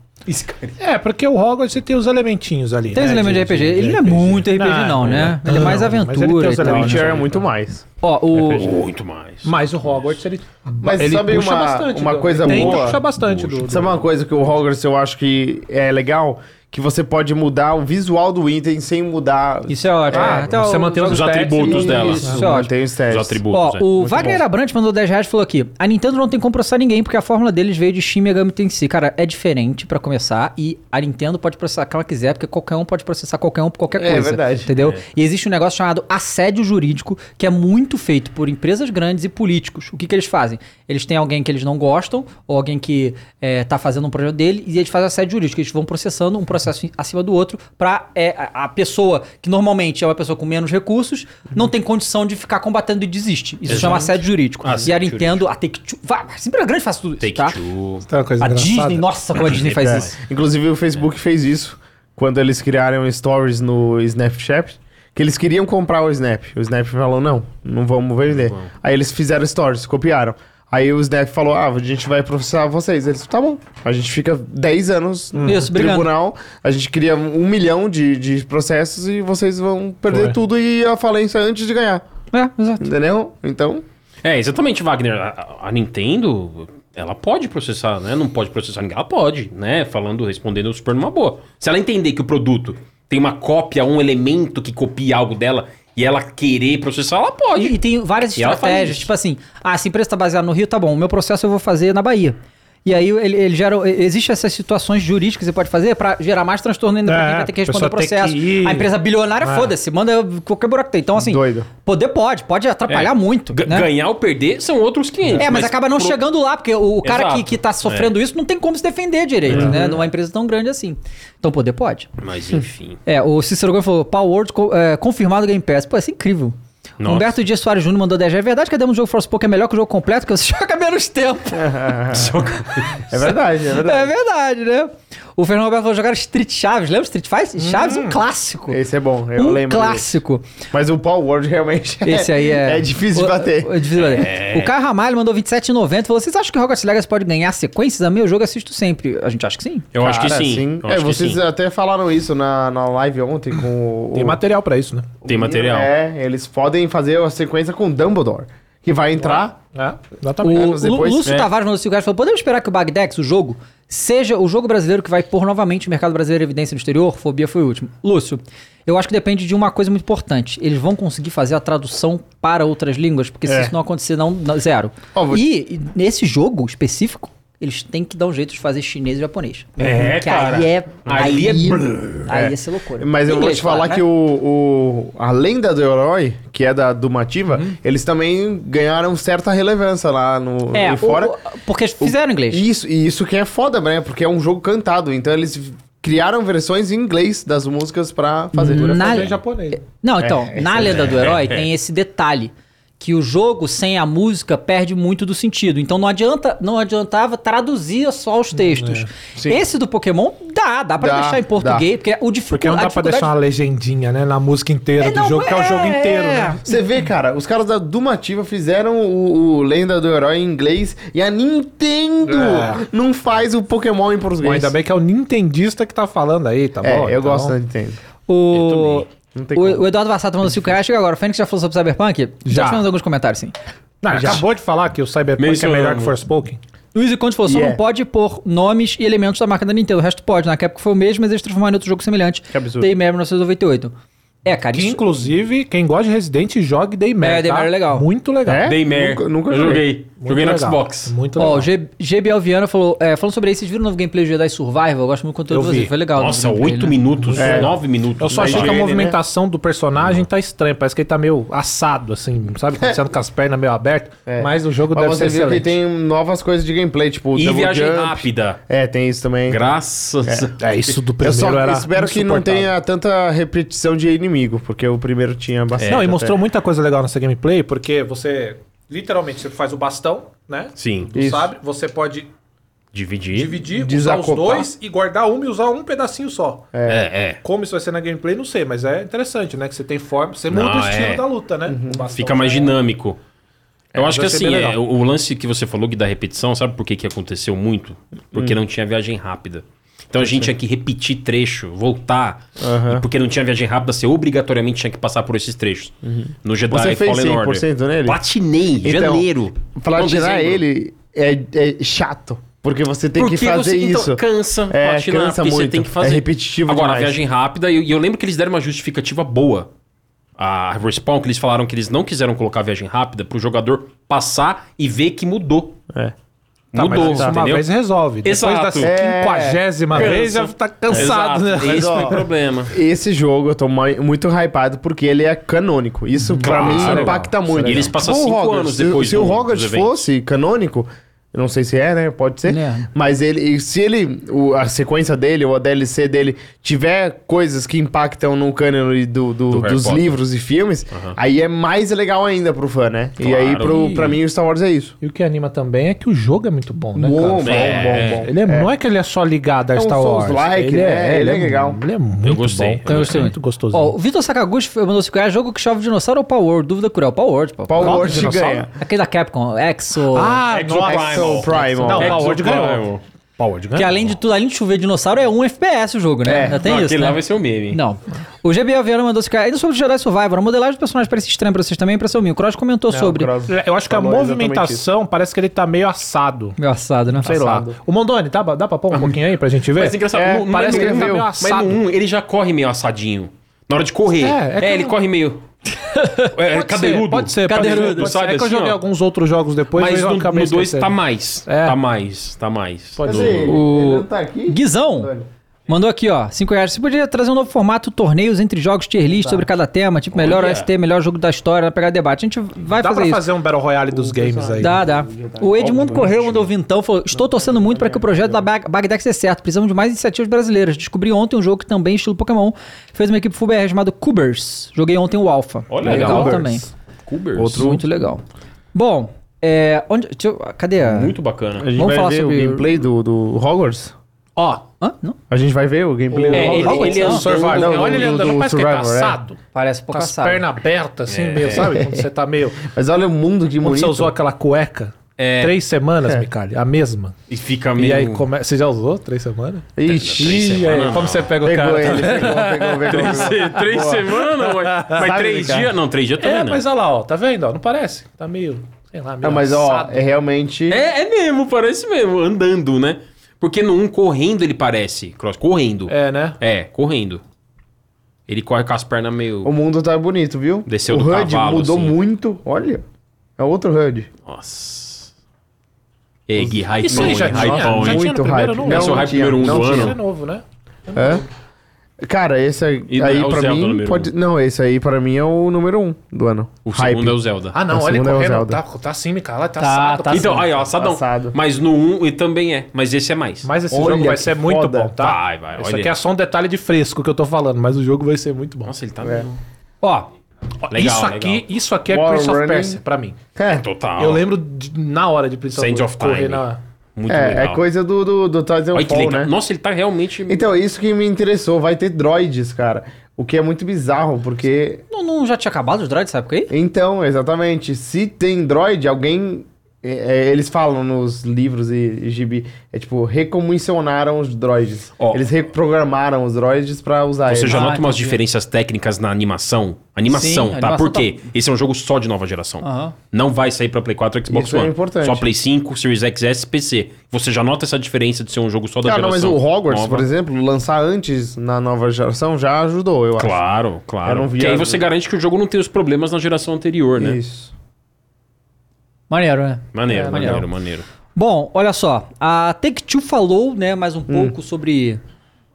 D: É, porque o Hogwarts você tem os elementinhos ali.
A: Tem os
D: né,
A: elementos de RPG, ele não é
D: RPG.
A: muito RPG não, né? Ele é mais
D: Não, mas ele tem
A: aventura
D: os
A: e tal, né?
D: elementos.
C: Witcher é muito mais.
A: Ó, o...
B: Muito mais.
D: Mas o Hogwarts, ele,
C: Mas
D: ele
C: sabe
D: puxa
C: uma-
D: bastante.
C: uma
D: do-
C: coisa
D: ele
C: boa?
D: puxa bastante do... do-
C: Sabe uma coisa que o Hogwarts eu acho que é legal? Que você pode mudar o visual do item sem mudar.
A: Isso é ótimo.
C: Ah,
A: É, até
E: você
A: o-
E: mantém os
B: os
E: stats
B: atributos
E: e-
B: dela.
A: Isso é
C: Não
A: ótimo.
C: tem os testes.
B: Os atributos. é.
A: Ó, o Wagner Abrantes mandou 10 reais e falou aqui: a Nintendo não tem como processar ninguém porque a fórmula deles veio de Shin Megami Tensei. Cara, é diferente pra começar e a Nintendo pode processar quem ela quiser porque qualquer um pode processar qualquer um por qualquer
C: É
A: coisa.
C: verdade.
A: Entendeu? E existe um negócio chamado assédio jurídico que é muito feito por empresas grandes e políticos. O que, que eles fazem? Eles têm alguém que eles não gostam ou alguém que é, tá fazendo um projeto dele e eles fazem assédio jurídico. Eles vão processando um processo em- acima do outro pra é, a, a pessoa que normalmente é uma pessoa com menos recursos não tem condição de ficar combatendo e desiste. Isso chama assédio jurídico. e a
B: Assédio
A: Nintendo, a Take-Two... vá, é Sempre a grande faz tudo isso,
B: Take
A: tá?
B: Two.
D: Sabe uma coisa
A: A
D: engraçada?
A: Disney,
B: é
A: nossa, como a Disney faz
C: É.
A: isso.
C: Inclusive o Facebook fez isso quando eles criaram stories no Snapchat, que eles queriam comprar o Snap. O Snap falou: "Não, não vamos vender". Aí eles fizeram stories, copiaram. Aí o Snap falou: "Ah, a gente vai processar vocês". Eles: "Tá bom". A gente fica 10 anos no
A: Isso, brigando.
C: tribunal, a gente cria um milhão de, de processos e vocês vão perder
D: Foi.
C: tudo e a falência antes de ganhar.
A: É, exato.
C: Entendeu? Então,
B: É, exatamente, Wagner. A, a Nintendo, ela pode processar, né? Não pode processar ninguém. Ela pode, né? Falando, respondendo super numa boa. Se ela entender que o produto tem uma cópia, um elemento que copia algo dela e ela querer processar, ela pode.
A: E, e tem várias
B: E ela faz
A: estratégias,
B: isso.
A: tipo assim, ah, essa empresa está baseada no Rio, tá bom, o meu processo eu vou fazer na Bahia. E aí ele, ele gera. Existem essas situações jurídicas que você pode fazer pra gerar mais transtorno ainda pra
D: É,
A: quem vai ter que
D: a
A: responder o
D: pessoa tem
A: processo.
D: que ir.
A: A empresa bilionária,
D: É.
A: foda-se, manda qualquer buraco que tem. Então, assim,
C: Doido.
A: poder pode, pode atrapalhar muito.
B: É. Ga-
A: né?
B: Ganhar ou perder são outros 500.
A: É, mas, acaba não
B: pro-
A: chegando lá, porque o, o cara que,
B: Exato. É.
A: que tá sofrendo isso não tem como se defender direito,
D: É.
A: né? Numa empresa tão grande assim. Então, poder pode.
B: Mas enfim.
A: É, o Cícero Gomes falou, Power World co- é, confirmado Game Pass. Pô, isso é incrível.
B: Nossa.
A: Humberto Dias Soares Júnior mandou 10 É verdade que a demo do jogo Forspoken é melhor que o jogo completo, porque você joga menos tempo.
C: é verdade, é verdade.
A: É verdade, né? O Fernando Roberto falou jogar Street Chaves. Lembra Street Fighter? Chaves é um clássico.
C: Hum. Esse é bom, eu
A: um
C: lembro.
A: clássico.
C: desse. Mas o Paul World realmente é-
A: Esse aí é.
C: É difícil de
A: O-
C: bater.
A: o- É difícil de bater. O Caio Ramalho mandou 27,90 e falou: Vocês acham que Hogwarts Legacy pode ganhar sequências? Amei o jogo, assisto sempre. A gente acha que sim.
B: Eu acho que
C: Cara,
B: sim. Eu
C: É,
B: acho que
C: vocês
B: sim.
C: até falaram isso na, na live ontem com o.
D: Tem
C: o-
D: material pra isso, né?
C: o
B: Tem
C: menino.
B: material.
C: É, eles podem fazer a sequência com Dumbledore, que vai entrar.
D: É,
A: O,
D: exatamente.
A: o
C: anos depois,
A: Lúcio
B: é.
A: Tavares mandou 5 reais e falou: Podemos esperar que o Bagdex, o jogo, seja o jogo brasileiro que vai pôr novamente o mercado brasileiro em evidência no exterior? Fobia foi o último. Lúcio, eu acho que depende de uma coisa muito importante. Eles vão conseguir fazer a tradução para outras línguas, porque se
C: É.
A: isso não acontecer, não, não- zero.
C: Ó, vou-
A: E e nesse jogo específico, eles têm que dar um jeito de fazer chinês e japonês.
B: É,
A: que
B: cara.
A: Aí é. Aí,
B: Ali é-
A: aí,
C: É.
A: ia ser loucura.
C: Mas eu vou
A: Inglês,
C: te falar
A: claro, né?
C: que o, o- A Lenda do Herói, que é da Dumativa,
B: Hum.
C: eles também ganharam certa relevância lá no.
A: É,
C: e fora.
A: o- o- porque eles fizeram inglês.
C: Isso, e isso que é foda, né? Porque é um jogo cantado. Então eles criaram versões em inglês das músicas pra fazer.
A: Na-
D: Tem é japonês.
A: Não, então, na lenda do herói tem esse detalhe. Que o jogo sem a música perde muito do sentido. Então não adianta, não adiantava traduzir só os textos.
C: Sim.
A: Esse do Pokémon dá, dá pra
C: Dá,
A: deixar em português, porque o dificu-
D: Porque não
A: Tipo, a
D: dá pra deixar uma legendinha, né? Na música inteira
A: É,
D: do
A: não,
D: jogo, que é o jogo
A: é,
D: inteiro,
A: é.
D: né?
C: Você vê, cara, os caras da Dumativa fizeram o, o Lenda do Herói em inglês e a Nintendo
D: É.
C: não faz o Pokémon em português.
D: Bom, ainda bem que é o Nintendista que tá falando aí, tá
C: é,
D: bom?
C: eu
D: Então,
C: gosto da Nintendo.
A: O,
C: Não tem
A: o,
C: como.
A: o Eduardo Vassato mandou 5 reais. Chega agora. assim, O Fênix já falou sobre Cyberpunk?
D: Já.
A: tivemos alguns comentários, sim.
D: Não, acabou de falar que o Cyberpunk
B: Mencionamos.
D: é melhor que o Forspoken.
A: Luiz e Conte falou: só
C: Yeah.
A: não pode pôr nomes e elementos da marca da Nintendo. O resto pode. Na Capcom foi o mesmo, mas eles transformaram em outro jogo semelhante. Que
C: absurdo.
A: Daymare 1998. É, cara,
D: Que,
A: isso,
D: inclusive, quem gosta de Resident, jogue Daymare,
A: É, Daymare
D: tá?
A: é legal.
D: Muito legal.
C: É?
B: Daymare.
C: Nunca- nunca
B: eu
C: joguei.
B: joguei. joguei
D: Muito
B: no
D: legal.
B: Xbox.
D: Muito legal.
A: Ó, o G- GBL Viana falou, é, falando sobre isso, vocês viram o novo gameplay do Jedi Survival? Eu gosto muito do conteúdo
D: Eu
A: de vocês,
D: vi.
A: foi legal.
B: Nossa,
A: o gameplay,
B: oito
A: né?
B: minutos,
D: É.
B: nove minutos.
D: Eu só
B: Mas
D: achei que a
B: ele, né?
D: movimentação do personagem tá estranha. Parece que ele tá meio assado, assim, sabe? Acontecendo com as pernas meio abertas.
C: É.
D: Mas o jogo
C: Mas
D: deve ser
C: você viu
D: excelente.
C: que tem novas coisas de gameplay, tipo o
B: E
C: Double
B: viagem
C: Jump.
B: rápida.
C: É, tem isso também.
B: Graças a
D: É, isso do
C: Eu
D: primeiro
C: só
D: era
C: espero que não
D: insuportável.
C: tenha tanta repetição de inimigo, porque o primeiro tinha bastante.
D: É, Não, e
C: até.
D: mostrou muita coisa legal nessa gameplay, porque você, literalmente, você faz o bastão, né?
B: Sim.
C: Isso.
D: Sabe? Você pode
B: Dividir.
D: dividir,
C: Desacoplar.
D: usar os dois e guardar um e usar um pedacinho só.
B: É, é.
D: Como isso vai ser na gameplay, não sei, mas é interessante, né? Que você tem forma, você muda
B: Não,
D: o estilo
B: é.
D: da luta, né?
C: Uhum.
D: O bastão
B: Fica mais
D: já-
B: dinâmico. Eu acho que
D: vai ser
B: assim,
D: bem
B: é,
D: legal.
B: o o lance que você falou que da repetição, sabe por que, que aconteceu muito? Porque
D: Hum.
B: não tinha viagem rápida. Então a gente tinha que repetir trecho, voltar. E porque não tinha viagem rápida, você obrigatoriamente tinha que passar por esses trechos.
D: Uhum.
B: No Jedi
C: Você fez 100% nele?
B: Platinei,
C: Então,
B: janeiro.
C: Pra
B: Não,
C: tirar
B: dezembro.
C: ele é, é chato. Porque você tem
B: Porque
C: que fazer
B: você, então,
C: isso.
B: cansa,
C: É,
B: platinar,
C: cansa
B: porque você
C: muito.
B: tem que fazer.
C: É repetitivo
B: Agora, a
C: demais.
B: viagem rápida, e eu, e eu lembro que eles deram uma justificativa boa. A Respawn, que eles falaram que eles não quiseram colocar a viagem rápida pro jogador passar e ver que mudou.
C: É.
D: Tá, mas
B: mudou,
D: isso uma
B: entendeu?
D: vez resolve. Depois
B: Exato.
D: da
C: É.
D: quinquagésima
B: Cansa.
D: vez já tá cansado,
B: Exato,
D: né?
B: Esse
C: ó,
B: foi o problema.
C: Esse jogo eu tô mai- muito hypado porque ele é canônico. Isso pra
B: Claro,
C: mim
B: isso é legal.
C: impacta
B: Isso é
C: muito.
B: legal. Eles passam
C: Tipo o
B: cinco
C: Hogwarts,
B: anos
C: se-
B: depois
C: Se,
B: do-
C: o
B: dos
C: Hogwarts
B: eventos.
C: fosse canônico, eu não sei se é, né? Pode ser.
A: É.
C: Mas ele, se ele, o- a sequência dele ou a DLC dele tiver coisas que impactam no cânone do, do-
B: Do Harry
C: dos
B: Potter.
C: livros e filmes, aí é mais legal ainda pro fã, né? E aí pro,
B: Claro.
C: pra mim o Star Wars é isso.
D: E o que anima também é que o jogo é muito bom, né?
C: Bom, bom, bom,
D: cara?
C: bom.
D: Ele é- não é que ele é só ligado a
C: É um
D: Star Wars.
C: Souls-like, né? Ele é legal.
D: Ele é muito
B: Eu gostei,
D: bom.
B: eu
D: Eu
A: gostei.
D: muito gostosinho.
A: Ó, o Vitor Sakaguchi mandou 5 reais, jogo que chove dinossauro ou Power World? Dúvida cruel, Power World, pô.
C: Power
D: Qual
C: Wars
D: dinossauro?
C: ganha.
A: Aquele da Capcom, Exo...
D: ah, É
B: Exo é Primal.
C: Exo É Primal.
D: Não,
B: Exo
D: Power Word ganhou.
B: Primal.
D: Power Word ganhou.
A: Que além de tudo, além de chover dinossauro, é um FPS o jogo, né?
C: É.
A: Ainda tem
B: Não,
A: isso,
B: aquele
A: né?
B: lá vai ser o meme. hein?
A: Não. O GBL Viana mandou 5 reais. Ainda sobre o Jedi Survivor, a modelagem do personagem parece estranha pra vocês também, é impressão minha. O Cross comentou sobre...
D: Eu acho que a movimentação parece que ele tá meio assado.
A: Engraçado, né?
D: Sei lá. O Mondoni, dá, pra- dá pra pôr um pouquinho aí pra gente ver?
B: Mas engraçado,
C: É,
B: no, no,
D: parece
B: no-
D: que ele tá meio
B: Mas
D: assado.
B: no 1, ele já corre meio assadinho. Na hora de correr.
D: É, é
B: É,
D: que
B: ele
D: eu-
B: corre meio. é,
D: Pode ser,
B: cadeirudo.
D: Pode ser,
B: cadeirudo.
D: pode ser.
B: sabe
D: É que eu
B: assim,
D: joguei
B: ó.
D: alguns outros jogos depois,
B: Mas
D: eu
B: no
D: acabei
B: 2 tá
D: esquecendo.
B: mais.
D: É.
B: Tá mais, tá mais.
D: Pode
B: Do-
D: ser.
A: O-
C: não tá aqui?
A: Guizão mandou aqui, ó, 5 reais. Você podia trazer um novo formato, torneios entre jogos, tier list sobre cada tema, tipo melhor
B: Olha.
A: OST, melhor jogo da história, vai pegar debate. A gente vai
D: Dá
A: fazer
D: pra
A: isso.
D: fazer um Battle Royale dos games aí.
A: Dá, dá. O Edmundo
C: né?
A: Correu mandou vintão, falou: Estou torcendo muito para que o projeto da Bag- Bagdex dê certo. Precisamos de mais iniciativas brasileiras. Descobri ontem um jogo que também é estilo Pokémon. Fez uma equipe full BR chamado Cubers. Joguei ontem o Alpha.
B: Olha,
A: legal
B: legal.
A: também.
B: Cubers.
A: Muito legal. Bom, é, onde, deixa eu- cadê a.
B: Muito bacana.
C: A gente
A: Vamos
C: vai
A: falar
C: ver
A: sobre
C: o
A: o-
C: gameplay do, do Hogwarts?
D: Ó,
A: Hã? Não?
C: A gente vai ver o gameplay.
A: É, ele-
C: Roberts,
A: ele
C: não.
B: um
A: andou-
C: Survivor, não,
H: Olha ele
C: do-
H: andando,
C: do
H: parece que ele tá
C: Survivor, é.
H: assado.
A: Parece pouco
D: Com Tá as
A: assado.
D: pernas abertas,
B: É.
D: assim, meio, sabe? Quando você tá meio.
C: Mas olha o mundo que
D: Quando você
C: bonito.
D: usou aquela cueca.
B: É.
D: Três semanas, Micali, a mesma.
B: E fica
D: E
B: meio...
D: aí, come... você já usou três semanas?
C: Ixi, é,
D: Ih, aí, como você pega o
C: pegou
D: cara? tá?
C: ele, pegou, pegou, pegou.
B: Três, se- três semanas, não, mas, mas
C: Sabe,
B: três
C: cara?
B: dias... Não, três dias também
D: É,
B: não.
D: mas olha lá, ó, tá vendo? ó? Não parece? Tá meio, sei lá, meio
C: Não, mas ó,
D: assado.
C: é realmente...
B: É, é mesmo, parece mesmo, andando, né? Porque no 1, correndo ele parece, Cross, correndo.
D: É, né?
B: É, correndo. Ele corre com as pernas
C: O
B: meio...
C: mundo tá bonito, viu?
B: Desceu
C: o
B: do
C: HUD
B: cavalo,
C: mudou
B: assim.
C: muito. Olha, é outro HUD.
B: Nossa. É, Gui, hypão,
D: Isso aí já
B: hein,
D: tinha,
B: hypão,
D: já
B: hein?
D: tinha
C: Muito
D: no primeiro,
C: hype.
D: não?
C: Não,
B: Esse é o hype número um
D: não
B: do
D: tinha.
B: ano.
D: Isso é novo, né?
C: É? Cara, esse aí,
B: E não é
C: aí
B: o
C: pra
B: Zelda
C: mim
B: número
C: pode...
B: um.
C: Não, esse aí pra mim é o número um do ano.
B: O segundo é o Zelda.
D: Ah, não,
C: O
D: olha ele
C: segundo é o
D: correndo.
C: Zelda.
D: tá, tá assim, Micali, tá, tá
A: Tá,
D: assado.
A: tá
B: então, aí, ó, assadão.
C: Assado.
B: Mas no 1 e também é, mas esse é mais.
D: Mas esse
C: Olha
D: jogo vai
C: que
D: ser muito
C: foda.
D: bom, tá?
B: Vai, vai,
D: Isso
B: olha
D: aqui é
B: aí.
D: só um detalhe de fresco que eu tô falando, mas o jogo vai ser muito bom.
B: Nossa, ele tá
C: É.
B: mesmo.
A: Ó,
D: Ó,
B: legal,
D: isso
B: legal.
D: aqui, isso aqui é
C: Wall
D: Prince of
C: running.
D: Persia pra mim.
C: É,
B: Total.
D: Eu lembro de- na hora de Prince
B: Sands
D: of
B: of
D: Persia correr
B: Time.
D: na
B: Muito
C: é,
B: legal.
C: é coisa do, do, do Titanfall,
B: Olha que legal.
C: né?
B: Nossa, ele tá realmente...
C: Então, isso que me interessou. Vai ter droids, cara. O que é muito bizarro, porque...
A: não, não já tinha acabado os droids, sabe por quê?
C: Então, exatamente. Se tem droid, alguém... é, é, eles falam nos livros e, e gibi. É tipo, recomissionaram os droids.
B: Ó.
C: Eles reprogramaram os droids pra usar
B: Você
C: eles.
B: já
A: Ah,
B: nota umas
A: entendi.
B: diferenças técnicas na animação? Animação,
A: Sim, a
B: tá?
A: animação Ah.
B: Por quê? Esse é um jogo só de nova geração.
A: Aham.
B: Não vai sair pra Play 4 e Xbox
C: Isso é
B: One.
C: importante.
B: Só Play 5, Series XS e PC. Você já nota essa diferença de ser um jogo só da
C: Cara, Ah, não, mas
B: geração
C: o Hogwarts,
B: nova?
C: por exemplo, lançar antes na nova geração já ajudou, eu acho.
B: Claro,
C: Eu
B: claro.
C: não vi
B: Porque aí
C: as-
B: você garante que o jogo não tem os problemas na geração anterior, né?
C: Isso.
A: Maneiro, né?
B: Maneiro,
A: É,
B: maneiro,
A: legal.
B: maneiro.
A: Bom, olha só. A Take-Two falou, né, mais um pouco sobre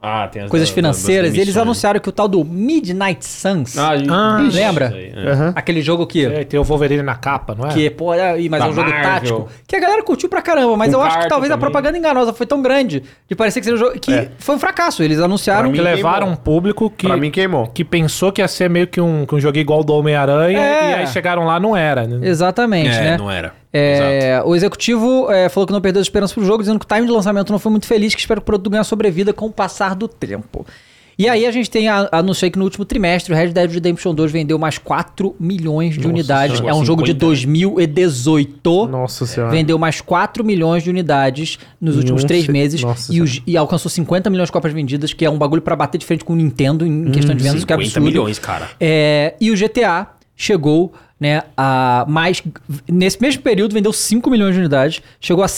B: Ah, tem as
A: coisas
B: Hum. da- da- das
A: financeiras. e eles
B: demissões.
A: anunciaram que o tal do Midnight Suns,
B: Ah, a gente-
D: Ah,
B: Ixi,
A: lembra?
B: isso aí, é.
A: aquele jogo que...
D: É, e tem o Wolverine na capa, não é?
A: Que, pô, é, ih, mas
B: Da
A: é um jogo
B: Marvel.
A: tático. Que a galera curtiu pra caramba, mas eu
B: Com
A: acho que
B: carta
A: talvez a
B: também. É.
A: propaganda enganosa foi tão grande de parecer que seria um jogo. Que foi um fracasso. Eles anunciaram.
D: que
C: mim,
D: levaram um
C: queimou.
D: público que,
C: Pra mim, queimou.
D: que pensou que ia ser meio que um, que um jogo igual ao do Homem-Aranha
A: É.
D: e aí chegaram lá, não era. né?
A: Exatamente,
B: É,
A: né?
B: não era. Exato.
A: É, o executivo é, falou que não perdeu a esperança pro jogo, dizendo que o time de lançamento não foi muito feliz, que espera que o produto ganhe sobrevida com o passar do tempo. E aí a gente tem a, anunciei que no último trimestre o Red Dead Redemption 2 vendeu mais 4 milhões de unidades.
B: chegou
A: É
B: a
A: um jogo de
B: 50, né?
A: 2018.
C: Nossa senhora.
A: Vendeu mais 4 milhões de unidades nos últimos
C: Nossa,
A: três meses
C: nossa
A: e, os- e alcançou 50 milhões de cópias vendidas, que é um bagulho pra bater de frente com o Nintendo em questão de vendas, o que é
B: 50
A: absurdo.
B: milhões, cara.
A: É, e o GTA chegou, né, a mais nesse mesmo período vendeu 5 milhões de unidades, chegou a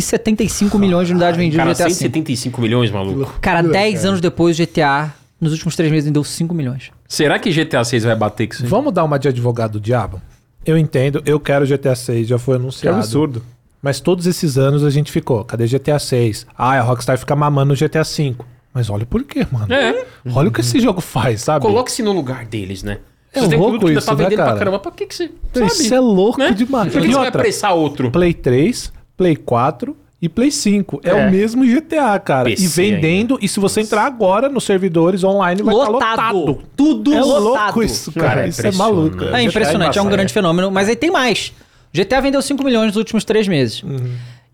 A: 175 milhões de unidades vendidas
B: Cara,
A: no GTA V.
B: 175 milhões, maluco.
A: Cara, 10 anos depois o GTA nos últimos três meses vendeu 5 milhões.
B: Será que GTA 6 vai bater com isso? aí?
D: Vamos dar uma de advogado do diabo? Eu entendo, eu quero GTA 6, já foi
C: Que
D: anunciado.
C: absurdo.
D: Mas todos esses anos a gente ficou, cadê GTA 6? Ah, a Rockstar fica mamando no GTA 5. Mas olha o porquê, mano.
B: É.
D: Olha o que esse jogo faz, sabe?
B: Coloque-se no lugar deles, né?
D: É
B: Você tem
D: louco
B: produto que ainda
D: isso,
B: tá
D: né,
B: vendendo
D: cara?
B: pra caramba. Pra que, que você. Sabe?
D: Isso é louco
B: né?
D: demais.
B: Por que, que
D: E
B: você vai
D: outra,
B: apressar outro?
D: Play 3, Play 4 e Play 5. É,
C: É.
D: o mesmo GTA, cara.
B: PC
D: e vendendo, e se você entrar agora nos servidores online, vai estar
A: Lotado.
D: lotado.
A: Tudo
D: é
A: lotado.
D: louco isso, cara.
B: Cara, é
D: isso é maluco.
B: impressionante.
A: É impressionante, é um
D: embaçado.
A: grande fenômeno, mas aí tem mais. GTA vendeu 5 milhões nos últimos três meses.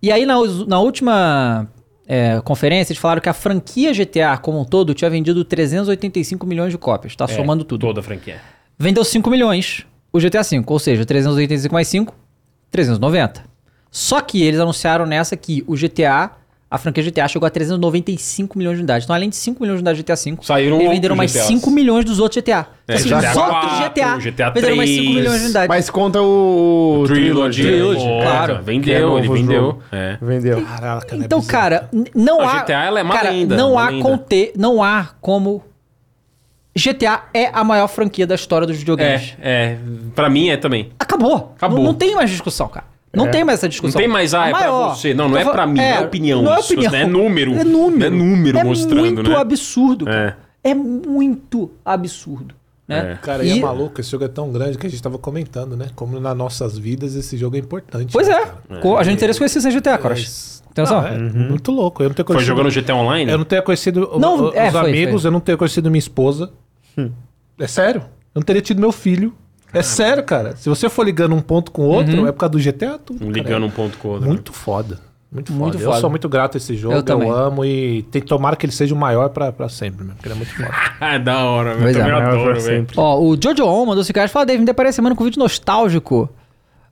A: E aí, na, us- na última é, conferência, eles falaram que a franquia GTA como um todo tinha vendido 385 milhões de cópias, tá somando tudo.
B: É, Toda a franquia.
A: Vendeu 5 milhões o GTA V, ou seja, 385 mais 5, 390. Só que eles anunciaram nessa que o GTA, a franquia GTA chegou a 395 milhões de unidades. Então, além de 5 milhões de unidades de GTA V,
B: Saíram
A: eles
B: outros
A: venderam mais
B: GTAs.
A: 5 milhões dos outros GTA.
B: É,
A: Então, assim,
B: GTA
A: os outros
B: 4,
A: GTA,
B: GTA
A: venderam mais 5
B: 3,
A: milhões de unidades.
C: É, Mas conta o.
B: Trilogy.
A: Trilogy,
B: Bom,
A: claro.
C: Que é
B: Vendeu,
C: novo
B: ele
C: o
B: vendeu.
C: jogo.
B: É.
C: Vendeu.
D: Caraca,
C: é
D: né,
A: Então,
D: bizarro.
A: cara, n- não
B: Não,
A: há.
B: GTA ela é uma
A: cara,
B: lenda,
A: Não
B: uma
A: há
B: lenda.
A: conte, não há como. GTA é a maior franquia da história dos
B: É,
A: videogames.
B: é. Pra mim é também.
A: Acabou.
B: Acabou. É.
A: Não, não tem mais discussão, cara. Não tem mais essa discussão.
B: Não tem mais, ah,
A: A
B: é pra você. Não, não
A: Eu
B: é
A: falo-
B: pra mim, é opinião
A: Não é
B: isso,
A: opinião.
B: né? É número.
A: É número.
B: É número mostrando,
A: muito
B: né?
A: absurdo, cara.
B: É.
A: É. muito absurdo, né?
D: Cara, e
A: E-
D: é maluco, esse jogo é tão grande que a gente tava comentando, né? Como nas nossas vidas esse jogo é importante.
A: Pois
D: né,
A: é.
D: cara?
A: Co- A gente teria se conhecido sem GTA, cara.
D: Mas-
A: Atenção.
D: É. Não, é Muito louco. Eu não tenho
B: Uhum. Foi
D: conhecido-
B: jogando GTA Online?
D: Eu não tenho conhecido o-
A: Não,
D: o-
A: é,
D: os
A: foi, foi.
D: amigos,
A: Hum.
D: eu não tenho conhecido minha esposa. É sério. Eu não teria tido meu filho. É
A: Uhum.
D: sério, cara. Se você for ligando um ponto com o outro, é por causa do GTA tudo.
B: Um
D: cara.
B: Ligando um ponto com o outro.
D: Muito foda. Muito,
A: Muito
D: foda.
A: foda.
D: Eu sou muito grato a esse jogo,
A: Eu
D: eu,
A: também.
D: amo e tem, tomara que ele seja o maior pra, pra sempre, mesmo, porque ele é muito foda.
B: Ah, da hora, velho.
A: Pois
B: Eu
A: é,
B: também
C: maior pra
B: adoro, velho.
C: sempre.
A: Ó, o Jojo On mandou cigarro e falou, David, me deparei essa semana com um vídeo nostálgico.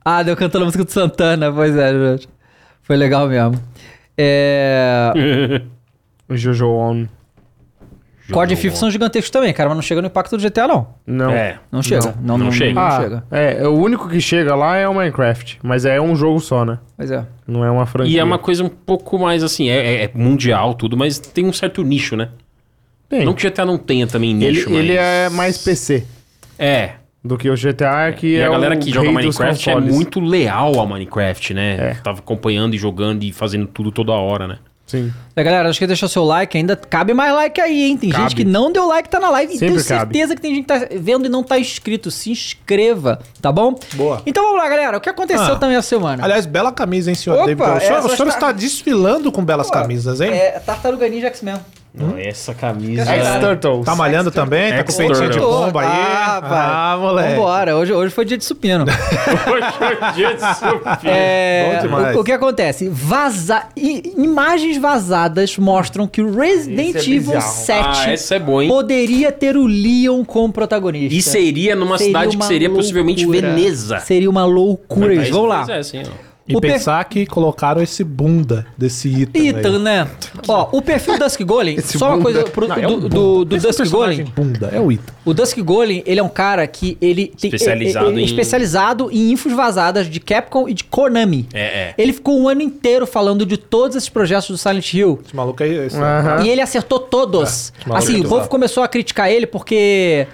A: Ah, deu cantando a música do Santana, pois é, gente. Foi legal mesmo. É...
C: O Jojo On.
A: COD e FIFA são gigantescos também, cara, mas não chega no impacto do GTA, não.
C: Não.
B: É.
A: Não chega. Não, não, não chega.
C: Ah, É, é, o único que chega lá é o Minecraft. Mas é um jogo só, né?
A: Pois é.
C: Não é uma franquia.
B: E é uma coisa um pouco mais assim, é, é- é mundial tudo, mas tem um certo nicho, né?
C: Tem.
B: Não que o GTA não tenha também
C: ele,
B: nicho, mas...
C: ele é mais PC
B: É.
C: do que o GTA, que
B: E
C: é
B: a galera
C: o
B: que joga
C: rei dos
B: Minecraft é
C: consoles. É.
B: muito leal ao Minecraft, né? Tava acompanhando e jogando e fazendo tudo toda hora, né?
C: Sim.
A: É, galera, acho que deixar seu like ainda. Cabe mais like aí, hein? Tem gente
C: Cabe.
A: que não deu like, tá na live. e
C: Sempre
A: tenho certeza que tem gente que tá vendo e não tá inscrito. Se inscreva, tá bom?
D: Boa.
A: Então vamos lá, galera. O que aconteceu
D: Ah.
A: também essa semana?
D: Aliás, bela camisa, hein, senhor
A: Opa,
D: David? O senhor,
A: essa
D: o
A: está-
D: senhor está desfilando com belas camisas, hein?
A: É, Tartaruga Ninja X-Men.
B: Não, é essa camisa...
C: Ex-Turtles.
D: Tá malhando também? Tá com
B: Extra-
D: peitinho de
B: Extra-
D: bomba aí?
A: Ah,
D: Ah,
A: pai.
D: moleque.
A: Vambora. Hoje, hoje foi dia de supino. É,
D: Bom demais.
A: o, o que acontece? Vaza, i- imagens vazadas mostram que o Resident
C: Esse é
A: Evil
C: bizarro.
A: 7
B: Ah, essa é boa, hein?
A: poderia ter o Leon como protagonista.
B: E seria numa
A: Seria
B: cidade que
A: uma
B: seria possivelmente
A: loucura.
B: Veneza.
A: Seria uma loucura.
B: Mas,
A: isso. Vamos lá.
B: pois É, assim, ó.
D: E
A: O per-
D: pensar que colocaram esse bunda desse Ethan. aí.
A: Ethan, né? Ó, o perfil Dusk Golem,
C: Esse
A: só uma
C: bunda.
A: coisa pro,
C: Não, é
A: do,
C: um bunda.
A: do, do
D: Esse
A: Dusk
D: personagem
A: Golem.
D: bunda, é o Ethan.
A: O Dusk Golem, ele é um cara que ele tem,
B: Especializado
A: é- é- é
B: em-
A: especializado em infos vazadas de Capcom e de Konami.
B: É, é.
A: Ele ficou um ano inteiro falando de todos esses projetos do Silent Hill.
D: Esse maluco aí... Esse... né?
C: Aham.
A: E ele acertou todos.
D: É, maluco
A: assim, o
D: bizarro.
A: povo começou a criticar ele porque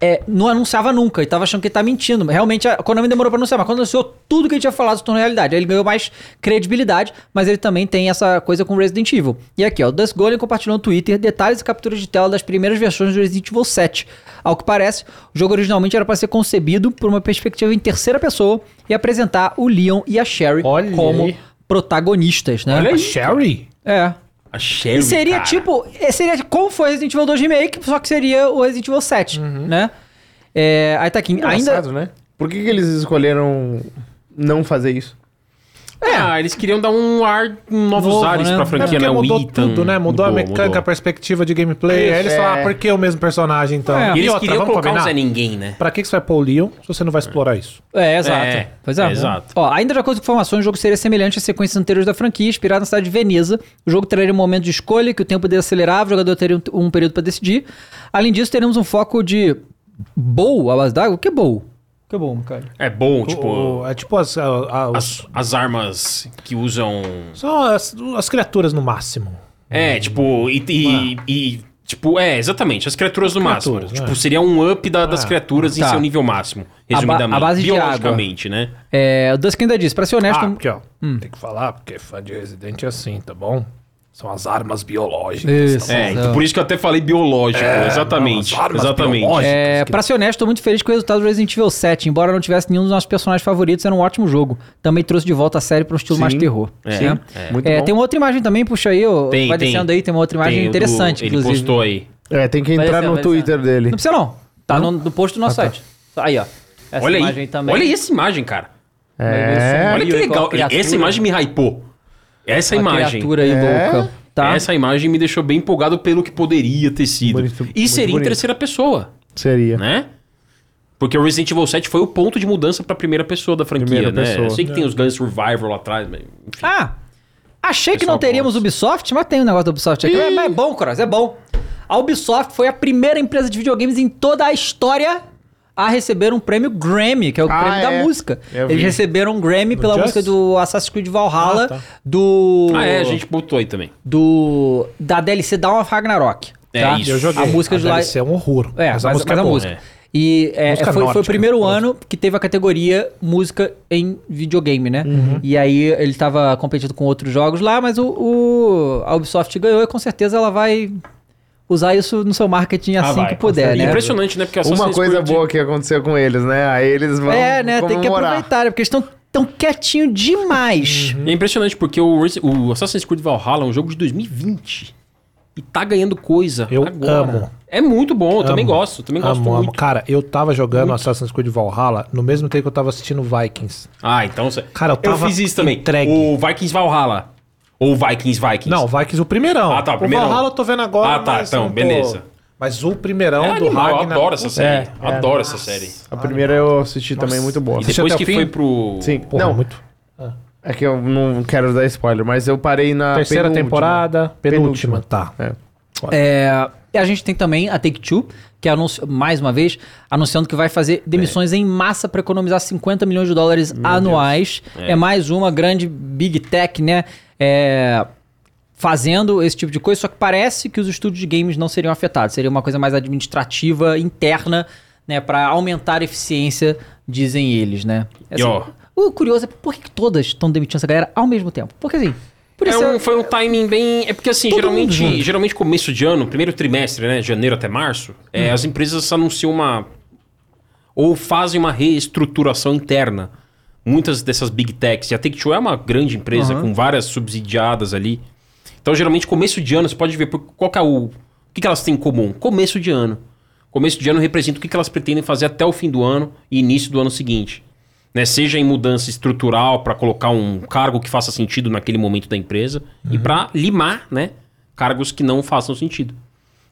A: é, não anunciava nunca e tava achando que ele tá mentindo. Realmente, a Konami demorou pra anunciar, mas quando anunciou, tudo que ele tinha falado se tornou realidade. Aí ele ganhou mais credibilidade, mas ele também tem essa coisa com Resident Evil. E aqui, ó, o Dusk Golem compartilhou no Twitter detalhes e capturas de tela das primeiras versões do Resident Evil 7. Ao que parece, o jogo originalmente era pra ser concebido por uma perspectiva em terceira pessoa e apresentar o Leon e a Sherry
D: Olha
A: como
D: aí.
A: protagonistas, né?
B: Olha
D: A
B: aí.
D: Sherry?
A: É.
B: A Sherry,
A: E seria
B: cara.
A: tipo. é, Seria como foi Resident Evil 2 Remake, só que seria o Resident Evil 7,
B: Uhum.
A: né? É, aí tá aqui. Ainda.
C: Engraçado, né? Por que, que eles escolheram não fazer isso?
B: Ah, eles queriam dar um ar, um novos
A: Novo,
B: ares
A: né?
B: pra
D: É
B: franquia,
D: porque
B: né? O
D: mudou
B: Ethan.
D: tudo, né? Mudou, a mecânica, a
B: mudou.
D: perspectiva de gameplay. aí eles
C: É.
D: falaram, ah, por que o mesmo personagem, então?
A: É.
B: E eles
D: outra,
B: queriam
D: vamos
B: colocar um
D: combinar?
B: Zé Ninguém, né?
D: Pra que que você vai pôr o Leon se você não vai explorar isso?
A: É, exato.
B: É,
A: pois é.
B: é, exato.
A: Ó, ainda de acordo com informações, o jogo seria semelhante às sequências anteriores da franquia, inspirado na cidade de Veneza. O jogo traria um momento de escolha, que o tempo desacelerava, o jogador teria um, um período pra decidir. Além disso, teremos um foco de. Bowl, a base d'água? O que é bowl? O que é bowl, cara?
B: É bom, tipo...
D: O- é tipo as, a- a- os-
B: As, as armas que usam...
D: são as, as criaturas no máximo.
A: Hum.
B: É, tipo... E, e- e, tipo, é, exatamente. As criaturas no máximo.
D: Criaturas,
B: Tipo,
D: é.
B: seria um up da- das criaturas
A: tá.
B: em seu nível máximo.
A: ba-
B: Resumidamente.
A: a base de água.
B: biologicamente, né?
A: É, o Dusk ainda diz, pra ser honesto. um
D: Ah, porque, ó, tem que falar, porque fã de Resident é assim, tá bom? São as armas biológicas.
A: Isso,
B: É,
A: exato.
B: então por isso que eu até falei biológico. exatamente.
D: não, as armas
B: exatamente.
D: biológicas.
A: É,
D: que-
A: pra ser honesto, tô muito feliz com o resultado do Resident Evil 7. Embora não tivesse nenhum dos nossos personagens favoritos, era um ótimo jogo. Também trouxe de volta a série pra um estilo
C: Sim.
A: mais terror.
B: É,
A: né?
B: é.
C: Muito
A: É,
C: bom.
A: tem uma outra imagem também, puxa aí, ó,
B: Tem,
A: vai
B: tem.
A: descendo aí, tem uma outra imagem
B: Tem o do-
A: interessante,
B: Ele
A: inclusive.
B: postou aí.
C: É, tem que entrar
E: Vai
C: no
E: ser, vai
C: Twitter dele.
A: Não precisa não, tá no, no post do nosso site. Aí, ó. Essa
B: Ah, olha
A: imagem
B: aí.
A: também.
B: Olha essa imagem, cara.
C: É.
B: Olha que
E: Olha
B: legal.
E: a criatura.
B: Essa imagem me hypou. Essa
A: Uma
B: imagem.
A: criatura aí
C: É?
A: louca. Tá?
B: Essa imagem me deixou bem empolgado pelo que poderia ter sido.
C: Bonito,
B: e
C: muito
B: seria em
C: bonito.
B: terceira pessoa,
C: Seria.
B: né? Porque o Resident Evil 7 foi o ponto de mudança pra primeira pessoa da franquia,
C: Primeira
B: né?
C: pessoa.
B: Eu sei que tem os Guns Survival lá atrás, mas enfim.
A: Ah, achei que
B: Pessoal
A: não teríamos
B: gosta.
A: Ubisoft, mas tem um negócio da Ubisoft aqui. Mas é bom, Cross, é bom. A Ubisoft foi a primeira empresa de videogames em toda a história a receber um prêmio Grammy, que é o
C: Ah,
A: prêmio da
C: é.
A: música.
C: Eu
A: Eles
C: vi.
A: receberam um Grammy pela
D: Just?
A: música do Assassin's Creed Valhalla,
D: Ah, tá.
A: do
B: Ah, é, a gente botou aí também.
A: do da DLC Dawn of Ragnarok.
B: É
A: tá?
B: isso.
D: Eu joguei.
A: A música de lá-
D: DLC é um horror.
A: É, mas, mas a música.
D: é boa.
B: é.
A: E é,
D: Música
A: foi, foi o
D: nórdica,
A: primeiro
D: eu
A: ano que teve a categoria música em videogame, né? E aí ele tava competindo com outros jogos lá, mas o, o- a Ubisoft ganhou e com certeza ela vai usar isso no seu marketing
D: Ah,
A: assim
B: Ah, vai,
A: que
B: com
A: puder, né?
B: Impressionante, né? Porque
C: Uma
B: Assassin's
C: coisa
B: Creed-
C: boa que aconteceu com eles, né? Aí eles vão
A: É, né? Tem que
C: comemorar.
A: aproveitar, né? porque eles estão tão quietinho demais.
B: É impressionante porque o, Resi- o Assassin's Creed Valhalla é um jogo de 2020 e tá ganhando coisa.
D: Eu
B: agora.
D: amo.
B: É muito bom, eu também
D: Amo.
B: gosto, também gosto
D: Amo,
B: muito.
D: amo. Cara, eu tava jogando Assassin's Creed Valhalla no mesmo tempo que eu tava assistindo Vikings.
B: Ah, então você.
D: Cara, eu tava
B: fiz isso também.
D: entregue.
B: O Vikings Valhalla. Ou Vikings Vikings?
D: Não, o Vikings o primeirão.
B: Ah, tá, o primeirão.
D: O Valhalla eu tô vendo agora.
B: Ah, tá,
D: mas
B: então,
D: não tô-
B: beleza.
D: Mas o primeirão
B: É
D: do
B: animal, eu
D: Ragnar...
B: adoro essa série.
C: É, é.
B: adoro essa série.
C: A primeira eu assisti também, muito boa.
B: E
D: Assiste
B: depois
D: até
B: que
D: o fim?
B: foi pro...
C: Sim,
D: Porra,
C: não,
D: muito.
C: é que eu não quero dar spoiler, mas eu parei na
D: Terceira
C: penúltima.
D: temporada, penúltima.
C: Penúltima.
D: Tá.
C: É.
A: É, e a gente tem também a Take-Two, que anunci- mais uma vez, anunciando que vai fazer demissões
B: É.
A: em massa para economizar 50 milhões de dólares anuais. É. mais uma grande big tech, né? É, fazendo esse tipo de coisa, só que parece que os estúdios de games não seriam afetados. Seria uma coisa mais administrativa, interna, né? Para aumentar a eficiência, dizem eles, né? É
B: E, ó.
A: o curioso é por que que todas estão demitindo essa galera ao mesmo tempo? Porque assim... Por
B: É
A: isso
B: um- foi um timing bem. É porque assim,
A: Todo mundo
B: geralmente,
A: junto.
B: geralmente começo de ano, primeiro trimestre, né? Janeiro até março,
A: Hum.
B: é, as empresas anunciam uma. ou fazem uma reestruturação interna. Muitas dessas big techs, e a Take-Two é uma grande empresa com várias subsidiadas ali. Então, geralmente, começo de ano, você pode ver por- qual que é o. O que, que elas têm em comum? Começo de ano. Começo de ano representa o que, que elas pretendem fazer até o fim do ano e início do ano seguinte. Né? Seja em mudança estrutural para colocar um cargo que faça sentido naquele momento da empresa e para limar né, cargos que não façam sentido.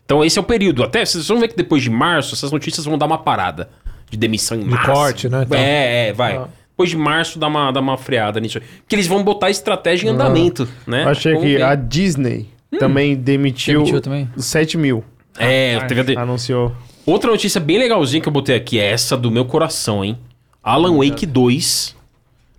B: Então, esse é o período. Até vocês vão ver que depois de março, essas notícias vão dar uma parada de demissão em
D: De
B: massa.
D: corte, né,
C: então?
D: tal.
B: É, é,
C: Ah.
B: vai. Depois de março dá uma, dá uma freada nisso. aí. Porque eles vão botar a estratégia em andamento, né?
C: Ah. Eu achei
B: Vamos
C: que
B: ver.
C: a Disney
B: Hum.
C: também demitiu,
A: Demitiu também?
C: 7 mil.
B: É, teve a de-
C: Anunciou.
B: Outra notícia bem legalzinha que eu botei aqui é essa do meu coração, hein? Alan Wake 2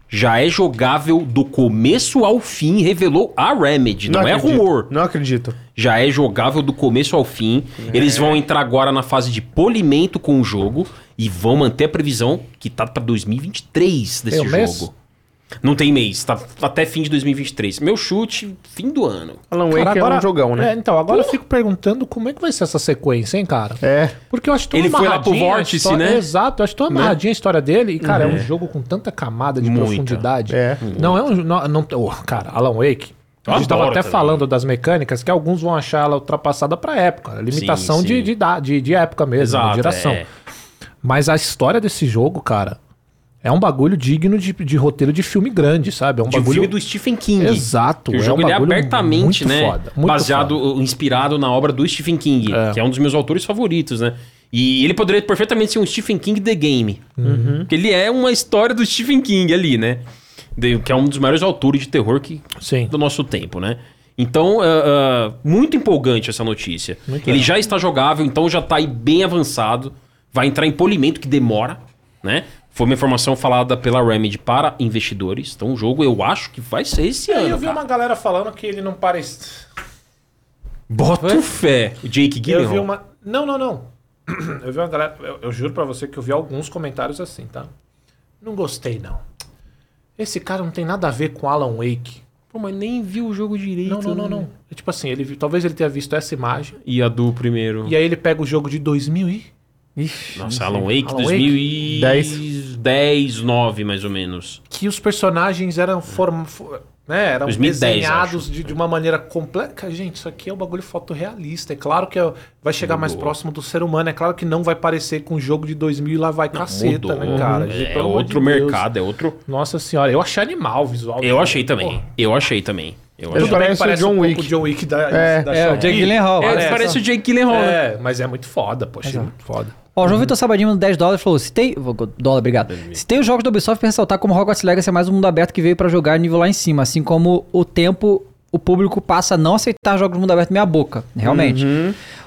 B: já é jogável do começo ao fim, revelou a Remedy, não, é
C: acredito,
B: rumor.
C: Não acredito.
B: Já é jogável do começo ao fim.
D: É.
B: Eles vão entrar agora na fase de polimento com o jogo e vão manter a previsão que tá pra 2023 desse
D: Tem um
B: jogo.
D: mês?
B: Não tem mês, tá até fim de 2023. Meu chute, fim do ano.
C: Alan
D: Cara,
C: Wake é um jogão, né?
D: É, então, agora eu fico perguntando como é que vai ser essa sequência, hein, cara?
C: É.
D: Porque eu acho tão
B: Ele foi lá pro
D: amarradinha a
B: vórtice,
D: história-
B: né? Uhum.
D: Exato, eu acho tão amarradinha a história dele. E, cara, é, um jogo com tanta camada de
B: Muita.
D: profundidade.
C: É.
D: Não é um... jo- Não, não, oh, cara, Alan Wake...
B: Eu
D: A gente tava
B: adoro
D: até
B: também.
D: falando das mecânicas que alguns vão achar ela ultrapassada pra época. né? Limitação
B: Sim,
D: de,
B: sim.
D: de, da- de, de época mesmo, de geração.
B: é.
D: Mas a história desse jogo, cara, é um bagulho digno de, de roteiro de filme grande, sabe? É um
B: De
D: bagulho...
B: filme do Stephen King.
D: Exato.
B: Que o jogo
D: um
B: ele é
D: bagulho
B: abertamente,
D: muito
B: né?
D: foda, muito
B: baseado,
D: foda.
B: inspirado na obra do Stephen King, que é um dos meus autores favoritos, né? E ele poderia perfeitamente ser um Stephen King The Game.
D: Uhum.
B: Porque ele é uma história do Stephen King ali, né? De- Que é um dos maiores autores de terror que,
D: Sim.
B: do nosso tempo, né? Então, ah, ah, muito empolgante essa notícia. Ele já está jogável, então já está aí bem avançado. Vai entrar em polimento, que demora, né? Foi uma informação falada pela Remedy para investidores. Então, o jogo eu acho que vai ser esse
D: E
B: ano.
D: aí É, eu vi
B: cara.
D: uma galera falando que ele não parece.
B: Bota fé. O Jake
D: Eu vi
B: Gyllenhaal.
D: uma. Não, não, não. Eu vi uma galera. Eu, eu juro pra você que eu vi alguns comentários assim, tá? Não gostei, não. Esse cara não tem nada a ver com Alan Wake.
B: Pô, mas nem viu o jogo direito. né?
D: Não, não, não, não. É tipo assim, ele, vi- talvez ele tenha visto essa imagem.
B: E a do primeiro.
D: E aí ele pega o jogo de 2000 e.
B: Nossa, Alan Wake,
D: Alan Wake?
B: 2010, 10, 9 mais ou menos.
D: Que os personagens eram form... fo- né, eram
B: 2010,
D: desenhados
B: acho.
D: de, de uma maneira completa. Gente, isso aqui é um bagulho fotorrealista. É claro que é- vai chegar mais próximo do ser humano. É claro que não vai parecer com o jogo de 2000 e lá vai caceta, né, cara? Gente,
B: É
D: pelo amor
B: outro
D: de Deus.
B: mercado, é outro.
D: Nossa senhora, eu achei animal o visual.
B: Eu
D: dele.
B: achei também.
D: Porra,
B: Eu achei também. Eu
C: Ele
B: achei.
D: tudo bem que
C: parece o John
D: um pouco
C: Wick.
D: o John Wick da,
C: É.
D: da
A: É, o
D: Xiaomi.
A: Jake Gyllenhaal.
B: É,
A: olha
B: ele
A: só.
B: parece o Jake Gyllenhaal. né?
D: É, mas é muito foda, poxa, é muito foda.
A: Ó, o João Vitor Sabadinho mandou 10 dólares falou: citei. vou- Dólar, obrigado. Citei os jogos da Ubisoft pra ressaltar como Hogwarts Legacy é mais um mundo aberto que veio pra jogar nível lá em cima, assim como o tempo o público passa a não aceitar jogos de mundo aberto meia boca, realmente.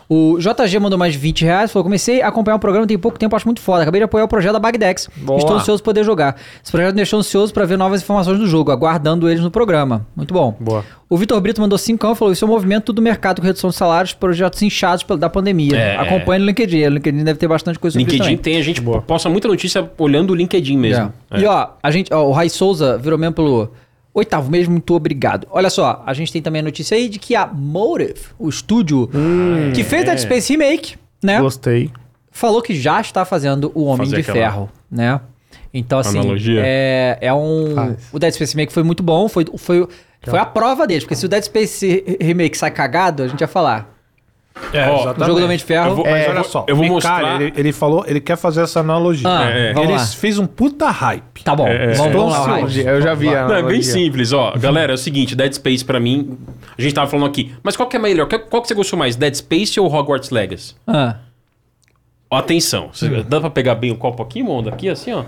A: O JG mandou mais 20 reais, falou: comecei a acompanhar o programa tem pouco tempo, acho muito foda. Acabei de apoiar o projeto da Bagdex.
D: Boa.
A: Estou ansioso pra poder jogar. Esse projeto me deixou ansioso pra ver novas informações do jogo, aguardando eles no programa. Muito bom.
C: Boa.
A: O Vitor Brito mandou 5 falou: isso é um movimento do mercado com redução de salários, projetos inchados pela- da pandemia.
B: É.
A: Acompanhe no LinkedIn. O LinkedIn deve ter bastante coisa sobre isso
B: LinkedIn
A: também.
B: tem, a gente posta muita notícia olhando o LinkedIn mesmo.
A: É. E ó, a gente, ó, o Rai Souza virou mesmo pelo oitavo mesmo, muito obrigado. Olha só, a gente tem também a notícia aí de que a Motive, o estúdio
B: Hum,
A: que fez
B: é.
A: Dead Space Remake, né?
C: Gostei.
A: Falou que já está fazendo o Homem de
B: Fazer aquela
A: Ferro, né? Então, assim,
B: analogia.
A: é, é um...
C: Faz.
A: O Dead Space Remake foi muito bom, foi, foi, foi a prova deles, porque se o Dead Space Remake sai cagado, a gente ia falar...
D: É,
B: Ó,
A: O jogo do Homem de Ferro.
B: Eu vou-
D: Mas
B: é,
D: olha só,
B: eu vou
D: Micali,
B: mostrar-
D: Ele, ele falou, ele quer fazer essa analogia.
A: Ah,
B: É, é.
A: vamos
D: ele
A: lá.
D: fez um puta hype.
A: Tá bom,
B: É, é,
A: vamos,
B: é.
A: vamos lá,
D: Então,
A: Raid.
D: se-
C: Eu já vi a
B: Não, é bem
C: analogia.
B: simples, ó. Galera, é o seguinte, Dead Space pra mim, a gente tava falando aqui, mas qual que é melhor? Qual, qual que você gostou mais, Dead Space ou Hogwarts Legacy?
A: Ah,
B: Ó, atenção, você- dá pra pegar bem o copo aqui, Mondo? Aqui, assim, ó.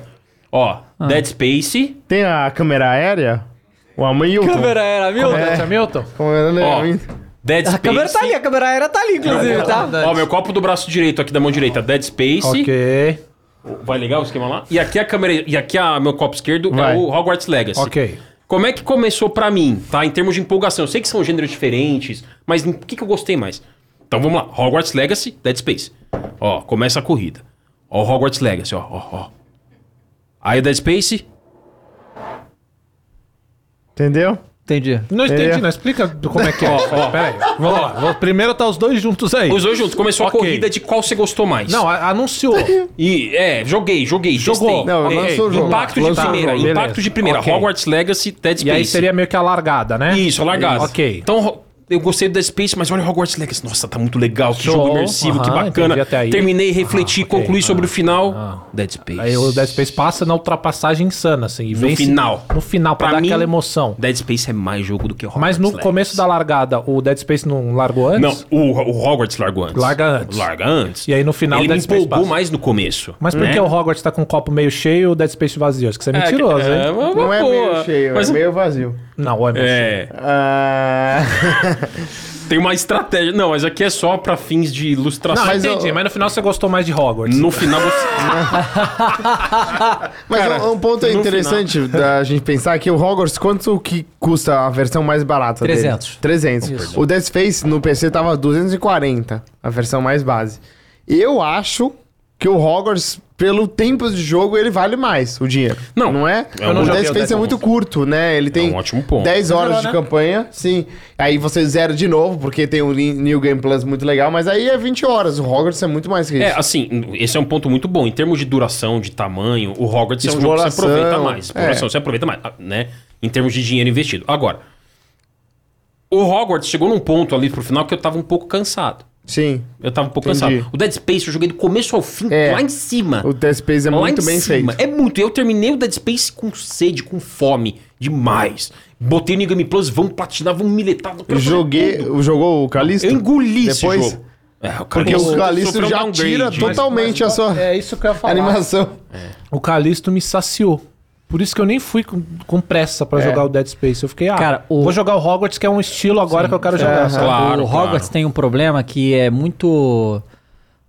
B: Ó, Dead Space,
C: Tem a câmera aérea? O Hamilton.
A: Câmera era,
D: Tá.
A: viu?
E: É. Milton?
C: Câmera
B: ó,
C: aérea.
B: Dead Space...
A: A câmera tá ali, a câmera era tá ali, inclusive, tá?
B: Ó, meu copo do braço direito aqui da mão direita, Dead Space.
D: Ok,
B: Vai ligar o esquema lá? E aqui a câmera, e aqui a meu copo esquerdo
C: Vai.
B: é o Hogwarts Legacy.
D: ok.
B: Como é que começou pra mim, tá? Em termos de empolgação. Eu sei que são gêneros diferentes, mas o que, que eu gostei mais? Então vamos lá. Hogwarts Legacy, Dead Space. Ó, começa a corrida. Ó, o Hogwarts Legacy, ó, ó, ó. Aí o Dead Space.
C: Entendeu?
A: Entendi.
D: Não entendi,
C: É.
D: não. Explica do- como é que é. isso aí. Pera aí. Vamos lá. Vou- primeiro tá os dois juntos aí.
B: Os dois juntos. Começou
D: Ok.
B: a corrida de qual você gostou mais.
D: Não, a- anunciou.
B: E, é, joguei, joguei,
D: Jogou.
B: testei.
C: Não,
B: Ok.
C: lançou o jogo.
B: Impacto de
D: Lançou o
B: primeira,
D: jogo,
B: impacto
D: beleza.
B: de primeira.
D: Ok.
B: Hogwarts Legacy, Dead Space.
D: e aí seria meio que a largada, né?
B: Isso, a largada.
D: Ok.
B: Então, ro- eu gostei do Dead Space, mas olha o Hogwarts Legacy. Nossa, tá muito legal. Que
D: Show.
B: jogo imersivo, que
D: Aham, entendi
B: bacana.
D: até aí. Ah,
B: Terminei, refleti,
D: ok.
B: concluí sobre o final.
D: ah.
B: Dead Space.
D: Aí o Dead Space passa na ultrapassagem insana, assim. E
B: No
D: vence
B: final.
D: No final, pra,
B: Pra
D: dar
B: mim,
D: aquela emoção.
B: Dead Space é mais jogo do que Hogwarts
D: Mas no
B: Legacy.
D: começo da largada, o Dead Space não largou antes?
B: Não, o, o Hogwarts largou antes.
D: Larga antes.
B: Larga antes.
D: E aí no final
B: Ele
D: o
B: me
D: Dead Space
B: empolgou
D: passa.
B: mais no começo.
D: Mas por
B: né?
D: que o Hogwarts tá com o copo meio cheio e o Dead Space vazio? Acho que você é mentiroso,
B: é,
D: hein?
B: uma- uma
C: Não é
B: boa.
C: meio cheio,
B: Mas-
C: é meio assim. vazio.
D: Não, é meio cheio.
B: É,
C: Ah,
B: tem uma estratégia. Não, mas aqui é só pra fins de ilustração.
D: Não,
C: Mas
D: entendi,
C: eu-
D: mas no final você gostou mais de Hogwarts.
B: No final você.
C: mas
B: Cara,
C: um, um ponto
B: no
C: interessante da gente pensar é que o Hogwarts, quanto que custa a versão mais barata
A: 300.
C: dele? 300. O Dead Space no PC tava 240, a versão mais base. Eu acho que o Hogwarts, pelo tempo de jogo, ele vale mais o dinheiro.
B: Não. um
C: Não é?
B: Eu não
C: o
B: joguei
C: Dead
B: o Dead
C: Space é muito
B: Space.
C: curto, né? Ele tem
B: um ótimo ponto.
C: 10 horas
D: Zerou,
C: de
D: né?
C: campanha, sim. Aí você zera de novo, porque tem um New Game Plus muito legal, mas aí é 20 horas. O Hogwarts é muito mais que isso.
B: É, assim, esse é um ponto muito bom. Em termos de duração, de tamanho, o Hogwarts é um jogo que você
C: Exploração,
B: aproveita mais. Exploração,
C: é.
B: você aproveita mais, ah, né? Em termos de dinheiro investido. Agora, o Hogwarts chegou num ponto ali pro final que eu tava um pouco cansado.
C: Sim.
B: Eu tava um pouco
C: Entendi.
B: cansado. O Dead Space eu joguei do começo ao fim,
C: É.
B: lá em cima.
C: O Dead Space é
B: Lá
C: muito
B: em
C: bem
B: cima. É
C: feito.
B: muito. Eu terminei o Dead Space com sede, com fome. Demais. Botei no Game Plus, vamos platinar, vamos miletar. eu quero fazer
C: Joguei,
B: tudo.
C: jogou o Calisto?
B: Eu engoli
C: Depois-
B: esse jogo. É, o
C: Porque
B: Calixto
C: o Calisto
B: sofreu um
C: já
B: downgrade,
C: tira
B: mas-
C: totalmente a sua
D: É isso que eu ia falar.
C: animação.
D: O Calisto me saciou. Por isso que eu nem fui com, com pressa
B: É.
D: pra jogar o Dead Space. Eu fiquei, ah,
A: Cara, o-
D: vou jogar o Hogwarts, que é um estilo agora que eu quero jogar. sabe?
B: É, Claro,
A: o Hogwarts
B: claro.
A: tem um problema que é muito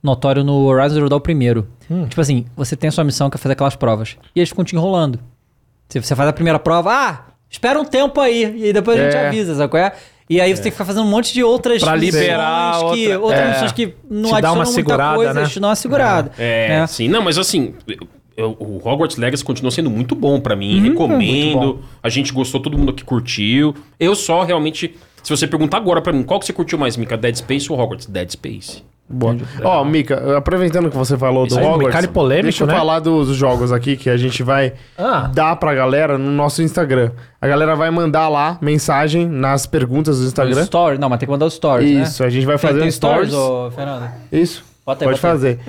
A: notório no Horizon Zero Dawn primeiro. Tipo assim, você tem a sua missão que é fazer aquelas provas. E eles ficam te enrolando. Se você faz a primeira prova, ah, espera um tempo aí. E aí depois a gente
C: É.
A: avisa, sabe qual é? E aí você tem que ficar fazendo um monte de outras
D: Pra liberar
A: missões que,
D: outra-
A: outras
D: é.
A: missões que não
D: Te dá
A: adicionam
D: uma
A: muita
D: segurada,
A: coisa,
D: né?
A: te dá uma segurada.
B: É,
A: né?
B: sim. Não, mas assim, eu- eu- o Hogwarts Legacy continua sendo muito bom pra mim. recomendo. A gente gostou, todo mundo aqui curtiu. Eu só realmente. Se você perguntar agora pra mim, qual que você curtiu mais, Mika? Dead Space ou Hogwarts? Dead Space.
C: Boa. Ó, Mika, aproveitando que você falou
B: Isso
C: do
B: aí,
C: Hogwarts,
D: Micali polêmico,
C: deixa eu
D: né?
C: falar dos jogos aqui que a gente vai
D: Ah.
C: dar pra galera no nosso Instagram. A galera vai mandar lá mensagem nas perguntas do Instagram.
A: um Story, não, mas tem que mandar os stories, né?
C: Isso, a gente vai
A: Tem,
C: fazer
A: tem
C: um
A: stories,
C: stories. Tá
A: ô, Fernando?
C: Isso.
A: Bota aí,
C: Pode
A: bota aí.
C: fazer.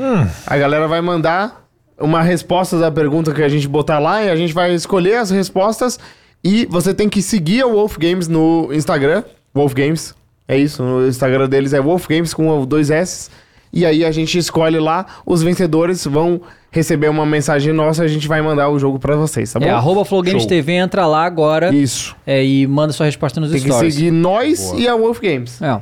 C: A galera vai mandar uma resposta da pergunta que a gente botar lá e a gente vai escolher as respostas. E você tem que seguir a Wolf Games no Instagram. Wolf Games. É isso. O Instagram deles é Wolf Games com dois S. E aí a gente escolhe lá. Os vencedores vão receber uma mensagem nossa. A gente vai mandar o jogo pra vocês, tá bom?
A: É, arroba Flow Games
B: Show.
A: TV, entra lá agora
C: Isso.
A: é, e manda sua resposta nos
C: Tem que
A: stories.
C: seguir nós e a Wolf Games.
A: É.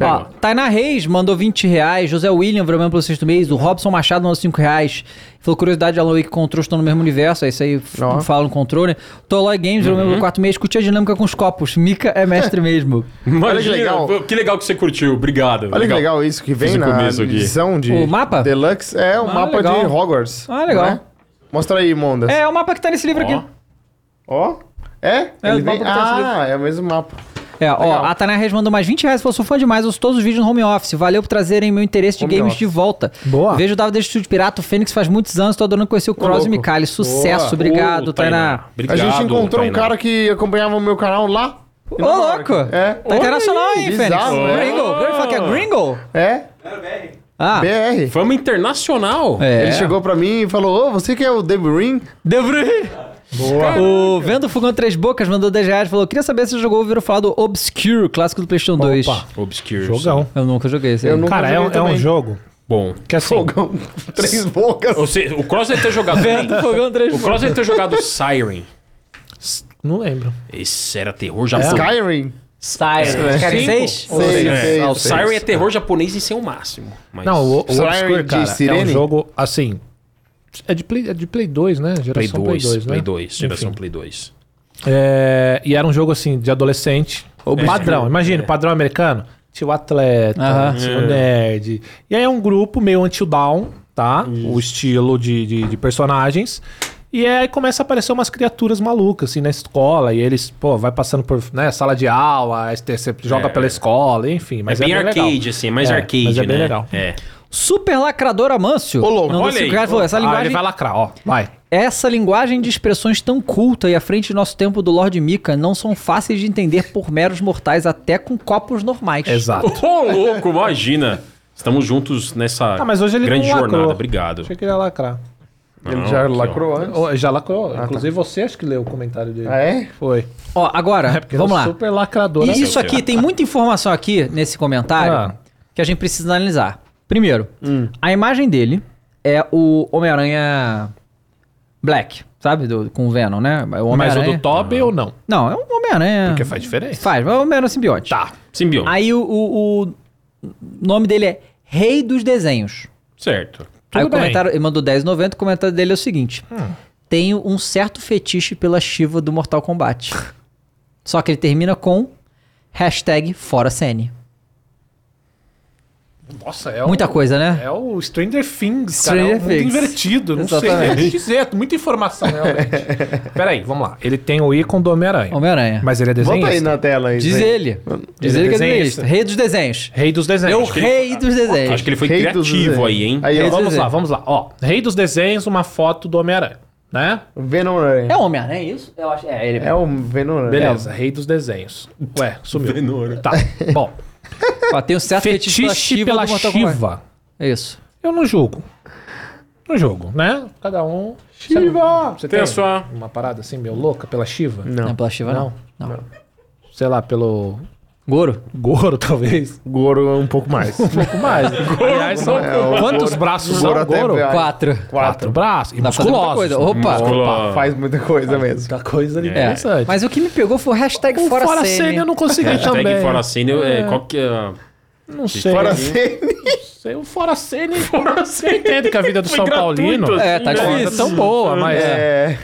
A: Ó, Tainá Reis mandou 20 reais, José William, Vermelho pelo sexto mês, o Robson Machado mandou 5 reais. Falou curiosidade, Alan Wake e Control estão no mesmo universo, é isso aí, f-
C: Ó. Uhum.
A: fala no Control, né? Tolói Games, Vermelho pelo quarto mês, curti a dinâmica com os copos, Mika é mestre mesmo.
B: Imagina,
C: que legal.
B: pô, que legal que você curtiu. Obrigado.
C: Olha que legal isso que
B: Fiz
C: vem
B: o
C: na
B: começo aqui.
C: edição de
A: O mapa?
C: Deluxe. É o
A: Ah,
C: mapa
A: legal.
C: de Hogwarts.
A: Ah, legal.
C: né? Mostra aí, Mondas.
A: É, é o mapa que tá nesse livro aqui.
B: Ó.
C: Ó. É?
A: É,
C: Ele
A: o
C: vem-
A: mapa tá nesse
C: Ah, é o mesmo mapa.
A: É, ó,
C: Legal.
A: a Tainá Reis mandou mais 20 reais, falou, sou fã demais, ouço todos os vídeos no home office, valeu por trazerem meu interesse de
C: Home
A: games
C: office.
A: de volta.
D: Boa.
A: Vejo o Davi Destino de Pirata, o Fênix faz muitos anos, tô adorando conhecer o Cross e
C: louco.
A: o Micali, sucesso,
C: Boa.
A: obrigado,
B: Ô,
A: Tainá.
B: Obrigado,
C: a gente encontrou um
B: Tainá.
C: cara que acompanhava o meu canal lá
A: Ô, louco!
C: É.
A: Tá internacional, hein, Fênix?
C: bizarro, é.
A: Gringo. Gringo fala que é gringo?
C: É,
A: Ah,
C: BR.
B: Fama internacional.
A: é.
C: Ele chegou pra mim e falou, ô, você que é o Dave Ring?
A: Devri! Boa. O Vendo Fogão Três Bocas mandou 10 reais e falou: Queria saber se você jogou ou ouviram falar do Obscure, clássico do PlayStation 2.
D: Opa.
B: Obscure.
D: Jogão.
A: Eu nunca joguei esse.
C: Eu
A: aí.
C: nunca
D: Cara, é,
C: joguei
D: um- é um
C: também.
D: jogo
B: Bom.
D: que assim.
C: Fogão, três bocas.
B: Ou seja, o Cross deve ter jogado.
A: Vendo Fogão Três
B: o
A: Bocas.
B: Cross deve ter jogado Siren.
D: Não lembro.
B: Esse era terror japonês.
C: Skyrim?
D: né?
A: Siren. Cara, seis?
C: Sei, sei,
B: É, o
C: sei.
B: Siren é terror japonês e sem o máximo. Mas
D: Não, o, o
C: Siren
D: Obscure,
C: de
D: cara, é um
C: sirene?
D: jogo assim. É de, Play, é de Play 2, né? Geração
B: Play 2, Play 2,
D: né?
B: geração
D: Enfim.
B: Play 2.
D: É, e era um jogo assim, de adolescente.
B: Obscure. É.
D: Padrão, imagina, padrão americano. Tinha o atleta,
A: Aham.
D: tinha o nerd. E aí é um grupo meio until down, tá? O estilo de, de, de personagens. E aí começa a aparecer umas criaturas malucas, assim, na escola. E eles, pô, vai passando por né, sala de aula, aí você você joga
B: É.
D: pela escola, enfim. Mas
B: é
D: é,
B: bem arcade,
D: legal.
B: assim, é mais
D: É,
B: arcade,
D: mas é
B: né?
D: bem legal.
B: É.
A: Super lacrador Amâncio.
C: Ô, louco,
A: mandou
B: olha
A: cinco
B: aí.
A: reais e falou, essa
D: Ah, ele
A: linguagem,
D: vai lacrar, ó. Vai.
A: essa linguagem de expressões tão culta e à frente do nosso tempo do Lorde Mika não são fáceis de entender por meros mortais, até com copos normais.
D: Exato.
B: Ô, louco, imagina. Estamos juntos nessa
D: Ah, mas hoje ele
B: grande
D: não
B: jornada.
D: lacrou.
B: Obrigado.
D: Achei que ele ia lacrar.
C: Ele
B: Não,
C: já
B: aqui, ó.
C: lacrou antes.
D: Ô, Já lacrou. Inclusive você acho que leu o comentário dele.
C: Ah, é?
D: Foi.
A: Ó, agora,
D: Porque
A: vamos
D: é um
A: lá.
D: Super lacrador. né?
A: E isso
B: Seu
A: aqui,
B: Thiago.
A: tem muita informação aqui nesse comentário
D: Ah. Hum.
A: que a gente precisa analisar. Primeiro, a imagem dele é o Homem-Aranha Black, sabe? Do- com o Venom, né? O
D: Mas o
A: Homem-Aranha-
D: do Toby ou não?
A: Não, é um Homem-Aranha.
D: Porque faz diferença.
A: Faz, mas é o Homem-Aranha simbionte.
D: Tá.
B: Simbionte.
A: Aí o, o- o nome dele é Rei dos Desenhos.
B: Certo.
A: Aí
D: Tudo
A: o
D: bem.
A: comentário, ele mandou 10,90, o comentário dele é o seguinte.
D: Hum.
A: Tenho um certo fetiche pela Shiva do Mortal Kombat. Só que ele termina com hashtag fora Sene.
D: Nossa, é
A: Muita coisa, né?
D: É o Stranger Things,
A: Stranger
D: cara. É um mundo
A: Things.
D: invertido. Não sei nem
A: Exatamente.
D: o que dizer. é Muita informação, realmente. Peraí, vamos lá. Ele tem o ícone do Homem-Aranha.
A: Homem-Aranha.
D: Mas ele é
C: Bota aí
D: desenhista?
C: na tela aí.
A: Diz
C: Zé.
A: ele. Diz
D: Ele é
A: ele que é
D: desenhista.
A: desenhista. Rei dos desenhos.
D: Rei dos
A: É o
D: desenhos.
A: rei dos desenhos.
B: Acho que ele foi
C: Rei dos
B: criativo
C: desenhos.
B: aí, hein?
C: Aí,
A: Rei
C: ó.
A: dos-
D: Vamos lá, vamos lá. Ó, Rei dos desenhos, uma foto do Homem-Aranha, né?
C: Venom Aranha.
A: É Homem-Aranha, é isso? Eu acho. É, ele.
C: É o Venom Aranha.
D: Beleza, rei dos desenhos. Ué, sumiu. Tá, bom.
A: Ó, tem um certo fetiche,
D: Fetiche
A: pela Shiva.
D: pela
A: do Mortal Kombat.
D: Shiva.
A: É isso.
D: Eu não julgo. Não julgo, né? Cada um.
C: Shiva!
D: Você
B: Tem a sua-
D: uma parada assim meio louca pela Shiva?
A: Não, é pela Shiva não. Não.
D: Sei lá, pelo
A: Goro.
D: Goro, talvez.
C: Goro é um pouco mais.
D: Um pouco mais. Aliás, são quantos braços são
C: Goro
D: o
C: até
D: Goro?
C: vai.
A: Quatro.
D: Quatro braços. E
A: Dá pra fazer muita
D: musculosos.
A: coisa. Opa.
B: Musculo-
C: Faz muita coisa mesmo.
B: tá
D: Muita coisa ali
A: É.
D: interessante.
A: Mas o que me pegou foi o hashtag
D: o
A: fora,
D: fora
A: fora
D: Senna eu não consegui
B: Hashtag
D: também.
B: fora cena, é, qual que é?
D: Não sei.
C: Fora
D: Fora
C: Sene.
D: sei. O fora Senna, eu entendo que a vida do
B: Foi
D: São
B: gratuito,
D: Paulino
B: assim,
A: É, tá
B: né?
D: não é
A: difícil.
D: tão boa, mas...
C: É.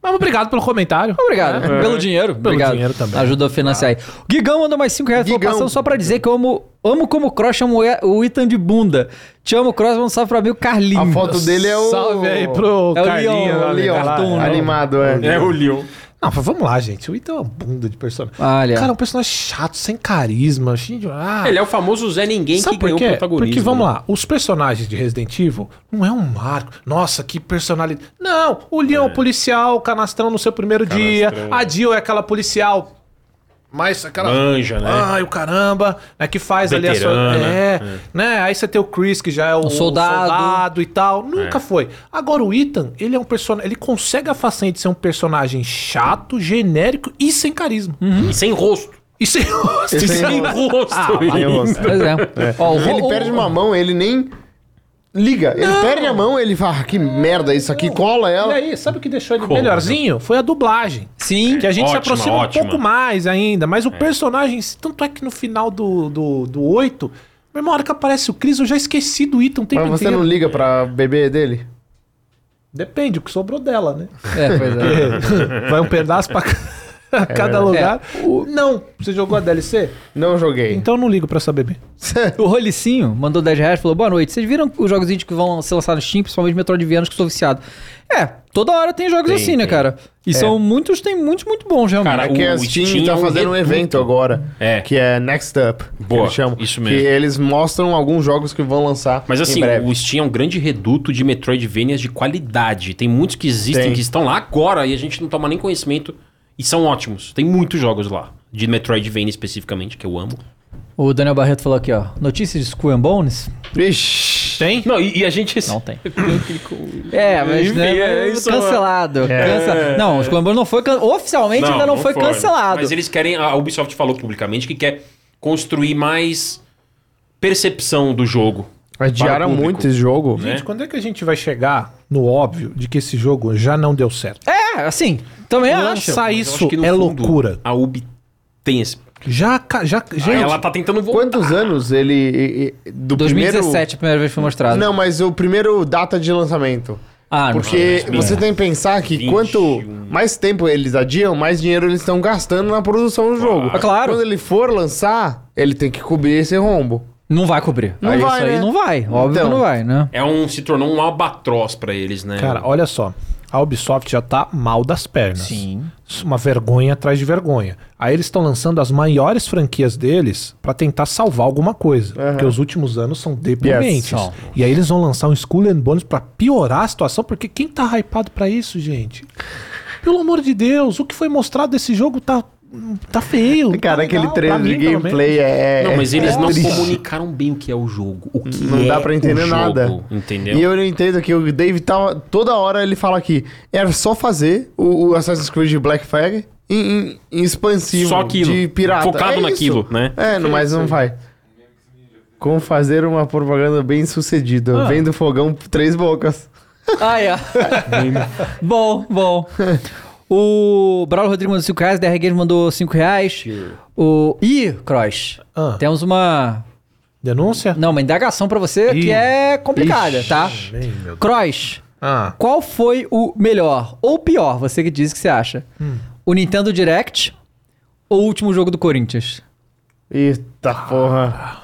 D: Mas obrigado pelo comentário.
A: Obrigado. Pelo dinheiro. Pelo obrigado.
D: dinheiro também.
A: Ajuda a financiar aí. O Gigão mandou mais 5 reais. Falou,
C: Gigão.
A: passando só pra dizer que eu amo, amo como o Cross chama o E- o Ethan de bunda. Te amo, Cross. Vamos salve pra mim o
C: A
A: Carlinhos.
C: foto dele é o...
D: Salve aí pro
A: É o
D: Carlinhos.
A: Leon,
D: lá,
A: Leon,
D: tá lá,
A: Cartoon,
D: é.
A: né?
C: Animado, é.
B: É o Leon.
D: Não, mas vamos lá, gente. O Ethan é uma bunda de personagem.
A: Olha.
D: Cara, é um personagem chato, sem carisma. cheio de- Ah,
B: Ele é o famoso Zé Ninguém
D: Sabe
B: que
D: por
B: ganhou
D: quê?
B: o protagonismo.
D: Porque vamos
B: né?
D: lá, os personagens de Resident Evil não é um marco. Nossa, que personalidade. Não, o Leon é o policial, o canastrão no seu primeiro dia. A Jill é aquela policial. Mas aquela.
B: Manja, né?
D: Ai, o caramba, né? Que faz ali a sua.
B: Veterana,
D: É, né? Aí você tem o Chris, que já é o, o
A: soldado.
D: soldado e tal. Nunca foi. Agora, o Ethan, ele é um personagem. Ele consegue a façanha de ser um personagem chato, genérico e sem carisma.
A: Uhum.
B: E sem rosto.
D: E sem rosto.
C: E sem
B: Sem
C: rosto.
B: rosto.
D: ah,
C: Tem
B: hein?
C: rosto.
A: Pois é. Ó, o-
C: Ah, Ele
A: o-
C: perde uma mão, ele nem liga. Ele perde a mão, ele fala, "Ah, que merda isso aqui, cola
D: E
C: ela.
D: aí, sabe o que deixou ele
B: Como,
D: melhorzinho? Foi a dublagem.
A: Sim.
D: Que a gente
B: Ótima,
D: se aproxima
B: ótima.
D: um pouco mais ainda, mas o personagem, tanto é que no final do, do, do 8, na mesma hora que aparece o Chris, eu já esqueci do item o
B: é
D: tempo
C: Mas você
D: inteiro.
C: não liga pra bebê dele?
D: Depende, o que sobrou dela, né?
A: É, pois é.
D: Vai um pedaço pra
B: É
D: cada lugar. É, Não, você jogou a DLC?
C: Não joguei.
D: Então eu não ligo pra essa bebê.
A: O Rolicinho mandou 10 reais e falou: Boa noite. Vocês viram os jogos indie que vão ser lançados no Steam, principalmente Metroidvanias, que eu sou viciado. É, toda hora tem jogos assim, né, cara? E são muitos, tem muitos muito bons, realmente.
B: Cara,
C: É que
B: o
C: a Steam,
B: Steam é
C: tá
B: um
C: fazendo um
B: reduto.
C: evento agora.
B: É.
C: Que é Next Up.
B: Boa,
C: Que eles chamam.
B: isso mesmo.
C: Que eles mostram alguns jogos que vão lançar.
B: Mas assim,
C: em breve.
B: o Steam é um grande reduto de Metroidvanias de qualidade. Tem muitos que existem,
C: Tem.
B: que estão lá agora e a gente não toma nem conhecimento. E são ótimos. Tem muitos jogos lá. de Metroidvania especificamente, que eu amo.
A: O Daniel Barreto falou aqui, ó. Notícias de Skull and Bones?
C: Ixi.
D: Tem?
B: Não, e, e a gente.
A: Não tem. é, mas
B: Enfim,
A: né,
B: é isso,
A: cancelado. cancela- Não, o Skull and Bones não foi... can- Oficialmente ainda não, foi, cancelado.
B: Mas eles querem. A Ubisoft falou publicamente que quer construir mais percepção do jogo. Para
C: Adiaram
B: o público.
C: muito esse jogo.
B: Né?
D: Gente, quando é que a gente vai chegar no óbvio de que esse jogo já não deu certo?
A: É, assim, também acho.
D: Lançar
B: Mas eu acho
D: isso
B: que, no
D: é
B: fundo,
D: loucura.
B: A Ubi tem esse.
D: Já, ca- já, gente,
B: ela tá tentando voltar.
C: Quantos anos ele. e- e- Do
A: 2017, a primeira vez que foi mostrado.
C: primeiro. Não, mas o primeiro data de lançamento.
A: ah, não sei.
C: Porque você tem que pensar que
B: 21.
C: quanto mais tempo eles adiam, mais dinheiro eles estão gastando na produção do jogo.
A: Ah, claro.
C: Quando ele for lançar, ele tem que cobrir esse rombo.
A: Não vai cobrir.
C: Não
A: Aí
C: vai,
A: isso aí
C: né?
A: não vai. Óbvio
C: Então.
A: que não vai, né?
B: É um, se tornou um albatroz pra eles, né?
D: Cara, olha só. A Ubisoft já tá mal das pernas.
A: Sim.
D: Isso é Uma vergonha atrás de vergonha. Aí eles estão lançando as maiores franquias deles pra tentar salvar alguma coisa. Porque os últimos anos são deprimentes.
A: Yes. São.
D: E aí eles vão lançar um Skull and Bones pra piorar a situação, porque quem tá hypado pra isso, gente? Pelo amor de Deus, o que foi mostrado desse jogo tá, tá feio. não
C: Cara,
D: tá
C: aquele
D: legal,
C: trailer
D: pra
C: de
D: mim, pelo menos.
C: gameplay é.
B: Não, mas eles
C: é
B: não
C: triste.
B: comunicaram bem o que é o jogo. O que
C: Não
B: é
C: dá pra entender
B: o jogo,
C: nada.
B: Entendeu?
C: E eu não entendo que o Dave tava. Toda hora ele fala que era só fazer o, o Assassin's Creed Black Flag em, em- em expansivo.
B: Só aquilo.
C: De pirata.
B: Focado
C: isso.
B: naquilo, né?
C: É, não, mas não vai. Como fazer uma propaganda bem sucedida.
B: Ah.
C: Vem do fogão três bocas.
A: Ah, é. bom, bom. O Braulio Rodrigues mandou 5 reais, DR Games mandou 5 reais. O... Ih, Cross,
D: Ah.
A: temos uma...
D: Denúncia?
A: Não, uma indagação pra você
D: Ih.
A: que é complicada, tá?
D: Bem, meu Deus.
A: Cross,
D: Ah,
A: qual foi o melhor ou pior, você que diz que você acha?
D: Hum.
A: O Nintendo Direct ou o último jogo do Corinthians?
B: Ah.
C: Eita porra.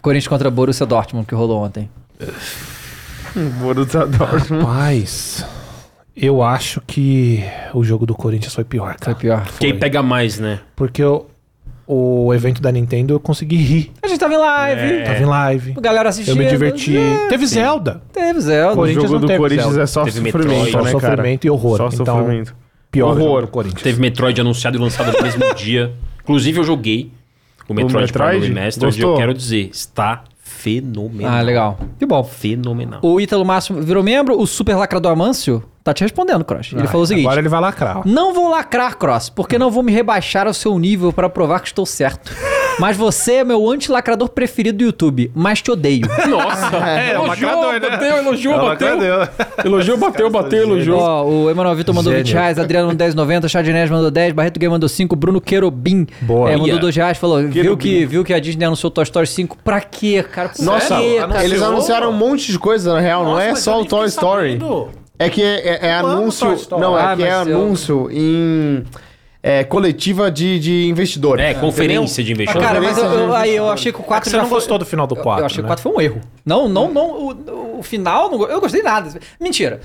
A: Corinthians contra Borussia Dortmund, que rolou ontem.
C: Borussia Dortmund.
D: paz. Eu acho que o jogo do Corinthians foi pior,
A: Foi
D: cara.
A: pior.
B: Quem pega mais, né?
D: Porque eu- o evento da Nintendo eu consegui rir.
A: A gente tava em live,
D: Tava em live.
A: a galera assistia. né? É.
D: Eu me diverti. Teve Zelda.
A: Teve Zelda.
C: O
D: Corinthians
C: jogo
D: não
C: do
D: teve
C: Corinthians
D: Zelda.
C: é só
B: Teve
C: sofrimento,
B: Metroid.
C: né,
B: Só
C: cara?
D: sofrimento e horror.
C: Só
D: Então,
C: sofrimento.
D: Pior
C: Horror.
D: jogo do Corinthians.
B: Teve Metroid anunciado e lançado no mesmo dia. Inclusive, eu joguei o Metroid,
C: Metroid?
B: Prime Remastered. e
C: Gostou?
B: Eu quero dizer, está fenomenal.
C: é
A: Ah, legal. Que bom.
B: Fenomenal.
A: O Ítalo Máximo virou membro, o super lacrador Amâncio tá te respondendo, Cross. Ele
D: Ah,
A: falou é o seguinte:
D: Agora ele vai lacrar. ó.
A: Não vou lacrar, Cross, porque não vou me rebaixar ao seu nível pra provar que estou certo. Mas você é meu anti-lacrador preferido do YouTube, mas te odeio.
B: Nossa, é,
D: lacrador, né?
B: bateu, elogiou, bateu. Elogiou, bateu, bateu, elogiou.
A: Ó, o Emanuel Vitor mandou
D: Gênio.
A: 20 reais, Adriano mandou 10,90, Chadinés mandou 10, Barreto Gay mandou 5, Bruno Querobim
D: Boa.
A: é, mandou
B: Ia.
A: 2 reais, falou, viu que, viu que a Disney anunciou Toy Story 5? Pra quê, cara? Pra
C: Nossa,
A: quê, cara?
C: eles anunciaram um monte de coisa, na real. não é só o Toy Story. É que é, é- é
D: amo
C: anúncio.
D: Toy Story.
C: Não, é
A: Ah,
C: que é
A: mas eu-
C: anúncio em é, coletiva de, de investidores.
B: É, conferência de
A: Ah,
B: investimento.
A: Cara, mas eu, eu-
C: Conferência,
A: aí eu achei que o 4
D: É Você não gostou do final do né?
A: Eu-
D: 4.
A: eu achei que o 4 foi um erro. Não, não, não. O, o final, não go- eu gostei nada. Mentira.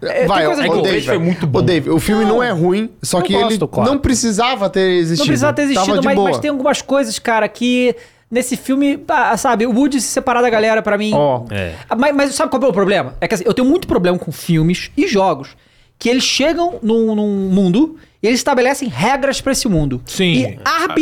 A: É, tem
C: Vai,
A: coisa
C: o
A: boa.
C: Dave,
B: Esse foi muito
C: O Dave, o filme não, é ruim, só
D: Eu
C: que
D: gosto
C: ele
D: do quatro.
C: não precisava ter existido.
A: Não precisava ter
C: Tava
A: existido,
C: de
A: mas,
C: boa.
A: mas tem um algumas coisas, cara, que nesse filme, ah, sabe, o Woody se separar da galera pra mim.
C: Ó.
B: É.
A: Ah, Mas, mas sabe qual é o problema? É que assim, eu tenho muito problema com filmes e jogos que eles chegam num, num mundo e eles estabelecem regras pra esse mundo.
D: Sim.
A: E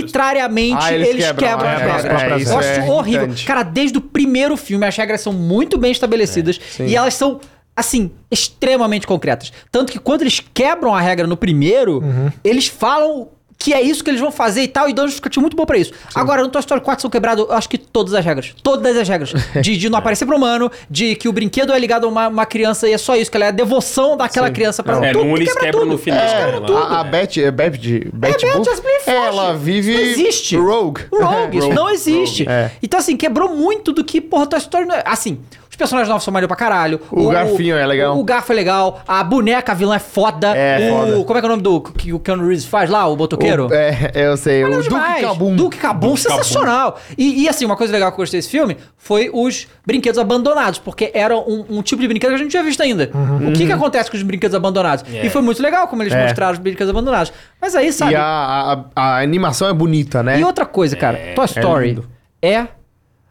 A: arbitrariamente
C: Ah, eles
A: eles, quebram,
C: quebram
A: as
C: as
A: regras.
C: regras.
D: É, isso
A: Eu acho
C: é
A: horrível.
C: irritante.
A: Cara, desde o primeiro filme as regras são muito bem estabelecidas e elas são assim, extremamente concretas. Tanto que quando eles quebram a regra no primeiro, eles falam que é isso que eles vão fazer e tal, e dão um justificativo muito bom pra isso. Agora, no Toy Story 4 são quebrados, eu acho que todas as regras. Todas as regras. De, de não aparecer pro humano, de que o brinquedo é ligado a uma, uma criança e é só isso, que ela é a devoção daquela criança pra
B: É,
A: tudo,
B: num eles
A: quebra
B: quebram
A: tudo.
B: no final.
A: Eles
B: É,
A: quebram
B: lá.
A: tudo.
C: A, a Beth, é Beth, de- Beth,
A: Beth,
C: Boop?
A: as Blue Flash.
C: ela vive
A: Não existe.
C: Rogue.
A: Rogue, isso
C: Rogue.
A: não existe.
C: É.
A: Então, assim, quebrou muito do que, porra, Toy Story. não é- Assim, os personagens novos são maneiro pra caralho.
C: O garfinho é legal.
A: O, garfo é legal. A boneca vilã é foda.
C: É,
A: o,
C: foda.
A: Como é que é o nome do que o Keanu Reeves faz lá, o botoqueiro?
C: O, é, eu sei.
A: Maneiro
C: o Duke
A: demais.
C: Cabum.
A: Duke Cabum,
B: Duke Cabum.
A: sensacional. E, e, assim, uma coisa legal que eu gostei desse filme foi os brinquedos abandonados, porque era um, um tipo de brinquedo que a gente não tinha visto ainda. O que que acontece com os brinquedos abandonados? E foi muito legal como eles
C: Uhum. É.
A: mostraram os brinquedos abandonados. Mas aí, sabe...
C: E a, a- a animação é bonita, né?
A: E outra coisa, cara, Toy Story
C: lindo.
A: é,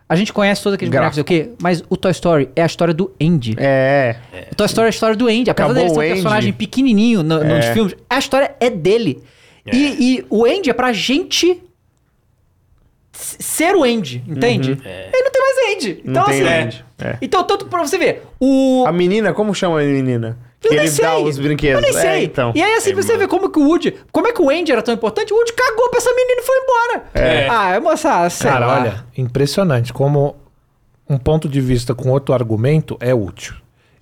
A: A gente conhece todos aqueles bonecos,
C: Gráfico.
A: sei o quê? Mas o Toy Story é a história do Andy.
C: É.
A: O Toy Story é a história do Andy. Apesar
C: Acabou
A: dele ser um
C: o Andy.
A: personagem pequenininho no- nos filmes, a história é dele. E, e o end é pra gente s- ser o end, entende? Ele não tem mais end. Então,
C: Uhum. É. tem
A: assim.
C: end, é.
A: Então, tanto pra você ver, o.
C: A menina, como chama a menina?
A: Eu
C: Que
A: nem
C: ele
A: sei.
C: dá os brinquedos.
A: Eu nem
C: É,
A: sei.
C: então.
A: E aí, assim, pra você ver como que o Woody. Como é que o Andy era tão importante? O Woody cagou pra essa menina e foi embora. É. Ah, é moça, sei
D: Cara,
A: lá.
D: olha, impressionante como um ponto de vista com outro argumento é útil.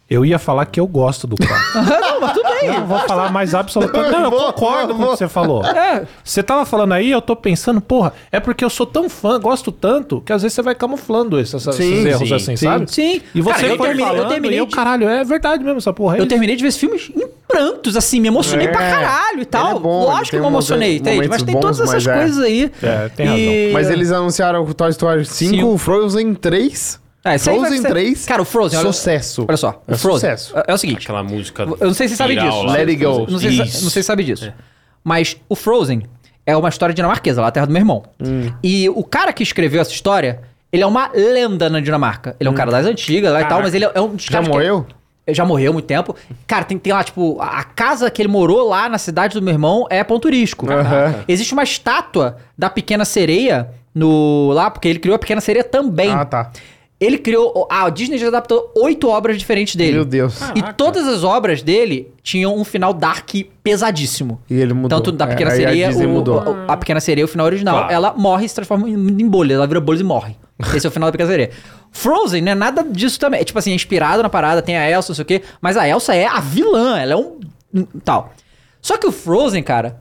D: Eu ia falar que eu gosto do cara.
A: não, mas tudo bem.
D: Não vou falar mais absolutamente. Não, eu
C: Vou,
D: concordo
C: vou,
D: com o
C: vou.
D: que você falou.
A: É.
D: Você tava falando aí, eu tô pensando, porra, é porque eu sou tão fã, gosto tanto, que às vezes você vai camuflando esses, esses
C: Sim,
D: erros
B: sim,
D: assim,
C: sim.
D: sabe?
A: Sim.
D: E você
A: Cara, eu
D: foi
A: terminei- eu
D: falando,
A: terminei
D: e eu,
A: de-
D: caralho, é verdade mesmo essa porra. é
A: Eu
D: isso.
A: terminei de ver esse filme em prantos, assim, me emocionei
C: É,
A: pra caralho e tal.
C: ele é bom, ele
A: Lógico que
C: tem
A: eu me emocionei,
C: momentos-
A: entende? Mas
C: momentos
A: tem
C: bons,
A: todas essas
C: mas é.
A: coisas aí.
D: É, tem
A: E-
C: Mas eles anunciaram o Toy Story 5,
A: Cinco.
C: o Frozen 3.
A: É, isso aí vai
C: Frozen
A: ser-
C: 3.
A: Cara, o Frozen, olha-
C: Sucesso.
A: Olha só,
C: É
A: o Frozen.
C: sucesso.
A: É, é o seguinte.
B: Aquela música.
A: Eu não sei se você sabe
B: viral
A: disso.
B: lá. né?
C: Let it go.
A: Não sei, se,
B: Isso.
A: não sei se sabe disso.
D: É.
A: Mas o Frozen é uma história dinamarquesa, lá na terra do meu irmão.
C: Hum.
A: E o cara que escreveu essa história, ele é uma lenda na Dinamarca.
D: Hum.
A: Ele é um cara das antigas lá e tal, mas ele é um dos
C: Já
A: caras que-
C: morreu?
A: Ele já morreu há muito tempo. Cara, tem, tem lá, tipo, a a casa que ele morou lá na cidade do meu irmão é ponto turístico.
C: Aham.
A: Existe uma estátua da pequena sereia no lá, porque ele criou a pequena sereia também.
C: Ah, tá.
A: Ele criou. A Disney já adaptou oito obras diferentes dele.
C: Meu Deus.
A: E todas as obras dele tinham um final dark pesadíssimo.
C: E ele mudou.
A: Tanto da
C: É,
A: Pequena
C: aí a
A: Sereia,
C: Disney
A: o-
C: mudou.
A: o- a Pequena Sereia, o final original.
B: Claro.
A: Ela morre e se transforma em, em bolha. Ela vira bolha e morre. Esse é o final da Pequena Sereia. Frozen não é nada disso também. É tipo assim, é inspirado na parada, tem a Elsa, não sei o quê. Mas a Elsa é a vilã, ela é um... um tal. Só que o Frozen, cara,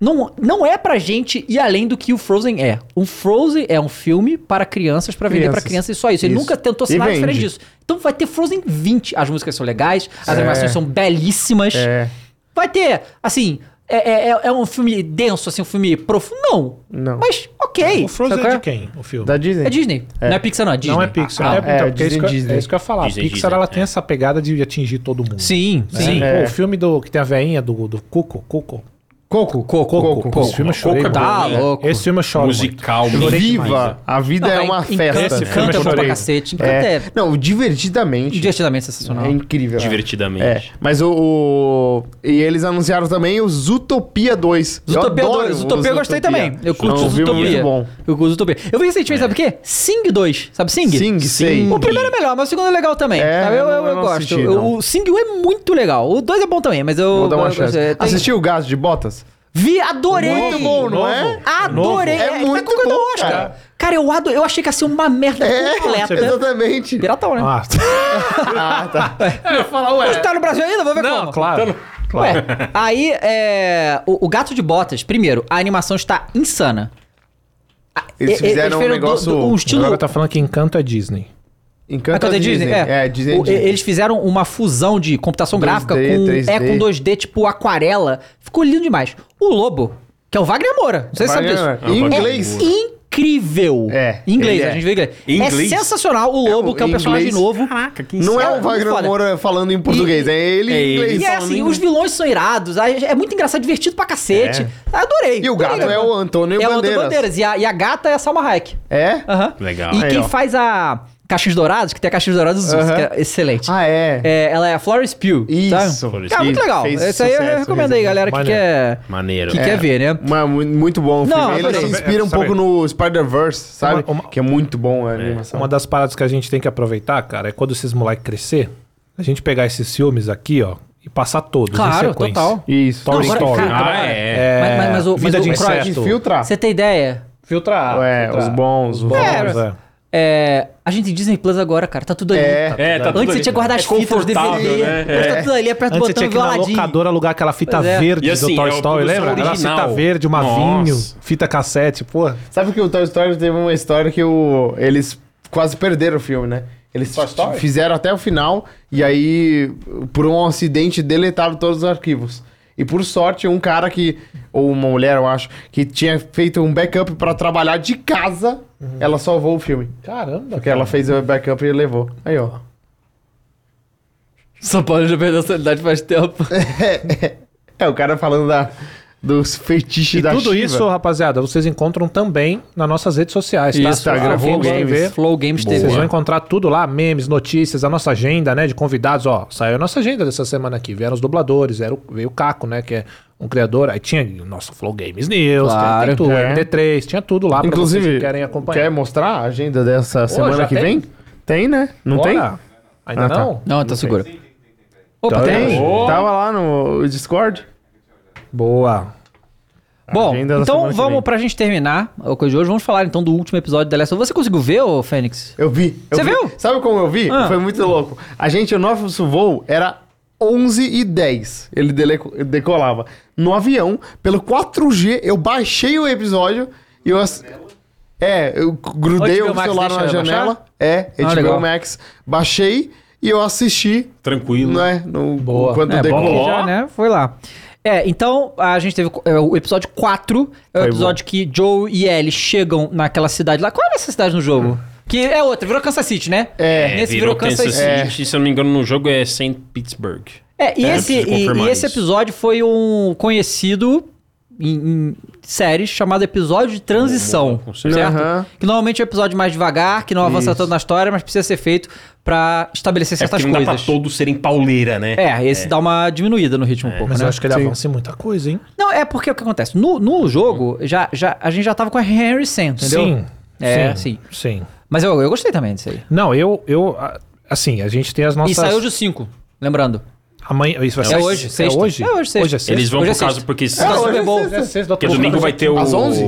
A: não, não é pra gente ir além do que o Frozen é. O Frozen é um filme para crianças, pra vender pra
C: Crianças.
A: crianças e só isso. Ele
C: Isso.
A: nunca tentou ser
C: E
A: nada diferente
C: vende.
A: disso. Então vai ter Frozen 20. As músicas são legais, as
C: É.
A: animações são belíssimas.
C: É.
A: Vai ter, assim, é, é, é um filme denso, assim, um filme profundo? Não.
C: Não.
A: Mas, ok.
D: O Frozen
A: Sabe
D: é
A: qual
D: de quem, o filme?
C: Da Disney.
A: É Disney. Não é Pixar, não, é Disney.
D: Não é Pixar.
A: Ah,
D: é,
A: ah,
D: então,
C: é,
D: porque é, isso
C: Disney,
D: que eu-
C: Disney.
D: é isso que eu ia falar.
B: Disney,
D: Pixar,
B: Disney,
D: ela tem
B: é.
D: essa pegada de atingir todo mundo.
A: Sim,
D: né?
A: sim.
D: Pô,
C: É.
D: o filme do, que tem a veinha do, do Cuco, Cuco.
C: Coco. Coco. Coco.
D: Esse filme eu chorei.
B: Coco
A: tá
D: muito. Ah,
A: louco.
D: Esse filme eu choro muito.
B: Musical.
C: Viva! A vida
A: né? Não,
C: é
A: cara,
C: uma
A: encanta-
C: festa.
D: Esse filme
A: Encanta
D: eu
A: bom pra
D: chorei.
A: cacete. Encanta
C: É.
A: é um
C: Não, divertidamente.
A: divertidamente sensacional.
C: É incrível. né? É,
B: Divertidamente.
C: mas o, o- E eles anunciaram também o Zootopia 2.
A: Zootopia
C: adoro
A: 2, Zootopia eu gostei também. Eu curto
C: Não, o filme é
A: Zootopia.
C: muito bom.
A: Eu curto Zootopia. Eu vi recentemente, sabe o quê? Sing 2, sabe Sing?
C: Sing, sei.
A: O primeiro é melhor, mas o segundo é legal também.
C: É,
A: sabe? eu, eu,
C: eu não-
A: eu
C: eu não
A: gosto.
C: assisti,
A: Eu-
C: não.
A: o Sing 1 é muito legal. O 2 é bom também, mas eu...
C: Vou dar uma
A: eu-
C: chance.
A: é, tem-
C: Assistiu o Gato de Botas?
A: Vi, adorei.
C: Muito bom, não é?
A: Adorei. tá
C: Novo. É muito
A: concorrendo ao
C: bom,
A: Oscar.
C: cara.
A: Cara, eu, adorei. eu achei que ia ser uma merda completa.
C: É, exatamente.
A: Piratão, né?
D: Ah,
C: Ah, tá.
A: Mas tá no Brasil ainda? Vou ver como.
D: não, claro.
A: Ué,
D: claro.
A: aí, é, o, o Gato de Botas, primeiro, a animação está insana. A-
C: Eles
A: e- e-
C: fizeram um
A: do-
C: negócio-
A: do- um estilo...
D: Agora tá falando que Encanto é Disney.
A: Ah,
C: Encanto
A: cadê Disney? É,
C: É, Disney.
A: O-
C: é Disney.
A: Eles fizeram uma fusão de computação
C: 2D,
A: gráfica com, é,
C: 3D.
A: com 2D, tipo aquarela. Ficou lindo demais. O Lobo, que é o Wagner Moura. Não sei se sabe
C: Wagner
A: disso.
C: Moura. Em
A: É
C: inglês.
A: incrível.
C: É,
A: Em inglês,
C: ele é.
A: a gente vê em inglês.
B: Em
A: É
B: inglês?
A: sensacional o Lobo,
C: É, o-
A: que é um
C: em
A: personagem
C: inglês.
A: novo.
C: Não é
A: Muito
C: o Wagner
A: foda.
C: Moura falando em português, é ele
B: É
C: em
B: ele.
A: E
C: inglês.
A: é assim, os vilões são irados. aí É muito engraçado, divertido pra cacete. Adorei.
C: É. E o
A: adorei,
C: gato
A: né?
C: é o Antônio
A: É o Antônio
C: Bandeiras.
A: Bandeiras. E a, e a gata é a Salma Hayek.
C: É?
A: Aham.
B: Legal.
A: E
C: Aí,
A: quem
C: ó.
A: faz a Caixinhos Dourados, que tem a Caixinhos Dourados Azuis,
C: Aham.
A: que é excelente.
C: Ah, é.
A: É, ela é a Florence Pugh.
C: Isso.
A: Sabe? Cara, muito
C: Isso,
A: legal.
C: fez
A: Esse aí eu
C: sucesso,
A: recomendo aí,
C: resenha.
A: galera, que
D: Maneiro.
A: quer,
B: Maneiro.
A: que
C: É.
D: É.
A: quer ver, né?
C: Mas mu- muito bom o
A: Não, é,
C: filme. Ele
A: adorei.
C: se inspira um
D: Sabe-
C: pouco no Spider-Verse, sabe?
D: Uma- uma-
C: Que é muito bom a animação.
D: Uma das paradas que a gente tem que aproveitar, cara, é quando esses moleques crescer, a gente pegar esses filmes aqui, ó, e passar todos
A: Claro,
D: em sequência.
A: total.
C: Isso.
D: Toy
A: Não, agora-
D: Story.
A: cara,
B: Ah, é.
A: Mas- mas- mas o-
D: Vida
A: mas
D: de
A: o Freud
D: inseto.
C: Filtrar.
A: Você tem ideia?
D: Filtrar.
C: É, os bons, os bons.
D: É,
A: É. É, a gente tem Disney Plus agora, cara. Tá tudo ali.
C: É.
A: Tá-
B: É, tá tudo
A: Antes você
B: ali.
A: tinha que guardar as
B: É
A: fitas, os
B: confortável,
A: DVD.
B: né?
A: Hoje tá
B: É.
A: tudo ali, aperta o
D: Antes
A: botão
D: você tinha
A: e
D: que ir na
A: veladinho.
D: locadora alugar aquela fita
A: Pois é.
D: verde
B: E assim,
D: do Toy
B: é o
D: Story,
B: produção
D: lembra? Aquela
B: original.
D: fita verde, uma
B: Nossa.
D: vinho, fita cassete, pô.
C: Sabe que o Toy Story teve uma história que o, eles quase perderam o filme, né? Eles fizeram até o final e aí, por um acidente, deletaram todos os arquivos. E por sorte, um cara que, ou uma mulher, eu acho, que tinha feito um backup pra trabalhar de casa,
D: Uhum.
C: ela salvou o filme.
D: Caramba,
C: Porque ela fez o backup e levou. Aí, ó.
A: São Paulo já perdeu a sanidade faz tempo.
C: É, o cara falando da, dos fetiches
D: E
C: da
D: tudo
C: Shiva.
D: isso, rapaziada, vocês encontram também nas nossas redes sociais, tá?
C: Instagram,
D: Flow
C: Flow
D: Games
C: Games.
D: TV.
A: Flow Games TV.
D: Vocês vão encontrar tudo lá, memes, notícias, a nossa agenda, né, de convidados, ó, saiu a nossa agenda dessa semana aqui, vieram os dubladores, era o- veio o Caco, né, que é um criador, aí tinha, nossa, Flow Games News,
A: Claro.
D: tem, tem tudo,
C: É.
D: MD3, tinha tudo lá pra vocês
C: Inclusive,
D: que querem acompanhar.
C: quer mostrar a agenda dessa
D: já
C: semana que
D: tem?
C: vem? Tem, né? Não
D: Bora? Ainda
C: Ah, tá.
D: não?
A: Não, tá segura. Opa,
D: Tá
A: tem.
C: tem? Tem.
D: Oh.
C: Tava lá no Discord.
D: Boa.
A: Bom,
C: Agenda da
A: então
C: semana que
A: vamos,
C: vem.
A: pra gente terminar a coisa de hoje, vamos falar então do último episódio da Last of Us. Você conseguiu ver, ô Fênix?
C: Eu vi. eu
A: Você
C: vi.
A: viu?
C: Sabe como eu vi?
A: Ah.
C: Foi muito louco. A gente, o nosso voo era 11 e 10. Ele deleco- decolava. No avião, pelo 4G, eu baixei o episódio e eu... ass- É, eu grudei
A: HBO
C: o
A: Max
C: celular
A: deixa
C: na
A: baixar?
C: janela. É,
A: Ah,
C: HBO
A: legal.
C: Max. Baixei e eu assisti,
B: Tranquilo.
C: né? No,
D: Boa.
C: Quando
A: é, bom
C: decolou.
A: que já, né? Foi lá. É, então a gente teve é, o episódio 4, é o
C: Foi
A: episódio que Joe e Ellie chegam naquela cidade lá. Qual era essa cidade no jogo? Que é outra, virou Kansas City, né?
C: É,
A: Nesse virou, Kansas, City.
B: City, se eu não me engano, no jogo é St. Pittsburgh.
A: É, e,
B: É,
A: esse,
B: preciso
A: e,
B: confirmar
A: e esse
B: isso.
A: episódio foi um conhecido em, em séries chamado episódio de transição,
B: Uhum. Com certeza.
A: certo?
C: Aham.
A: Que normalmente é um episódio mais devagar, que não avança tanto na história, mas precisa ser feito pra estabelecer
B: É
A: certas
B: porque não dá pra
A: coisas.
B: todos serem pauleira, né?
A: É, esse dá uma diminuída no
B: É.
A: ritmo um pouco,
D: Mas
A: né?
D: eu acho que ele avança em muita coisa, hein?
A: Não, é porque o que acontece? No, no jogo, já, já, a gente já tava com a Henry Sam, entendeu?
D: Sim.
A: É,
D: sim. Sim.
A: Mas eu, eu gostei também disso aí.
D: Não, eu, eu, a- assim, a gente tem as nossas...
A: E saiu de 5, lembrando.
D: Amanhã, isso vai
A: É
D: ser-
A: hoje,
D: é
A: sexta.
D: hoje?
A: É hoje, sexta.
D: Hoje é sexta.
B: Eles vão
A: Hoje é
B: por causa
A: sexta.
B: porque...
A: Tá
C: hoje
A: Super
C: é
A: Bowl.
C: sexta.
D: É sexta,
B: Porque
D: tô
B: domingo
D: colocando
B: vai ter o...
C: Às 11?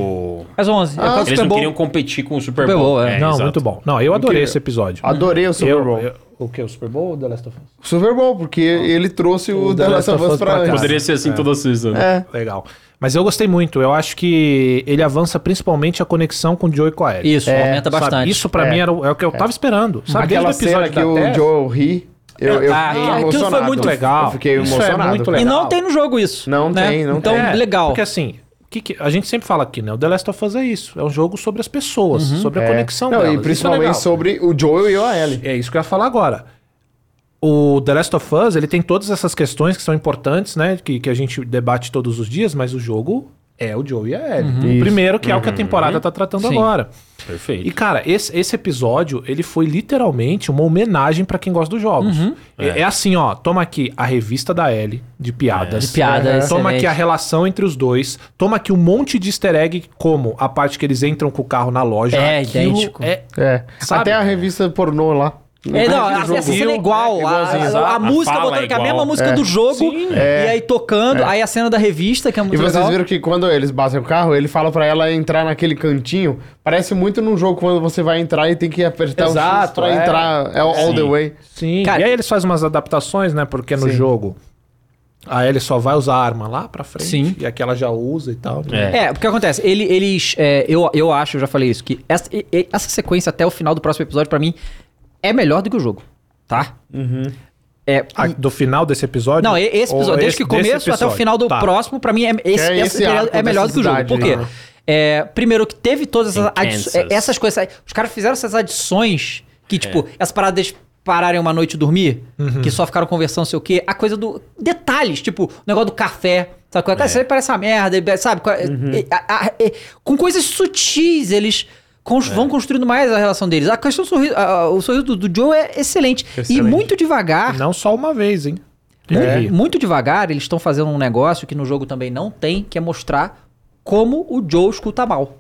A: Às 11. é por causa do
D: Ah.
B: Eles
A: assim, Super
B: não
A: Bowl.
B: queriam competir com o Super
A: Super
B: Bowl.
A: Bowl, é.
D: Não,
B: exato.
D: muito bom. Não, eu adorei esse episódio.
C: Adorei o Super
D: Eu-
C: Bowl.
D: eu- o que? O Super Bowl ou The Last of Us?
C: Super Bowl, porque ele trouxe o The Last of Us pra
D: cá.
C: antes.
A: É.
B: Poderia ser assim toda sexta, né?
D: Legal. Mas eu gostei muito. Eu acho que ele avança principalmente a conexão com o Joe e com a Ellie.
A: Isso, aumenta
D: Sabe?
A: bastante.
D: Isso pra
C: É.
D: mim era o, é o que eu tava esperando. Sabe? Desde
C: Aquela
D: o
C: cena que
D: da
C: o
D: Tess-
C: Joel ri, eu, eu
A: Ah,
C: fiquei
A: aquilo foi
C: emocionado.
A: muito
D: legal.
C: Eu fiquei
D: Isso é
C: emocionado.
D: muito
A: E
D: legal.
A: não tem no jogo isso.
C: Não
A: né?
C: tem, não
A: então,
C: tem.
D: É,
A: legal.
D: Porque assim, o que que- a gente sempre fala aqui, né? O The Last of Us é isso. É um jogo sobre as pessoas,
A: Uhum.
D: sobre a
C: É.
D: conexão
C: Não, E
D: delas. Isso é
C: principalmente
D: legal.
C: sobre o Joel e a Ellie.
D: É isso que eu ia falar agora. O The Last of Us, ele tem todas essas questões que são importantes, né? Que, que a gente debate todos os dias, mas o jogo é o Joe e a Ellie. O primeiro, que é o que a temporada tá tratando
A: Uhum. Sim.
D: agora.
B: Perfeito.
D: E, cara, esse, esse episódio, ele foi literalmente uma homenagem pra quem gosta dos jogos.
A: Uhum.
D: É. é assim, ó, toma aqui a revista da Ellie, de piadas.
A: É.
D: Uhum.
A: De piadas,
D: Toma
A: excelente.
D: aqui a relação entre os dois. Toma aqui um monte de easter egg, como a parte que eles entram com o carro na loja.
A: É,
D: Aquilo
A: idêntico.
D: É,
C: É.
D: Sabe?
C: Até a revista pornô lá.
A: É, não, a,
D: jogo.
A: essa cena é
D: É,
A: igual. A,
D: igualzinho,
A: a-
D: exato.
A: a
D: A
A: música
B: fala
A: botando
B: é
A: que é a mesma
B: igual.
A: música do jogo. E aí tocando. Aí a cena da revista, que é muito
C: É. E vocês
A: legal.
C: viram que quando eles batem o carro, ele fala pra ela entrar naquele cantinho. Parece muito num jogo quando você vai entrar e tem que apertar o X
D: Exato,
C: pra
D: é.
C: entrar é all the
B: Sim.
C: way.
D: Sim.
A: Cara,
D: e aí eles fazem umas adaptações, né? Porque no
C: Sim.
D: jogo a Ellie só vai usar a arma lá pra frente.
A: Sim.
D: E aquela já usa e tal. né?
A: É, porque acontece, ele, eles. é, eu, eu acho, eu já falei isso, que essa, e- e- essa sequência até o final do próximo episódio, pra mim, é melhor do que o jogo, tá? Uhum. É,
D: Ah, do final desse episódio?
A: Não, e- esse
D: Ou
A: episódio, desde
D: esse-
A: que
D: desse
A: começo até o
D: episódio?
A: final do
D: Tá.
A: próximo, pra mim é, esse,
C: é
A: esse
C: esse
A: período
C: arco
A: é melhor do
C: dessa
A: que o jogo.
C: cidade,
A: Por quê?
C: né?
A: É, primeiro que teve todas essas, adi- é,
B: Intensas.
A: essas coisas. Os caras fizeram essas adições que, tipo, essa parada deles pararem uma noite e dormir,
D: Uhum.
A: que só ficaram conversando, sei o quê. A coisa do. Detalhes, tipo, o negócio do café. Sabe? é? Cara, Isso aí parece uma merda, e- sabe? Co- e- a- a- e- com coisas sutis, eles. cons- Vão construindo mais a relação deles. A questão do sorriso, a- a- o sorriso do, do Joe é excelente. E
C: Excelente.
A: muito devagar.
D: Não só uma vez, hein?
A: Mu-
D: É.
A: Muito devagar, eles estão fazendo um negócio que no jogo também não tem, que é mostrar como o Joe escuta mal.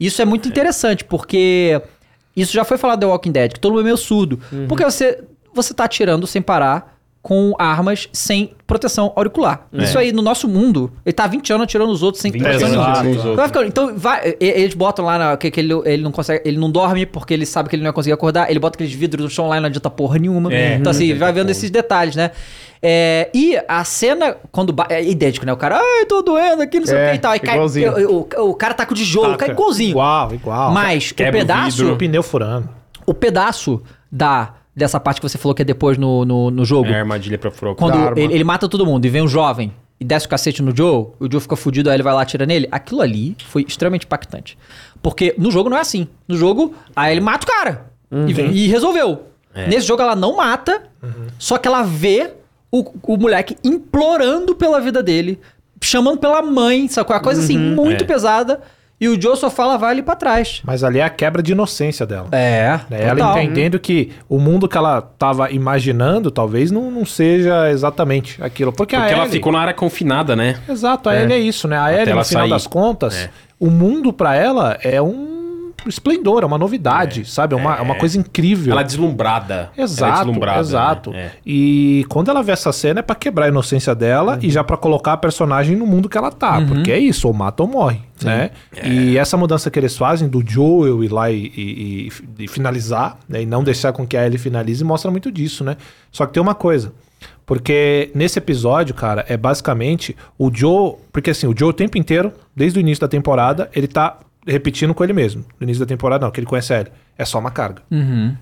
A: Isso é muito interessante, porque isso já foi falado do Walking Dead, que todo mundo é meio surdo. Porque você, você tá atirando sem parar com armas sem proteção auricular. Isso aí, no nosso mundo, ele tá há 20 anos atirando os outros sem
B: 20
A: proteção
B: anos
A: nenhuma.
B: atirando os outros.
A: Vai ficando- Então, vai- e- eles botam lá na- que, que ele, ele não consegue, ele não dorme porque ele sabe que ele não vai conseguir acordar, ele bota aqueles vidros no chão lá e não adianta porra nenhuma.
B: É.
A: Então, assim,
B: Uhum.
A: vai vendo esses detalhes, né? É, e a cena, quando. ba- É idêntico, né? O cara, ah, eu tô doendo aqui, não sei o
C: É,
A: que e tal. E cai,
C: igualzinho.
A: o, o- o cara tá com tijolo,
D: Taca.
A: cai igualzinho.
D: Igual, igual.
A: Mas o
B: Quebra o
A: pedaço,
B: vidro.
D: O pneu furando.
A: o pedaço da, dessa parte que você falou que é depois no, no, no jogo,
B: É a armadilha pra Froco.
C: Da
A: quando
C: arma.
A: ele, ele mata todo mundo e vem um jovem e desce o cacete no Joe, o Joe fica fudido, aí ele vai lá e atira nele. Aquilo ali foi extremamente impactante. Porque no jogo não é assim. No jogo, aí ele mata o cara.
C: Uhum.
A: E, vem- e resolveu.
C: É.
A: Nesse jogo ela não mata, só que ela vê o, o moleque implorando pela vida dele, chamando pela mãe, sacou? A coisa assim,
C: Uhum.
A: muito
B: É.
A: pesada. E o Joe só fala, vai ali pra trás.
D: Mas ali é a quebra de inocência dela.
A: É.
D: É, ela
A: total.
D: entendendo que o mundo que ela tava imaginando talvez não, não seja exatamente aquilo. Porque, a
A: Ah,
B: Porque
A: é.
B: ela
D: Ellie-
B: ficou na área confinada, né?
D: Exato, a Ellie é isso, né? A Ellie,
B: ela
D: no final
B: sair.
D: das contas,
B: É.
D: o mundo pra ela é um esplendor, é uma novidade, sabe? É uma, é uma coisa incrível.
B: Ela é deslumbrada. Ela é
D: Exato,
B: deslumbrada.
D: exato.
B: né? É.
D: E quando ela vê essa cena é pra quebrar a inocência dela e já pra colocar a personagem no mundo que ela tá, porque é isso, ou mata ou morre, né? E essa mudança que eles fazem do Joel ir lá e, e- e- e finalizar, né, e não deixar com que a Ellie finalize, mostra muito disso, né? Só que tem uma coisa, porque nesse episódio, cara, é basicamente o Joe, porque assim, o Joe o tempo inteiro, desde o início da temporada, ele tá repetindo com ele mesmo. No início da temporada não, que ele conhece a Ellie. É só uma carga.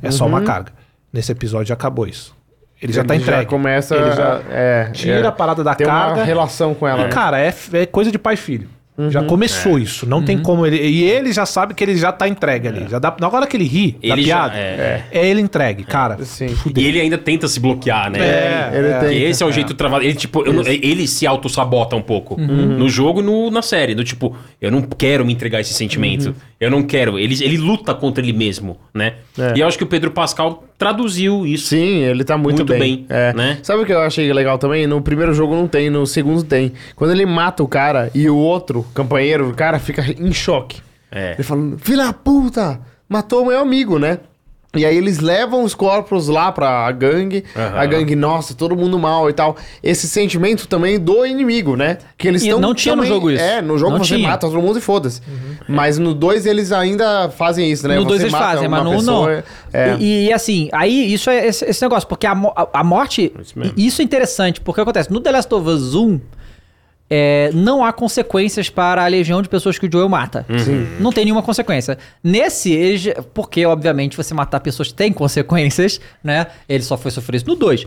D: É só uma carga. Nesse episódio já acabou isso. Ele já tá entregue.
C: Já começa.
D: Ele já
C: é,
D: tira
C: é,
D: a parada da
C: tem
D: carga.
C: uma relação com ela.
D: E,
C: né?
D: cara, é, f- é coisa de pai e filho.
A: Uhum.
D: Já começou isso. Não tem como ele. E ele já sabe que ele já tá entregue ali. Já dá, na hora que ele ri da
B: Ele já-
D: piada,
B: é.
D: é. ele entregue, cara.
C: Sim.
B: E ele ainda tenta se bloquear, né?
D: É,
C: Ele
B: Porque
C: tem.
B: esse é o jeito travado. Ele, tipo, eu não- ele se auto-sabota um pouco. No jogo e no- na série. Do tipo, eu não quero me entregar a esse sentimento. Eu não quero. Ele, ele luta contra ele mesmo, né?
C: É.
B: E eu acho que o Pedro Pascal traduziu isso.
C: Sim, ele tá muito,
B: Muito bem,
C: bem. É.
B: né?
C: Sabe o que eu achei legal também? No primeiro jogo não tem, no segundo tem. Quando ele mata o cara e o outro companheiro, o cara fica em choque.
B: É.
C: Ele falando, filha da puta, matou o meu amigo, né? E aí eles levam os corpos lá pra gangue.
B: Aham.
C: A gangue, nossa, todo mundo mal e tal. Esse sentimento também do inimigo, né? Que eles
A: E
C: estão
A: não tinha no
C: também-
A: jogo isso.
C: É, no jogo
A: Não
C: você
A: tinha. Uhum.
C: mata todo mundo e foda-se. Mas no 2 eles ainda fazem isso, né?
A: No
C: Você
A: 2 eles
C: mata
A: fazem,
C: uma
A: mas no 1 não.
C: pessoa, é.
A: E, e, assim, aí isso é esse, esse negócio, porque a, mo- a- a morte.
B: Isso mesmo.
A: e Isso é interessante, porque acontece, no The Last of Us 1, é, não há consequências para a legião de pessoas que o Joel mata.
C: Uhum.
A: Não tem nenhuma consequência. Nesse, ele já- porque, obviamente, você matar pessoas tem consequências, né? Ele só foi sofrer isso no 2.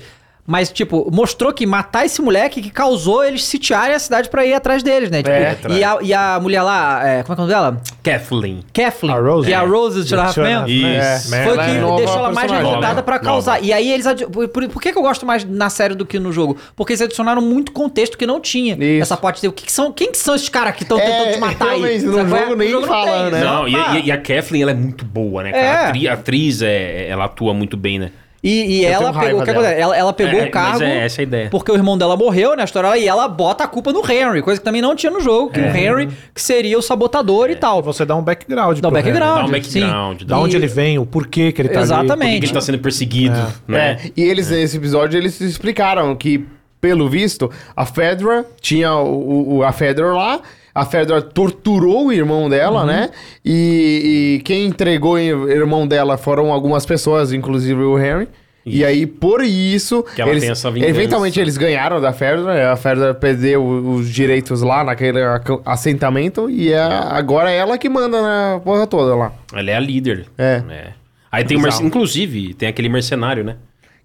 A: Mas, tipo, mostrou que matar esse moleque que causou eles sitiarem a cidade pra ir atrás deles, né? Tipo,
C: É.
A: e, a, e a mulher lá, é, como é que é o nome dela?
B: Kathleen.
A: Kathleen.
D: A Rose.
A: Que é a
D: É.
A: Rose do Tirarrafo Man.
B: Isso.
A: Foi o
D: né?
C: Ela é
A: que
C: nova
A: deixou ela mais
C: personagem. né?
A: agitada pra
B: Nova.
A: causar. E aí eles. adi- Por, por- por que, que eu gosto mais na série do que no jogo? Porque eles adicionaram muito contexto que não tinha.
C: Isso.
A: Essa parte de o que, que são. Quem que são esses caras que estão
C: É,
A: tentando te matar aí?
C: realmente, no
A: Sabe qual é?
C: jogo nem
A: não
C: fala,
A: tem,
C: né?
B: Não, e,
A: Pá.
B: e- e a Kathleen, ela é muito boa, né? cara?
A: É.
B: A atri- a atriz, é, ela atua muito bem, né?
A: E, e
C: Eu
A: ela
C: tenho
A: pegou,
C: raiva
A: o que
C: dela.
A: acontece? Ela, ela pegou
B: É,
A: o
B: mas
A: cargo.
B: é essa a ideia.
A: Porque o irmão dela morreu, né? A história, e ela bota a culpa no Henry, coisa que também não tinha no jogo,
B: É.
A: que o Henry que seria o sabotador e tal.
D: Você dá um background.
A: Dá um
D: pro
A: background.
D: Henry.
B: Dá um background,
A: sim.
D: Da
A: E-
D: onde ele vem, o porquê que ele tá ali.
A: Exatamente.
B: Porque ele tá sendo perseguido, né?
C: É, e eles, nesse episódio, eles explicaram que, pelo visto, a Fedra tinha o, o- a Fedra lá, a Fedra torturou o irmão dela,
B: Uhum.
C: né? E, e quem entregou o irmão dela foram algumas pessoas, inclusive o Henry. E aí, por isso,
B: Que ela tem essa vingança.
C: eventualmente eles ganharam da Fedra, né? a Fedra perdeu os direitos lá naquele ac- assentamento, e é- agora é ela que manda na porra toda lá.
B: Ela é a líder.
C: É.
B: Aí tem o merce- Inclusive, tem aquele mercenário, né?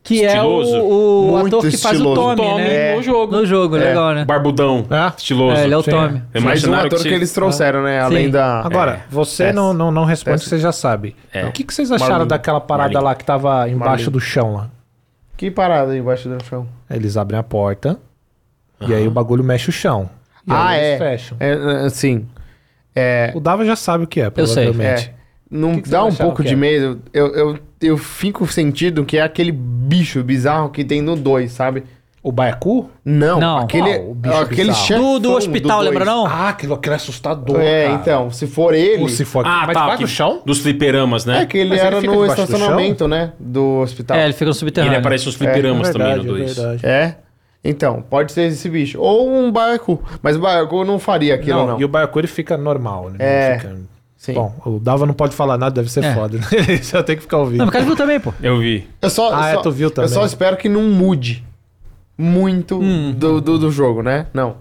A: Que é
B: Estiloso.
A: o, o
C: Muito
A: ator que faz o
C: estiloso.
A: Tommy,
B: Tommy
A: né?
B: no jogo.
A: No jogo, legal, né?
B: Barbudão.
D: É.
B: Estiloso.
A: É, ele é o
D: Sim.
A: Tommy.
B: É
C: Mais um
B: mercenário
C: ator que,
B: se-
C: eles trouxeram, né? Além
A: Sim.
C: da...
D: Agora, você
C: Teste.
D: não, não, não responde,
C: Teste.
D: que você já sabe.
B: É.
D: O que, que vocês acharam
C: Marlin.
D: daquela parada
B: Marlin.
D: lá que tava embaixo
C: Marlin.
D: do chão lá?
C: Que parada embaixo do chão?
D: Eles abrem a porta e aí o bagulho mexe o chão. E
C: ah,
D: aí
C: é.
D: eles fecham.
C: É, é, Sim. É,
D: O Dava já sabe o que é, provavelmente.
C: é. Não
D: que você
C: dá um
D: achava
C: pouco de
D: que era?
C: medo. Eu, eu, eu fico sentindo que é aquele bicho bizarro que tem no 2, sabe?
D: O Baiacu?
C: Não,
A: Não.
C: aquele,
D: Qual? O bicho
C: aquele
D: bizarro.
C: chefão
A: Do,
B: um,
A: do hospital,
C: dois.
A: lembra não?
D: Ah, aquilo aquilo é assustador.
C: É,
D: cara.
C: então, se for ele...
D: Ou se for
B: Ah,
D: mas
B: tá.
D: vai
B: que-
D: no chão?
B: Dos fliperamas, né?
C: É que ele
D: Mas ele
C: era
D: fica
C: no
D: debaixo do
C: estacionamento, né? Do hospital.
A: É, ele fica no subterrâneo.
B: tá. Ele aparece nos fliperamas também no 2.
C: É? Então, pode ser esse bicho. Ou um baiacu. Mas o baiacu não faria aquilo,
D: Não,
C: não.
D: E o Baiacu ele fica normal, né? ele não
C: É.
D: fica-
C: Sim.
D: Bom, o Dava não pode falar nada, deve ser
A: É.
D: foda. Ele só tem que ficar ouvindo.
A: Não, mas o cara viu também, pô.
B: Eu vi.
C: Eu só,
D: Ah,
C: eu
D: é,
C: só-
D: tu viu também. Hum.
C: Eu só espero que não mude muito do, do, do jogo, né? Não.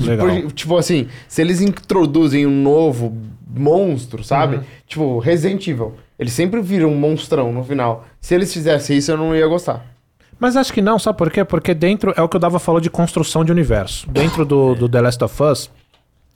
D: Legal.
C: Por- tipo assim, se eles introduzem um novo monstro, sabe?
D: Uhum.
C: Tipo, Resident Evil. Ele sempre vira um monstrão no final. Se eles fizessem isso, eu não ia gostar.
D: Mas acho que não, sabe por quê? Porque dentro, é o que o Dava falou de construção de universo. Dentro do, do The Last of Us,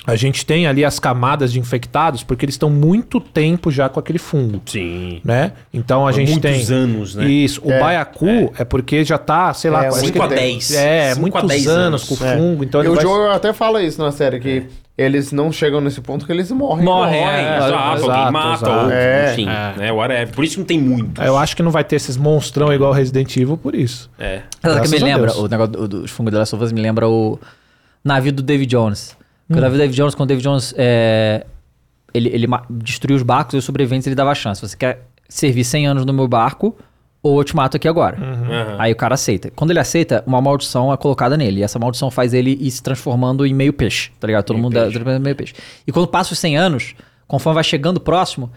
D: A gente tem ali as camadas de infectados porque eles estão muito tempo já com aquele fungo.
B: Sim.
D: Né? Então a gente
B: muitos
D: tem.
B: anos, né?
D: Isso. O baiacu é. porque já tá, sei lá,
C: É,
D: acho
C: cinco
D: que
C: a
D: tem-
B: dez.
D: É,
B: Cinco a
D: muitos
B: dez
D: anos, com
B: anos.
D: fungo. Então
C: É. Hum, E
D: ele
C: o
D: vai- É.
C: jogo até fala isso na série, que eles não chegam nesse ponto que eles morrem.
D: Morrem,
B: Morre,
D: é,
B: exato, É, alguém
D: exato,
B: mata,
D: exato.
B: ou
C: É.
B: enfim, né, whatever. Por isso não tem muito.
D: Eu acho que não vai ter esses monstrão igual Resident Evil por isso.
B: É.
A: Sabe o que me
D: Graças a
A: lembra?
D: Deus.
A: O negócio do- dos fungos das sovas me lembra o navio do David Jones. Porque O navio do David Jones, quando o David Jones é, ele, ele ma- destruía os barcos e os sobreviventes ele dava a chance. Você quer servir 100 anos no meu barco ou eu te mato aqui agora. Aí o cara aceita. Quando ele aceita, uma maldição é colocada nele. E essa maldição faz ele ir se transformando em meio peixe, tá ligado? Todo mundo é- todo mundo é meio peixe. E quando passa os 100 anos, conforme vai chegando próximo,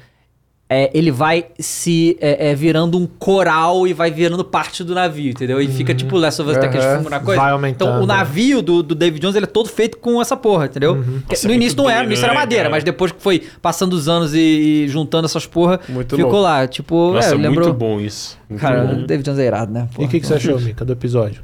A: é, ele vai se é, é, virando um coral e vai virando parte do navio, entendeu? E fica tipo Last of Us, tem aquele
C: Aham.
A: fumo na coisa.
D: Vai aumentando. né?
A: Então o navio do, do David Jones ele é todo feito com essa porra, entendeu?
D: Uhum.
A: Que
B: Nossa,
A: no
B: é
A: início
B: muito
A: não era,
B: doido,
A: no início era
B: né,
A: madeira,
B: cara?
A: mas depois que foi passando os anos e, e juntando essas porra,
C: Muito
A: ficou
C: louco.
A: lá. Tipo,
B: Nossa,
A: é,
B: muito
A: lembrou.
B: bom isso. Muito
A: Cara,
B: bom.
A: o David Jones é irado, né?
D: E o
A: Porra.
D: que, que você achou, Mika, do episódio?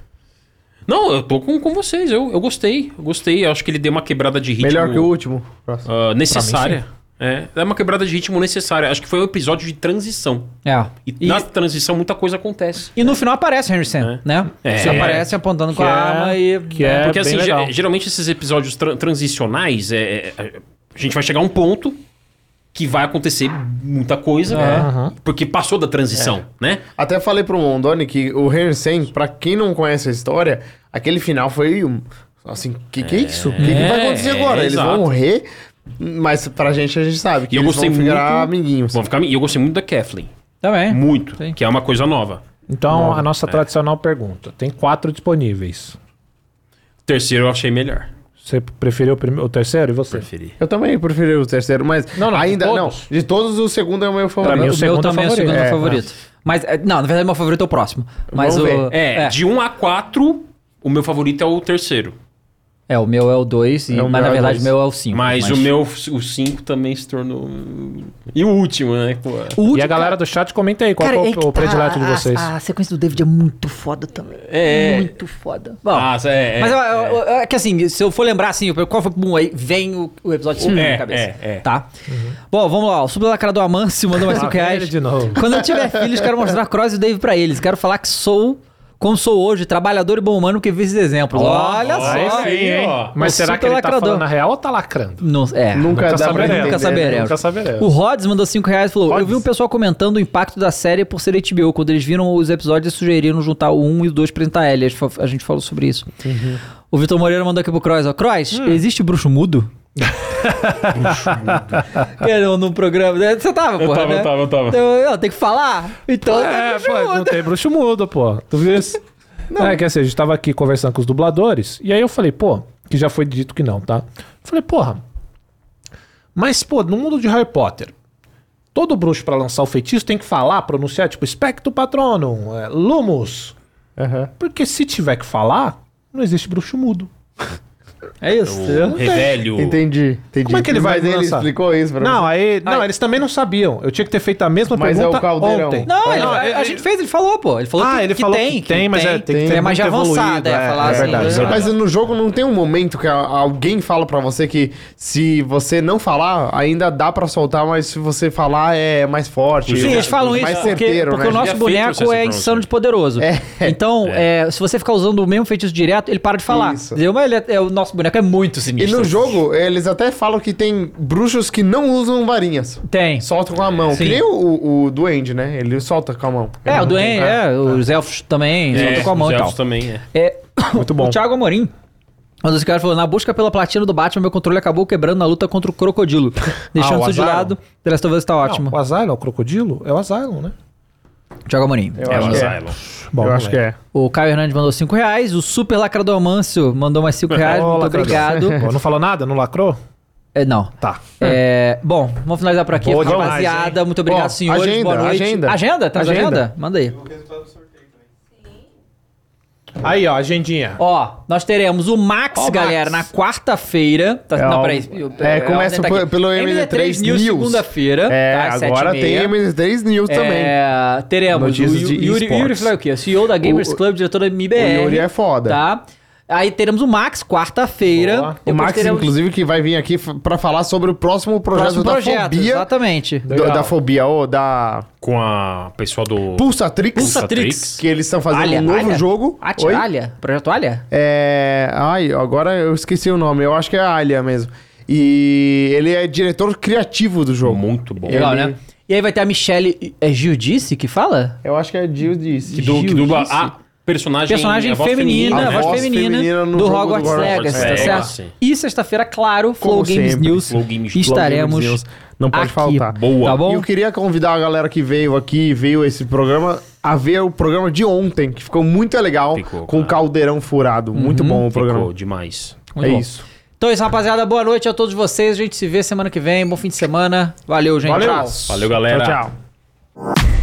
B: Não, eu tô com, com vocês. Eu, eu gostei, eu gostei. Eu acho que ele deu uma quebrada de ritmo.
C: Melhor que o
D: tipo,
C: último. Próximo.
B: ah, necessária. É, é uma quebrada de ritmo necessária. Acho que foi um episódio de transição.
A: É.
B: E,
A: E,
B: na transição muita coisa acontece.
A: e no final aparece o Henry Sam, né?
B: É.
A: Você aparece apontando com a
D: Que é-
A: arma e. né?
D: que é-
B: Porque
D: bem
B: assim, ge-
D: legal.
B: geralmente esses episódios tran- transicionais, é, é- é- a gente vai chegar a um ponto que vai acontecer muita
A: É.
B: coisa, né?
D: Aham.
B: porque passou da transição, né?
C: Até falei pro Mondoni que o Hansen, pra quem não conhece a história, aquele final foi um- assim, que que é isso? O que, que vai acontecer
D: É,
C: agora? Eles
B: exato.
C: vão morrer, mas pra gente a gente sabe
B: E
C: que
B: eu
C: eles
B: gostei
C: vão ficar
B: muito-
C: amiguinhos.
B: Vão ficar, e eu gostei muito da Kathleen.
A: Também.
B: Muito.
A: Sim.
B: Que é uma coisa nova.
D: Então, a
B: É.
D: nossa tradicional pergunta. Tem quatro disponíveis.
B: O terceiro eu achei melhor.
D: Você preferiu o, primeiro, o terceiro e você?
B: Preferi.
C: Eu também preferi o terceiro, mas
D: Não, não, de
C: ainda não.
D: todos.
C: De todos o segundo é o meu
D: Pra
C: favorito.
D: mim, o
A: O meu
D: segundo é o
A: também é o
D: favorito.
A: segundo
D: É,
A: favorito. Mas, é, não, na verdade, meu favorito é o próximo. Mas
C: Vamos
A: o.
B: É, de 1 a 4, o meu favorito é o terceiro.
A: É, o meu é o 2,
C: É, o
A: mas
C: meu
A: na
C: é o
A: verdade o
C: dois.
A: meu é o 5.
B: Mas, o meu, o 5 também se tornou. E o último, né? Pô,
D: E a galera do chat comenta aí qual é o, o predileto de vocês.
I: tá A, a sequência do David é muito foda também.
B: É.
I: Muito foda.
A: Bom,
B: Ah, é, é,
A: mas eu- eu- eu- é. que assim, se eu for lembrar assim, qual foi bom, aí vem o, o episódio 5 na minha
B: é,
A: cabeça.
B: é, é.
A: Tá? Bom, vamos lá. O Sublacra do Amancio mandou mais
D: Lá
A: 5
D: Uhum. Ah, vem
A: reais.
D: ele de novo.
A: Quando eu tiver filhos, quero mostrar Cross e Dave pra eles. Quero falar que sou, como sou hoje, trabalhador e bom humano, porque vi esses exemplos. Olha
B: aí
A: só!
B: sim, hein? ó.
D: Mas
A: O
D: será que
A: super
D: ele tá
A: lacrador.
D: falando a real ou tá lacrando?
A: Não, é,
C: Nunca,
D: Nunca
C: dá pra
D: saberemos.
C: entender.
A: Nunca saberemos.
D: né? Nunca saberemos.
A: O Rods mandou 5 reais e falou: Eu
C: Rhodes?
A: vi um pessoal comentando o impacto da série por ser HBO. Quando eles viram os episódios, eles sugeriram juntar o 1 e o 2 pra entrar L. A gente fa- A gente falou sobre isso.
D: Uhum.
A: O Vitor Moreira mandou aqui pro Cross: ó, Cross,
D: Hum.
A: existe bruxo mudo? bruxo mudo. Era num programa. né? Você tava, porra.
B: tava,
A: né?
B: eu tava, eu tava.
A: Então, eu tenho que falar? Então. tem
D: É,
A: bruxo
D: pô,
A: mudo.
D: não tem bruxo mudo, pô. Tu viu isso? Não. É, quer dizer, a gente tava aqui conversando com os dubladores, e aí eu falei, pô, que já foi dito que não, tá? Falei, porra, mas, pô, no mundo de Harry Potter, todo bruxo pra lançar o feitiço tem que falar, pronunciar, tipo, Spectro Patronum, é, Lumos. Porque se tiver que falar, não existe bruxo mudo.
A: É isso.
B: O Revelio.
C: Entendi, entendi.
D: Como é que ele vai
C: Mas ele
D: lançar?
C: explicou isso pra
D: Não,
C: mim.
D: aí. Não, eles também não sabiam. Eu tinha que ter feito a mesma
C: Mas é
D: pergunta
C: o caldeirão.
D: ontem.
A: Não, ele-
D: Não,
A: a, a
D: ele-
A: gente fez, ele falou, pô. Ele falou
D: Ah,
A: que,
D: ele
A: que
D: falou
A: tem.
D: que tem, mas é, tem que
A: É
D: ter
A: mais
D: muito
A: avançada,
D: evoluído,
A: é,
D: é,
A: falar
D: é
A: assim.
D: verdade,
A: né?
D: verdade.
C: Mas no jogo não tem um momento que a- alguém fala pra você que se você não falar, ainda dá pra soltar, mas se você falar é mais forte.
A: Sim, eles falam isso
C: mais
A: porque,
C: certeiro,
A: porque
C: né?
A: o nosso
B: Devia feito
A: boneco
B: essa
A: é
B: promoção.
A: insano de poderoso. Então, é, se você ficar usando o mesmo feitiço direto, ele para de falar.
C: Isso.
A: Entendeu? Mas ele é- é- o nosso boneco é muito
C: E
A: sinistro.
C: no jogo, eles até falam que tem bruxos que não usam varinhas.
A: Tem.
C: Soltam com a mão.
A: Sim.
C: Que nem o, o, o duende, né? Ele solta com a mão.
A: É, o Duende, é, os elfos também, soltam com a mão
B: É, os
A: e
B: elfos
A: tal.
B: também, é.
A: É,
C: Muito bom.
A: O Thiago Amorim. Um dos caras falou, na busca pela platina do Batman, meu controle acabou quebrando na luta contra o crocodilo. Deixando
D: o
C: Ah,
A: isso de
D: Azar.
A: lado, The Last of Us tá ótimo.
D: Não, o Asylum, o crocodilo, é o Asylum, né?
A: Thiago Amorim.
C: Eu
B: É o
C: acho que é.
B: Asylum.
D: Bom,
C: Eu acho que é.
A: O Caio Hernandes mandou 5 reais, o Super Lacradomâncio mandou mais 5 reais,
D: Ô,
A: muito
D: lacrador.
A: obrigado.
D: Pô, não falou nada? Não lacrou?
A: É, não.
D: Tá.
A: É, bom, vamos finalizar por aqui,
D: Boa demais,
A: rapaziada. muito obrigado,
C: Ó,
A: senhores.
C: agenda,
A: boa noite.
C: agenda.
A: Agenda? Traz agenda?
C: Agenda.
A: Manda aí.
D: Aí, ó, agendinha.
A: Ó, nós teremos o Max,
D: Ó, o Max.
A: galera, na quarta-feira. Tá,
C: É,
A: não,
C: ó,
A: peraí. eu-
C: é,
A: eu-
C: começa
A: eu- tá
C: pe-
A: aqui.
C: pelo MD3
A: News.
C: News.
A: segunda-feira.
C: É,
A: tá, às sete e
C: agora tem
A: meia.
C: MD3 News também.
A: É, teremos o
C: Notícias
A: Yu-
C: de
A: Yuri, Yuri
C: esportes.
A: Flair, o quê? CEO da Gamers
C: O-
A: Club, diretor da MBR.
C: O Yuri é foda.
A: Tá? Aí teremos o Max quarta-feira.
D: Boa.
A: Depois
C: O Max,
A: teremos-
C: inclusive, que vai vir aqui f- pra falar sobre o próximo projeto
A: um Próximo
C: da
A: projeto,
C: fobia.
A: exatamente.
C: do- da fobia, ou da
B: Com a pessoal do.
C: Pulsatrix.
B: Pulsatrix.
C: Que eles estão fazendo
A: Alha,
C: um novo
A: Alha?
C: jogo.
A: Ati-
C: Oi?
A: Alha? Projeto Alha?
C: É. Ai, agora eu esqueci o nome. Eu acho que é Alia mesmo. E ele é diretor criativo do jogo.
B: Muito bom.
C: Legal,
A: Legal, né? E aí vai ter a Michelle. É Giudice que fala?
C: Eu acho que é Jill disse.
B: Que, du- que dubla
A: Gil,
B: a personagem.
A: Personagem
B: a voz
A: feminina,
B: né?
A: a voz feminina,
C: feminina no
A: do
C: jogo
A: Hogwarts
C: do Hogwarts
A: Legacy, tá
B: Legacy.
A: certo?
B: Sim.
A: E sexta-feira, claro, Flow
C: Como
A: Games
C: sempre,
A: News.
B: Flow Games- Flow
A: estaremos.
C: Games News. Não pode
A: aqui.
C: faltar.
B: Boa.
A: Tá
C: E
A: bom?
C: eu queria convidar a galera que veio aqui, veio esse programa, a ver o programa de ontem, que ficou muito legal,
B: Ficou,
C: com o
B: cara.
C: caldeirão furado. Muito bom o programa.
B: Ficou demais.
A: Uhum. Muito
C: é
A: bom.
C: isso.
A: Então é isso, rapaziada. Boa noite a todos vocês. A gente se vê semana que vem. Bom fim de semana. Valeu, gente.
C: Valeu.
A: Tchau.
B: Valeu, galera.
C: Tchau, tchau.